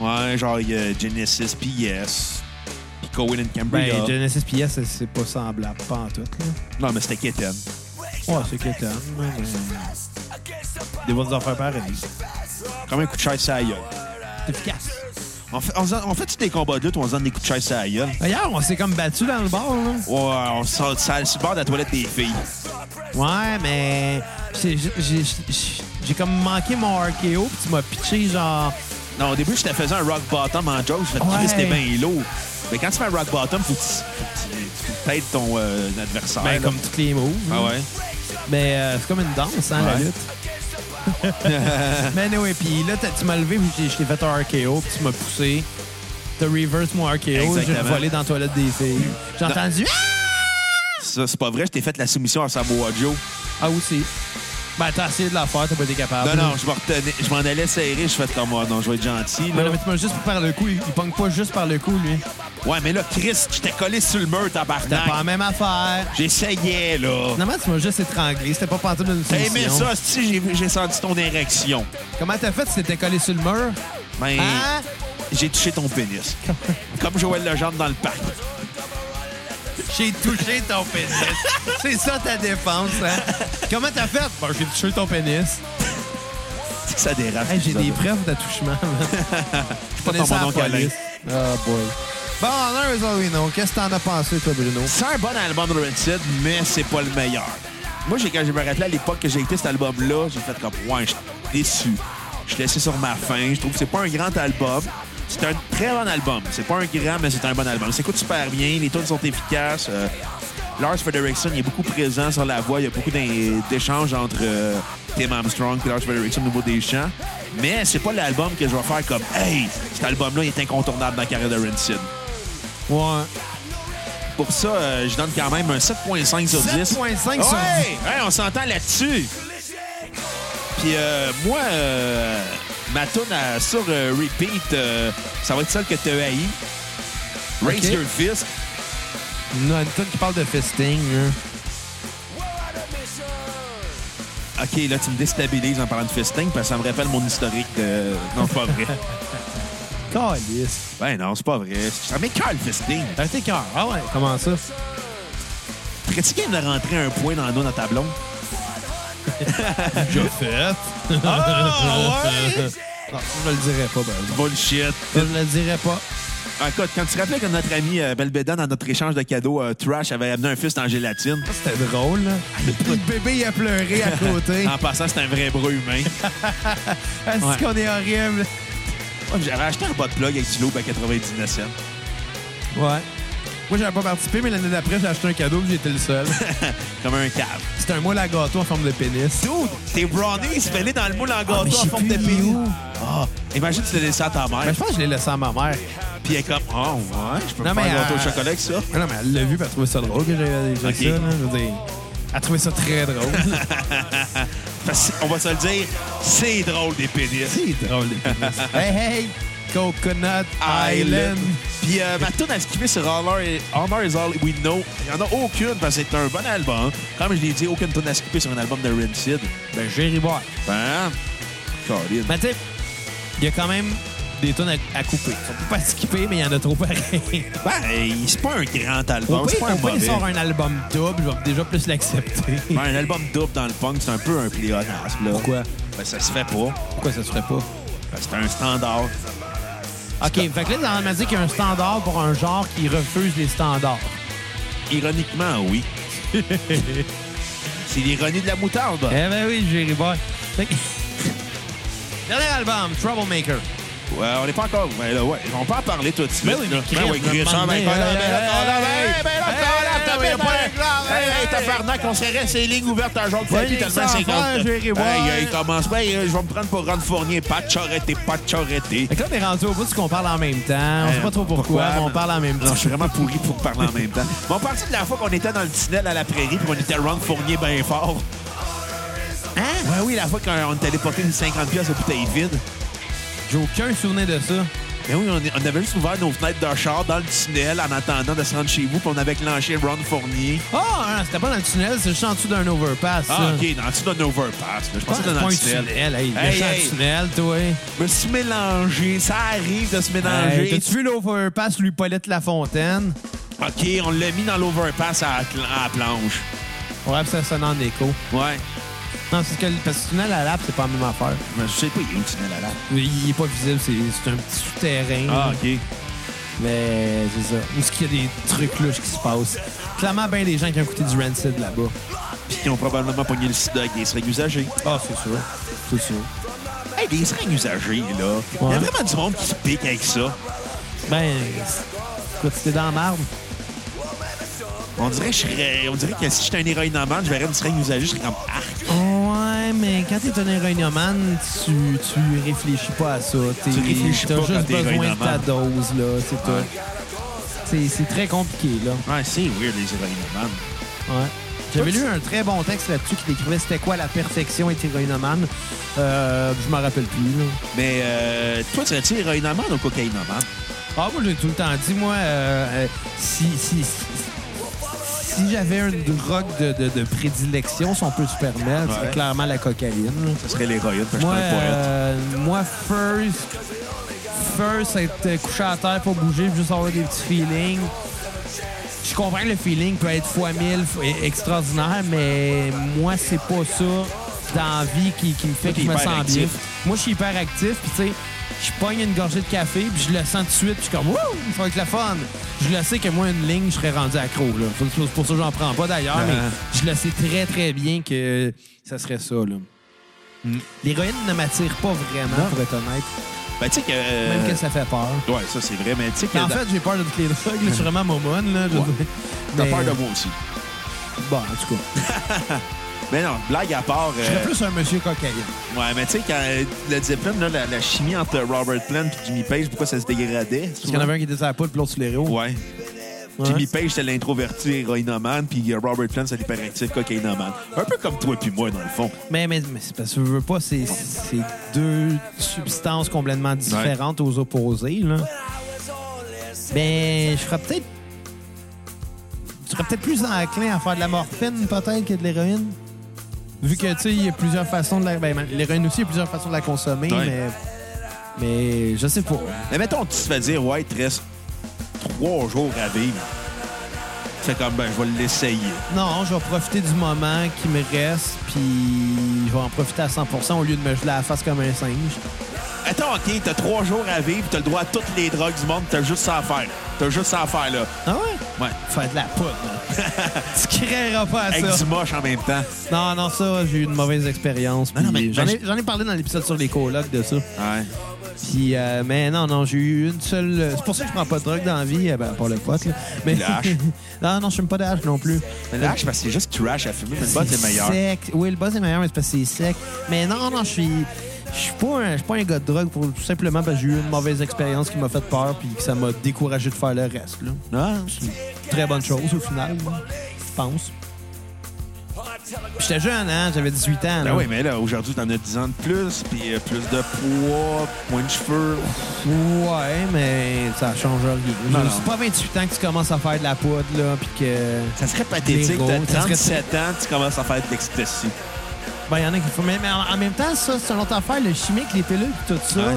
Ouais, genre il y a Genesis, puis Yes, puis Cohen and
Ben,
Cambria.
Genesis PS, c'est- c'est pas semblable, pas en tout. Là.
Non, mais c'était Kitten.
Ouais, c'est quétaine. mais- Des bonnes affaires pareilles.
Comme un coup de chaise sur la gueule.
C'est efficace.
On fait, on, se- on fait des combats de lutte où on se donne des coups de chaise sur la gueule?
D'ailleurs, on s'est comme battu dans le bar, là.
Ouais, on sort sur le bord de la toilette des filles.
Ouais, mais j'ai- j'ai- j'ai j'ai- j'ai comme manqué mon RKO, puis tu m'as pitché genre.
Non, au début, je te faisais un rock bottom en joke. Je fais
Ouais.
Chris, t'es bien lourd. Mais quand tu fais un rock bottom, faut que tu, faut que tu- faut que t'aides ton euh, adversaire.
Ben,
là.
comme toutes les moves.
Ah ouais?
Mais euh, c'est comme une danse, hein, la
Ouais.
lutte. mais anyway, puis là, t'as- tu m'as levé, puis j'ai- je t'ai fait un RKO, puis tu m'as poussé. T'as reverse mon RKO, j'ai
Exactement.
volé dans la toilette des filles. J'ai entendu. ah!
Ça, c'est pas vrai. Je t'ai fait la soumission à Samoa Joe.
Ah, aussi. Ben, t'as essayé de la faire, t'as pas été capable.
Non, non, je me retenais- je m'en allais serrer. Je fais comme moi. Non, je vais être gentil.
Mais
Là.
non, mais tu m'as juste par le coup, il, il pogne pas juste par le coup, lui.
Ouais, mais là, Chris, je t'ai collé sur le mur,
T'as pas la
tabarnak.
même affaire.
J'essayais, là.
Finalement, tu m'as juste étranglé, c'était pas pantoute d'une
T'as
solution.
aimé ça, si j'ai, j'ai senti ton érection.
Comment t'as fait si t'étais collé sur le mur?
Ben,
Hein?
j'ai touché ton pénis. Comme Joël Legendre dans le parc.
J'ai touché ton pénis. C'est ça ta défense, hein? Comment t'as fait? Bon, j'ai touché ton pénis.
C'est que Ça dérape.
Hey, j'ai
ça.
des preuves d'attouchement, man. Je
pas
connais
ton
ça à la
oncle Alain.
police. Ah, boy. Bon, there is all we know. Qu'est-ce que t'en as pensé, toi, Bruno?
C'est un bon album de Rancid, mais c'est pas le meilleur. Moi, j'ai, quand je me rappelais à l'époque que j'ai écouté cet album-là, j'ai fait comme, ouais, je suis déçu. Je suis laissé sur ma faim. Je trouve que c'est pas un grand album. C'est un très bon album. C'est pas un grand, mais c'est un bon album. Ça écoute super bien. Les tunes sont efficaces. Euh, Lars Frederiksen il est beaucoup présent sur la voix. Il y a beaucoup d'in- d'échanges entre euh, Tim Armstrong et Lars Frederiksen au niveau des chants. Mais c'est pas l'album que je vais faire comme Hey, cet album-là il est incontournable dans la carrière de Rancid.
Ouais.
Pour ça, euh, je donne quand même un 7.5 sur 10.
7.5
ouais!
sur
Ouais, on s'entend là-dessus. Puis euh, moi, euh, ma tune à- sur euh, repeat, euh, ça va être celle que tu as haï. Raise
Ok.
Your Fist.
Il y en a une tune qui parle de fisting, hein. là.
OK, là, tu me déstabilises en parlant de fisting parce que ça me rappelle mon historique de... Non, c'est pas vrai.
Calice.
ben non, c'est pas vrai. Ça m'écoeure, le fisting.
Un t'écœur. Ah ouais, comment ça?
Serais-tu game de rentrer un point dans le dos dans ta blonde?
Je fait.
Ah, ouais?
Non, je le dirais pas, ben.
Bullshit.
Je le dirais pas.
Écoute, quand tu te rappelais que notre ami euh, Belbédan, dans notre échange de cadeaux, euh, Trash avait amené un fist en gélatine.
C'était drôle, là. Ah, Le bébé, il a pleuré à côté.
En passant, c'est un vrai bras humain.
Est-ce
Ouais.
qu'on est horrible?
Ouais, J'avais acheté un bas de plug avec du loup à 99 cents.
Ouais. Moi, j'avais pas participé, mais l'année d'après, j'ai acheté un cadeau puis j'étais le seul.
Comme un cave.
C'était un moule à gâteau en forme de pénis.
Dude, tes brownies se mêlaient dans le moule en gâteau
Ah, mais je
en
sais
forme de
plus
pénis.
où.
Ah, imagine tu le laissais à ta
Mais
mère.
Ben, je pense que je l'ai laissé à ma mère.
Puis elle est comme, oh ouais, je peux
Non,
me faire
mais,
un gâteau au
euh,
chocolat avec ça.
Mais non, mais elle l'a vu, puis elle a trouvé ça drôle que j'ai j'ai
Ok.
ça. là. Je veux dire, elle a trouvé ça très drôle.
Parce que, on va se le dire, c'est drôle des pénis.
C'est drôle, les pénis. hey, hey! Coconut Island!
Island. Puis euh, ma tune à skipper sur Honor is, Honor is All We Know. Il n'y en a aucune parce que c'est un bon album. Comme je l'ai dit, aucune tune à skipper sur un album de Rancid.
Ben, j'ai boire.
Ben, Colin.
Mais tu sais, il y a quand même des tonnes à, à couper. On peut pas skipper, mais il y en a trop pareil.
Ben, c'est pas un grand
Au
album.
pire,
C'est pas un
au pire, il
mauvais.
sort un album double, je vais déjà plus l'accepter.
Ben, un album double dans le punk, c'est un peu un pléonasme. Là.
Pourquoi?
Ben, ça se fait pas.
Pourquoi ça se ferait pas?
Ben, c'est un standard.
OK, fait que là, on m'a dit qu'il y a un standard pour un genre qui refuse les standards.
Ironiquement, oui. c'est l'ironie de la moutarde.
Eh ben oui, Jerry Boy. Fait que- Dernier album, Troublemaker.
Ouais, on n'est pas encore. Ben là, ouais, on peut en parler tout de suite.
oui,
là.
mais
Ben oui,
Chris,
Chris, ah, ben,
hey,
ben là,
hey,
ben là, ben là,
hey,
ben là, ben là, ben là,
hey,
ben là, ben
hey,
là,
hey,
hey, hey, tabarnak, on serait ces lignes ouvertes à Jacques Fabi
les
tellement c'est
enfants, j'irai
contre.
voir.
Hey, il commence pas, je vais me prendre pour Ron Fournier. Pas de charreté, pas de charreté.
Fait que là, on est rendu au bout, c'est qu'on parle en même temps. On sait pas trop Euh, pourquoi, mais on
mais-
parle en même temps.
Non, je suis vraiment pourri pour parler en même temps. Mais on partit de la fois qu'on était dans le tunnel à la prairie puis on était Ron Fournier bien fort. Hein? Ouais, oui, la fois qu'on était allé porter une 50 pièces de bouteille vide.
J'ai aucun souvenir de ça.
Mais oui, on, on avait juste ouvert nos fenêtres de char dans le tunnel en attendant de se rendre chez vous puis on avait clenché Ron Fournier.
Ah, non, c'était pas dans le tunnel, c'est juste en dessous d'un overpass.
Ah,
ça.
OK, dans le dessous d'un overpass. là. Je pensais que
C'est
c'était
pas
dans
un
le
tunnel.
tunnel.
Hey, il
Hey,
y a
hey.
un tunnel, toi.
Je me suis mélangé. Ça arrive de se mélanger.
Hey, T'as-tu vu l'overpass lui, Paulette Lafontaine?
OK, on l'a mis dans l'overpass à, la cl- à la planche.
Ouais, puis ça sonne en écho.
Ouais.
Non, c'est que, parce que le tunnel à lap, c'est pas la même affaire.
Mais je sais pas, il y a eu le tunnel à la...
Mais Il est pas visible, c'est c'est un petit souterrain.
Ah,
là.
OK.
Mais c'est ça. Où est-ce qu'il y a des trucs louches qui se passent? Clairement, bien des gens qui ont écouté du Rancid là-bas.
Puis ils ont probablement pogné le sida avec des seringues usagées.
Ah, c'est sûr. C'est sûr.
Hey, des seringues usagées, là. Il y
Ouais.
a vraiment du monde qui se pique avec ça.
Ben, écoute, c'était dans la marbre.
On dirait, que je serais- on dirait que si j'étais un héroïnomane, je verrais une seringue usagée, je serais comme ah! arc.
Ouais, mais quand t'es un héroïnomane, tu, tu réfléchis pas à ça. T'es-
Tu réfléchis
T'as
pas quand
juste
t'es
besoin de ta
héroïnomane.
dose, là. C'est tout. C'est- C'est très compliqué, là.
Ouais, c'est weird, les héroïnomanes.
Ouais. J'avais
Toi,
lu un très bon texte là-dessus qui décrivait c'était quoi la perfection être héroïnomane. Euh, je m'en rappelle plus, là.
Mais euh, toi, tu serais-tu héroïnomane ou cocaïnomane?
Ah, moi, j'ai tout le temps dit, moi, euh, euh, si, si, si, si j'avais une drogue de, de- de prédilection, si on peut se permettre,
Ouais.
c'est clairement la cocaïne. là.
Ce serait l'héroïne, parce que
Moi,
je suis un poète.
euh, moi, first, first, être couché à terre, pas bouger, juste avoir des petits feelings. Je comprends que le feeling peut être fois mille, fois- extraordinaire, mais moi, c'est pas ça d'envie qui, qui me fait
Toi,
que
t'es
je me
hyper
sens bien.
actif.
Moi, je suis hyper actif, puis tu sais, je pogne une gorgée de café, puis je le sens tout de suite, puis je suis comme « Wouh! Il faut que la fun! » Je le sais que moi, une ligne, je serais rendu accro. là. C'est pour- c'est pour ça que j'en prends pas, d'ailleurs, mais
Ah.
je le sais très, très bien que ça serait ça, là. Hmm. L'héroïne ne m'attire pas vraiment, pour être honnête.
Ben, tu sais que... euh,
Même que ça fait peur.
Ouais, ça, c'est vrai, mais tu sais que...
en
dans-
fait, j'ai peur de toutes les drogues. là. Je suis vraiment momone. Là, je...
Ouais.
Mais-
T'as peur de moi aussi.
Bon, en tout cas.
Mais non, blague à part...
Je serais
euh,
plus un monsieur cocaïne.
Ouais, mais tu sais, quand euh, le Zeppelin, là, la, la chimie entre Robert Plant et Jimmy Page, pourquoi ça se dégradait?
Parce qu'il y en avait un qui était sur la poule, puis l'autre sur les roues.
Ouais. Jimmy Page, c'était l'introverti héroïnomane, puis euh, Robert Plant, c'est l'hyperactif cocaïnomane. Un peu comme toi puis moi, dans le fond.
Mais, mais, mais c'est parce que je veux pas, c'est c'est deux substances complètement différentes aux opposés. Là. Ben, je serais peut-être. Je serais peut-être plus enclin à faire de la morphine, peut-être, que de l'héroïne. Vu que, tu sais, il y a plusieurs façons de la. Ben, l'héroïne aussi, il y a plusieurs façons de la consommer,
Ouais.
mais. Mais je sais pas.
Mais mettons, tu te fais dire, ouais, il te reste trois jours à vivre. C'est comme, ben, je vais l'essayer.
Non, je vais profiter du moment qui me reste, puis je vais en profiter à 100 au lieu de me geler la face comme un singe.
Attends, OK, t'as trois jours à vivre, t'as le droit à toutes les drogues du monde, t'as juste ça à faire. T'as juste ça à faire, là.
Ah ouais?
Ouais.
Faire de la poudre. tu créeras pas à
Avec
ça.
du moche en même temps.
Non, non, ça, j'ai eu une mauvaise expérience.
Non, non,
puis
mais-
J'en ai, j'en ai parlé dans l'épisode sur les colocs de ça.
Ouais.
Puis, euh, mais non, non, j'ai eu une seule. euh, C'est pour ça que je prends pas de drogue dans la vie, euh, ben, pour le pot. Là. Mais...
Le hash.
non, non, je fume pas de hache non plus.
Mais là, je parce que c'est juste trash à fumer, mais le bas, c'est meilleur.
Sec. Oui, le bas, c'est meilleur, mais c'est parce que c'est sec. Mais non, non, je suis. Je suis pas, un- je suis pas un gars de drogue pour, tout simplement parce que j'ai eu une mauvaise expérience qui m'a fait peur puis que ça m'a découragé de faire le reste. Là.
Non,
C'est une très bonne chose au final, là, je pense. Puis J'étais jeune, hein? J'avais 18 ans.
Ben
là.
oui, mais là, aujourd'hui, t'en as 10 ans de plus, puis euh, plus de poids, moins de cheveux.
Ouais, mais ça change rien.
Non, non.
C'est pas 28 ans que tu commences à faire de la poudre, là, puis que...
Ça serait pathétique,
Des
t'as
rôles, ça serait-
37 ans, tu commences à faire de l'ecstasy.
Ben, il y en a qui font... Mais, mais en, en même temps, ça, c'est une autre affaire, le chimique, les pilules, puis tout ça.
Ouais.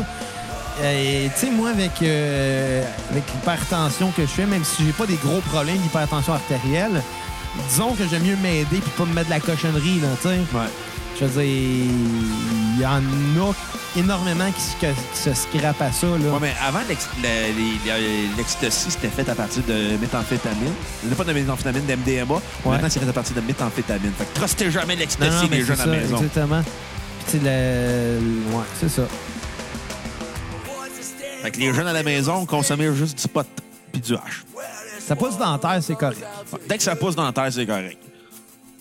Euh, et, tu sais, moi, avec, euh, avec l'hypertension que je fais, même si j'ai pas des gros problèmes d'hypertension artérielle, disons que j'aime mieux m'aider puis pas me mettre de la cochonnerie, là, tu sais.
Ouais.
Je veux dire, il y en a énormément qui, se- qui se scrapent à ça, là.
Ouais, mais avant, l'ex- le- les- les- l'ecstasy, c'était fait à partir de méthamphétamine. Il n'y a pas de méthamphétamine, d'MDMA. Maintenant, c'est fait à partir de méthamphétamine. Fait que trustez jamais
Non, non,
l'ecstasy,
mais
les
c'est
jeunes à
ça,
la maison.
Exactement. Puis, tu sais, le... le- Ouais, c'est ça.
Fait que les jeunes à la maison consommaient juste du pot puis du hache.
Ça pousse dans la terre, c'est correct.
Ouais. Dès que ça pousse dans la terre, c'est correct.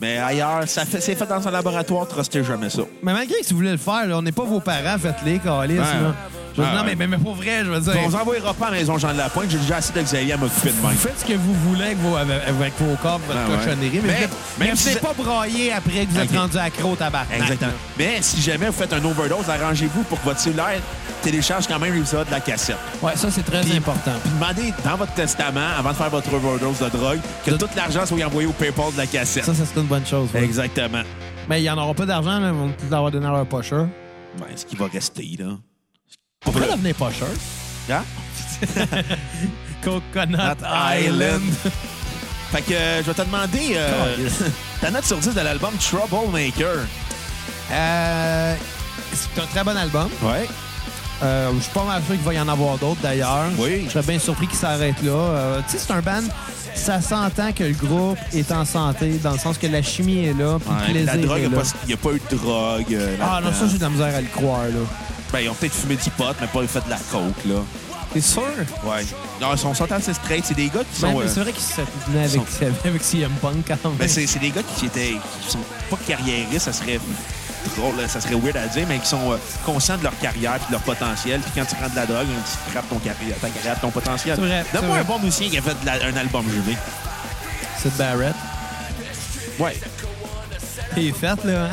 Mais ailleurs, ça fait, c'est fait dans un laboratoire, trustez jamais ça.
Mais malgré que si vous voulez le faire, là, on n'est pas vos parents, faites-les, calice. là. Je veux dire,
Ouais,
non,
ouais.
mais, mais, mais pour vrai, je veux dire.
On vous envoyera pas à la maison Jean de la Pointe, j'ai déjà assez de Xavier à m'occuper de même.
Faites ce que vous voulez avec vos, avec, avec vos corps, votre
Ah ouais.
cochonnerie, mais,
Mais-
vous êtes-
mais
mais vous
si
n'êtes
c'est-
pas braillé après que vous êtes
Ok.
rendu accro au tabac.
Exactement. Mais si jamais vous faites un overdose, arrangez-vous pour que votre cellulaire télécharge quand même l'épisode de la cassette.
Ouais, ça, c'est très important.
Puis demandez dans votre testament, avant de faire votre overdose de drogue, que tout l'argent soit envoyé au PayPal de la cassette.
Ça, ça serait une bonne chose. ouais.
Exactement.
Mais ils n'en auront pas d'argent, là, ils vont tout avoir donné à leur pocheur.
Ben, ce qui va rester, là.
Pourquoi devenir pocheur?
Hein?
Coconut
Island. fait que euh, je vais te demander euh,
Oh, yes.
ta note sur 10 de l'album Troublemaker.
Euh, c'est un très bon album.
Ouais.
Euh, je suis pas mal sûr qu'il va y en avoir d'autres d'ailleurs.
Oui.
Je serais bien surpris qu'il s'arrête là. Euh, tu sais, c'est un band, ça s'entend que le groupe est en santé, dans le sens que la chimie est là, puis le plaisir
la drogue,
est
il
là.
n'y a, pas eu de drogue. euh,
Ah non,
là-dedans.
ça, j'ai de la misère à le croire, là.
Ben, ils ont peut-être fumé du pot, mais pas fait de la coke, là.
T'es sûr?
Ouais. Non, ils sont sortis assez straight. C'est des gars qui
Ben,
sont.
mais
euh,
c'est vrai qu'ils se tenaient avec, avec CM Punk quand même.
ben, c'est c'est des gars qui étaient. qui sont pas carriéristes, ça serait drôle, ça serait weird à dire, mais qui sont euh, conscients de leur carrière et de leur potentiel. Puis quand tu prends de la drogue, tu frappes ton carrière, ta carrière, ton potentiel.
C'est vrai, c'est
Donne-moi
vrai.
un bon musicien qui a fait de la- un album juvé.
C'est Barrett.
Ouais.
T'es faite, là, hein?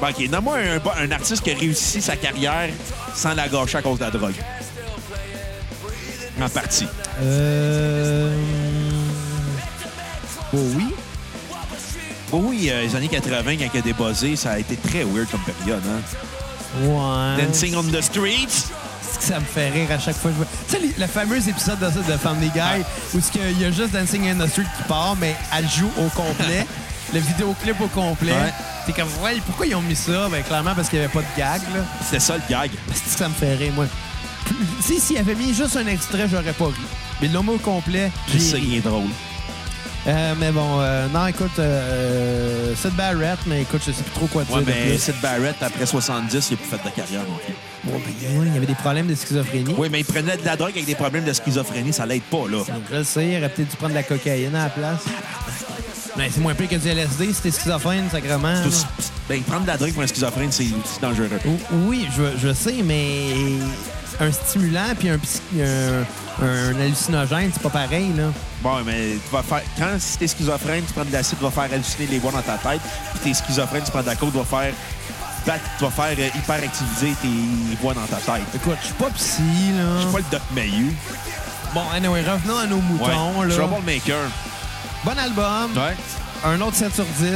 Bon, Ben, OK, donne-moi un, bon- un artiste qui a réussi sa carrière sans la gâcher à cause de la drogue. En partie.
Euh... Bon, oui.
Oui, euh, les années 80, quand il a débuzzé, ça a été très weird comme période. Hein?
Ouais.
Dancing on the streets.
C'est que ça me fait rire à chaque fois que je vois. Tu sais, les- le fameux épisode de, ça, de Family Guy où c'est qu'il y a juste Dancing in the Street qui part, mais elle joue au complet. le vidéoclip au complet.
Ouais.
T'es comme, ouais, pourquoi ils ont mis ça? Ben, clairement, parce qu'il n'y avait pas de gag, là.
C'était ça le gag.
C'est que ça me fait rire, moi. Si, s'il avait mis juste un extrait, j'aurais pas ri. Mais le mot au complet, j'ai
C'est
ri.
rien drôle.
Euh, mais bon, euh, non, écoute, euh, c'est de Barrett, mais écoute, je sais plus trop quoi dire.
Ouais,
de
ben,
plus.
Sid Barrett, après 70, il a plus fait de carrière non plus.
Bon, ben, ouais, il y avait des problèmes de schizophrénie.
Oui, mais il prenait de la drogue avec des problèmes de schizophrénie, ça l'aide pas, là.
Donc, je le sais, il aurait peut-être dû prendre de la cocaïne à la place. Mais c'est moins pire que du LSD, c'était schizophrène, sacrément. là.
Tout- Ben, prendre de la drogue pour un schizophrène, c'est c'est dangereux.
O- Oui, je, je sais, mais un stimulant puis un, psy- un, un hallucinogène, c'est pas pareil, là.
Bon, mais tu vas faire. Quand si t'es schizophrène, tu prends de l'acide, tu vas faire halluciner les voix dans ta tête. Puis t'es schizophrène, tu prends de la coke, tu vas faire. bat- Tu vas faire euh, hyperactiviser tes voix dans ta tête.
Écoute, je suis pas psy, là.
Je suis pas le Doc Mayu.
Bon, anyway, revenons à nos moutons, là.
Troublemaker.
Bon album,
Ouais.
un autre 7 sur 10.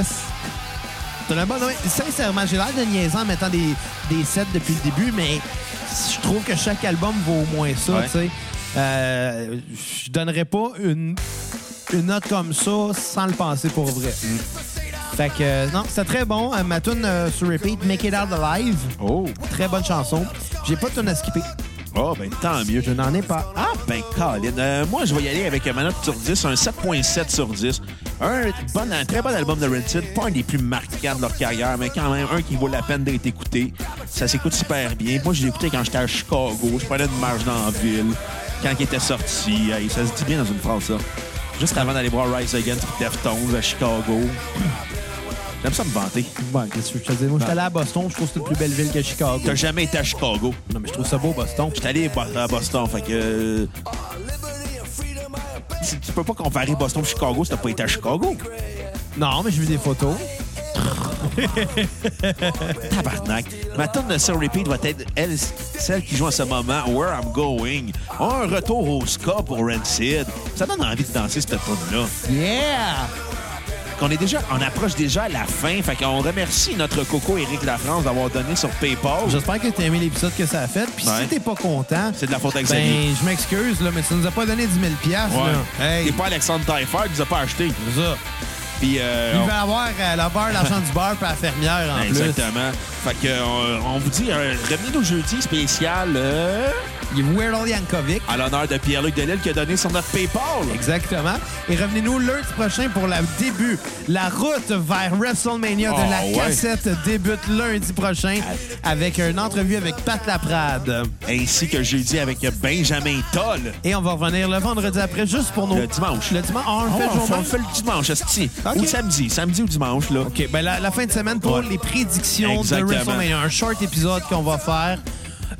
C'est un bon... ouais, Sincèrement, j'ai l'air de niaisant en mettant des, des 7 depuis le début, mais je trouve que chaque album vaut au moins ça,
Ouais.
tu sais. Euh, je donnerais pas une, une note comme ça sans le penser pour vrai. Fait que, euh, non, c'était très bon. Euh, ma tune euh, sur repeat, Make It Out Alive.
Oh.
Très bonne chanson. J'ai pas de tune à skipper.
Oh, ben tant mieux.
Je n'en ai pas.
Ah, ben, Colin. euh, moi, je vais y aller avec euh, ma note sur 10, un 7.7 sur 10. Un, bon, un très bon album de Rancid, pas un des plus marquants de leur carrière, mais quand même un qui vaut la peine d'être écouté. Ça s'écoute super bien. Moi, je l'ai écouté quand j'étais à Chicago. Je prenais une marche dans la ville. Quand il était sorti, Hey, ça se dit bien dans une phrase, ça. Juste avant d'aller voir Rise Against Deftones à Chicago. J'aime ça me vanter.
Bon, qu'est-ce que je te dis? Moi, je suis allé à Boston. Je trouve que c'est une plus belle ville que Chicago.
T'as jamais été à Chicago.
Non, mais je trouve ça beau, Boston.
J'étais allé bo- à Boston, fait que. euh, Tu, tu peux pas comparer Boston et Chicago si t'as pas été à Chicago.
Non, mais j'ai vu des photos.
Tabarnak. Ma tune de Sir Repeat va être elle, celle qui joue en ce moment, Where I'm Going. Un retour au ska pour Rancid. Ça donne envie de danser cette tune-là.
Yeah!
qu'on est déjà, on approche déjà à la fin. Fait qu'on remercie notre coco Éric Lafrance d'avoir donné sur PayPal.
J'espère que t'as aimé l'épisode que ça a fait. Puis
Ouais.
si t'es pas content,
C'est de la faute à Xavier.
ben je m'excuse, là, mais ça nous a pas donné 10 000 piastres,
Ouais.
Ben, là. Hey,
T'es pas Alexandre Taillefer qui nous a pas acheté.
c'est ça.
Puis, euh,
Il
on-
va avoir euh, la beurre, l'argent du beurre, puis la fermière en plus.
Exactement. Fait que euh, on vous dit, euh, revenez au jeudi spécial. euh,
Il est Weird Al Yankovic.
À l'honneur de Pierre-Luc Delisle qui a donné sur notre PayPal.
Exactement. Et revenez-nous lundi prochain pour le début. La route vers WrestleMania
Oh,
de la
ouais.
cassette débute lundi prochain avec une entrevue avec Pat Laprade.
Ainsi que jeudi avec Benjamin Toll.
Et on va revenir le vendredi après juste pour nos...
Le dimanche.
Le dimanche. Ah, on le fait le
on,
jour
fait- on
même?
fait le dimanche, esti.
Ok.
Ou samedi. Samedi ou dimanche, là.
OK, ben la, la fin de semaine pour
Ouais.
les prédictions
Exactement.
de WrestleMania. Un short épisode qu'on va faire.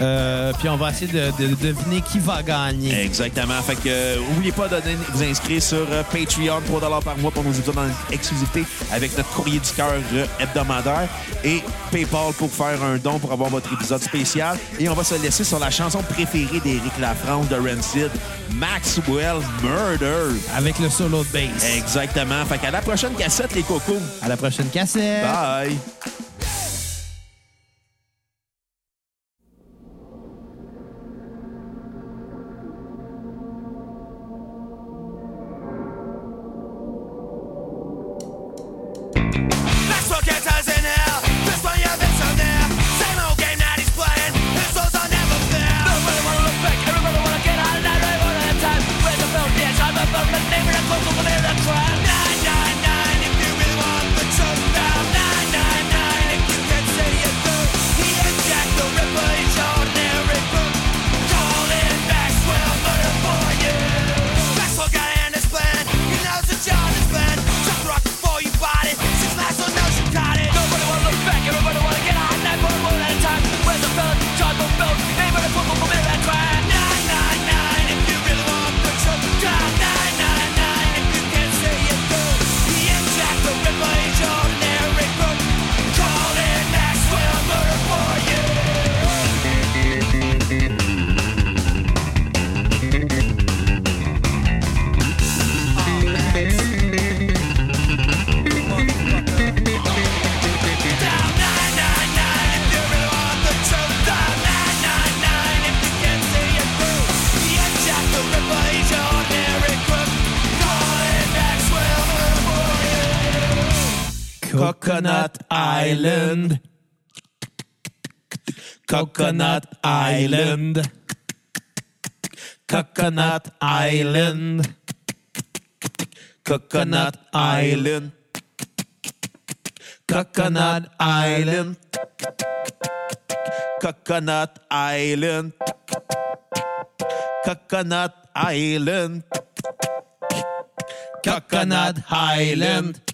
Euh, puis on va essayer de, de- de deviner qui va gagner.
Exactement. Fait que, euh, oubliez pas de donner- vous inscrire sur euh, Patreon, 3 par mois pour nos épisodes en exclusivité avec notre courrier du cœur euh, hebdomadaire et PayPal pour faire un don pour avoir votre épisode spécial. Et on va se laisser sur la chanson préférée d'Éric Lafrance de Rancid, Maxwell Murder.
Avec le solo de bass.
Exactement. Fait qu'à la prochaine cassette, les cocos.
À la prochaine cassette.
Bye.
Let's look at us in hell. This one you there. Same old game that he's playing. His souls are never fair. Nobody wanna look back. Everybody wanna get out. Not everyone at a time. Raise a phone, yes, I'm a phone. But name it a close over there. That's right. Nine, nine, nine. If you really want the truth now. Nine, nine, nine. If you can see it through. He is Jack the Ripper. He's ordinary crook. Call in Maxwell Murder for you. Maxwell got it in his plan. He knows the job is planned. Just rock before you bought it. Six last one knows you got it. Nobody wanna look back, everybody wanna get out. Nine point one at a time. Where's the belt? John will build. Name it a football for me, that's right. Nine, nine, nine, if you really want the truth. John, nine, nine, nine, if you can see it through. The exact the ripper is your ordinary crook. Call in Maxwell Murder for you.
Bah, Coconut Island. Coconut Island. Coconut Island. Coconut Island. Coconut Island. Coconut Island. Coconut Island. Coconut Island.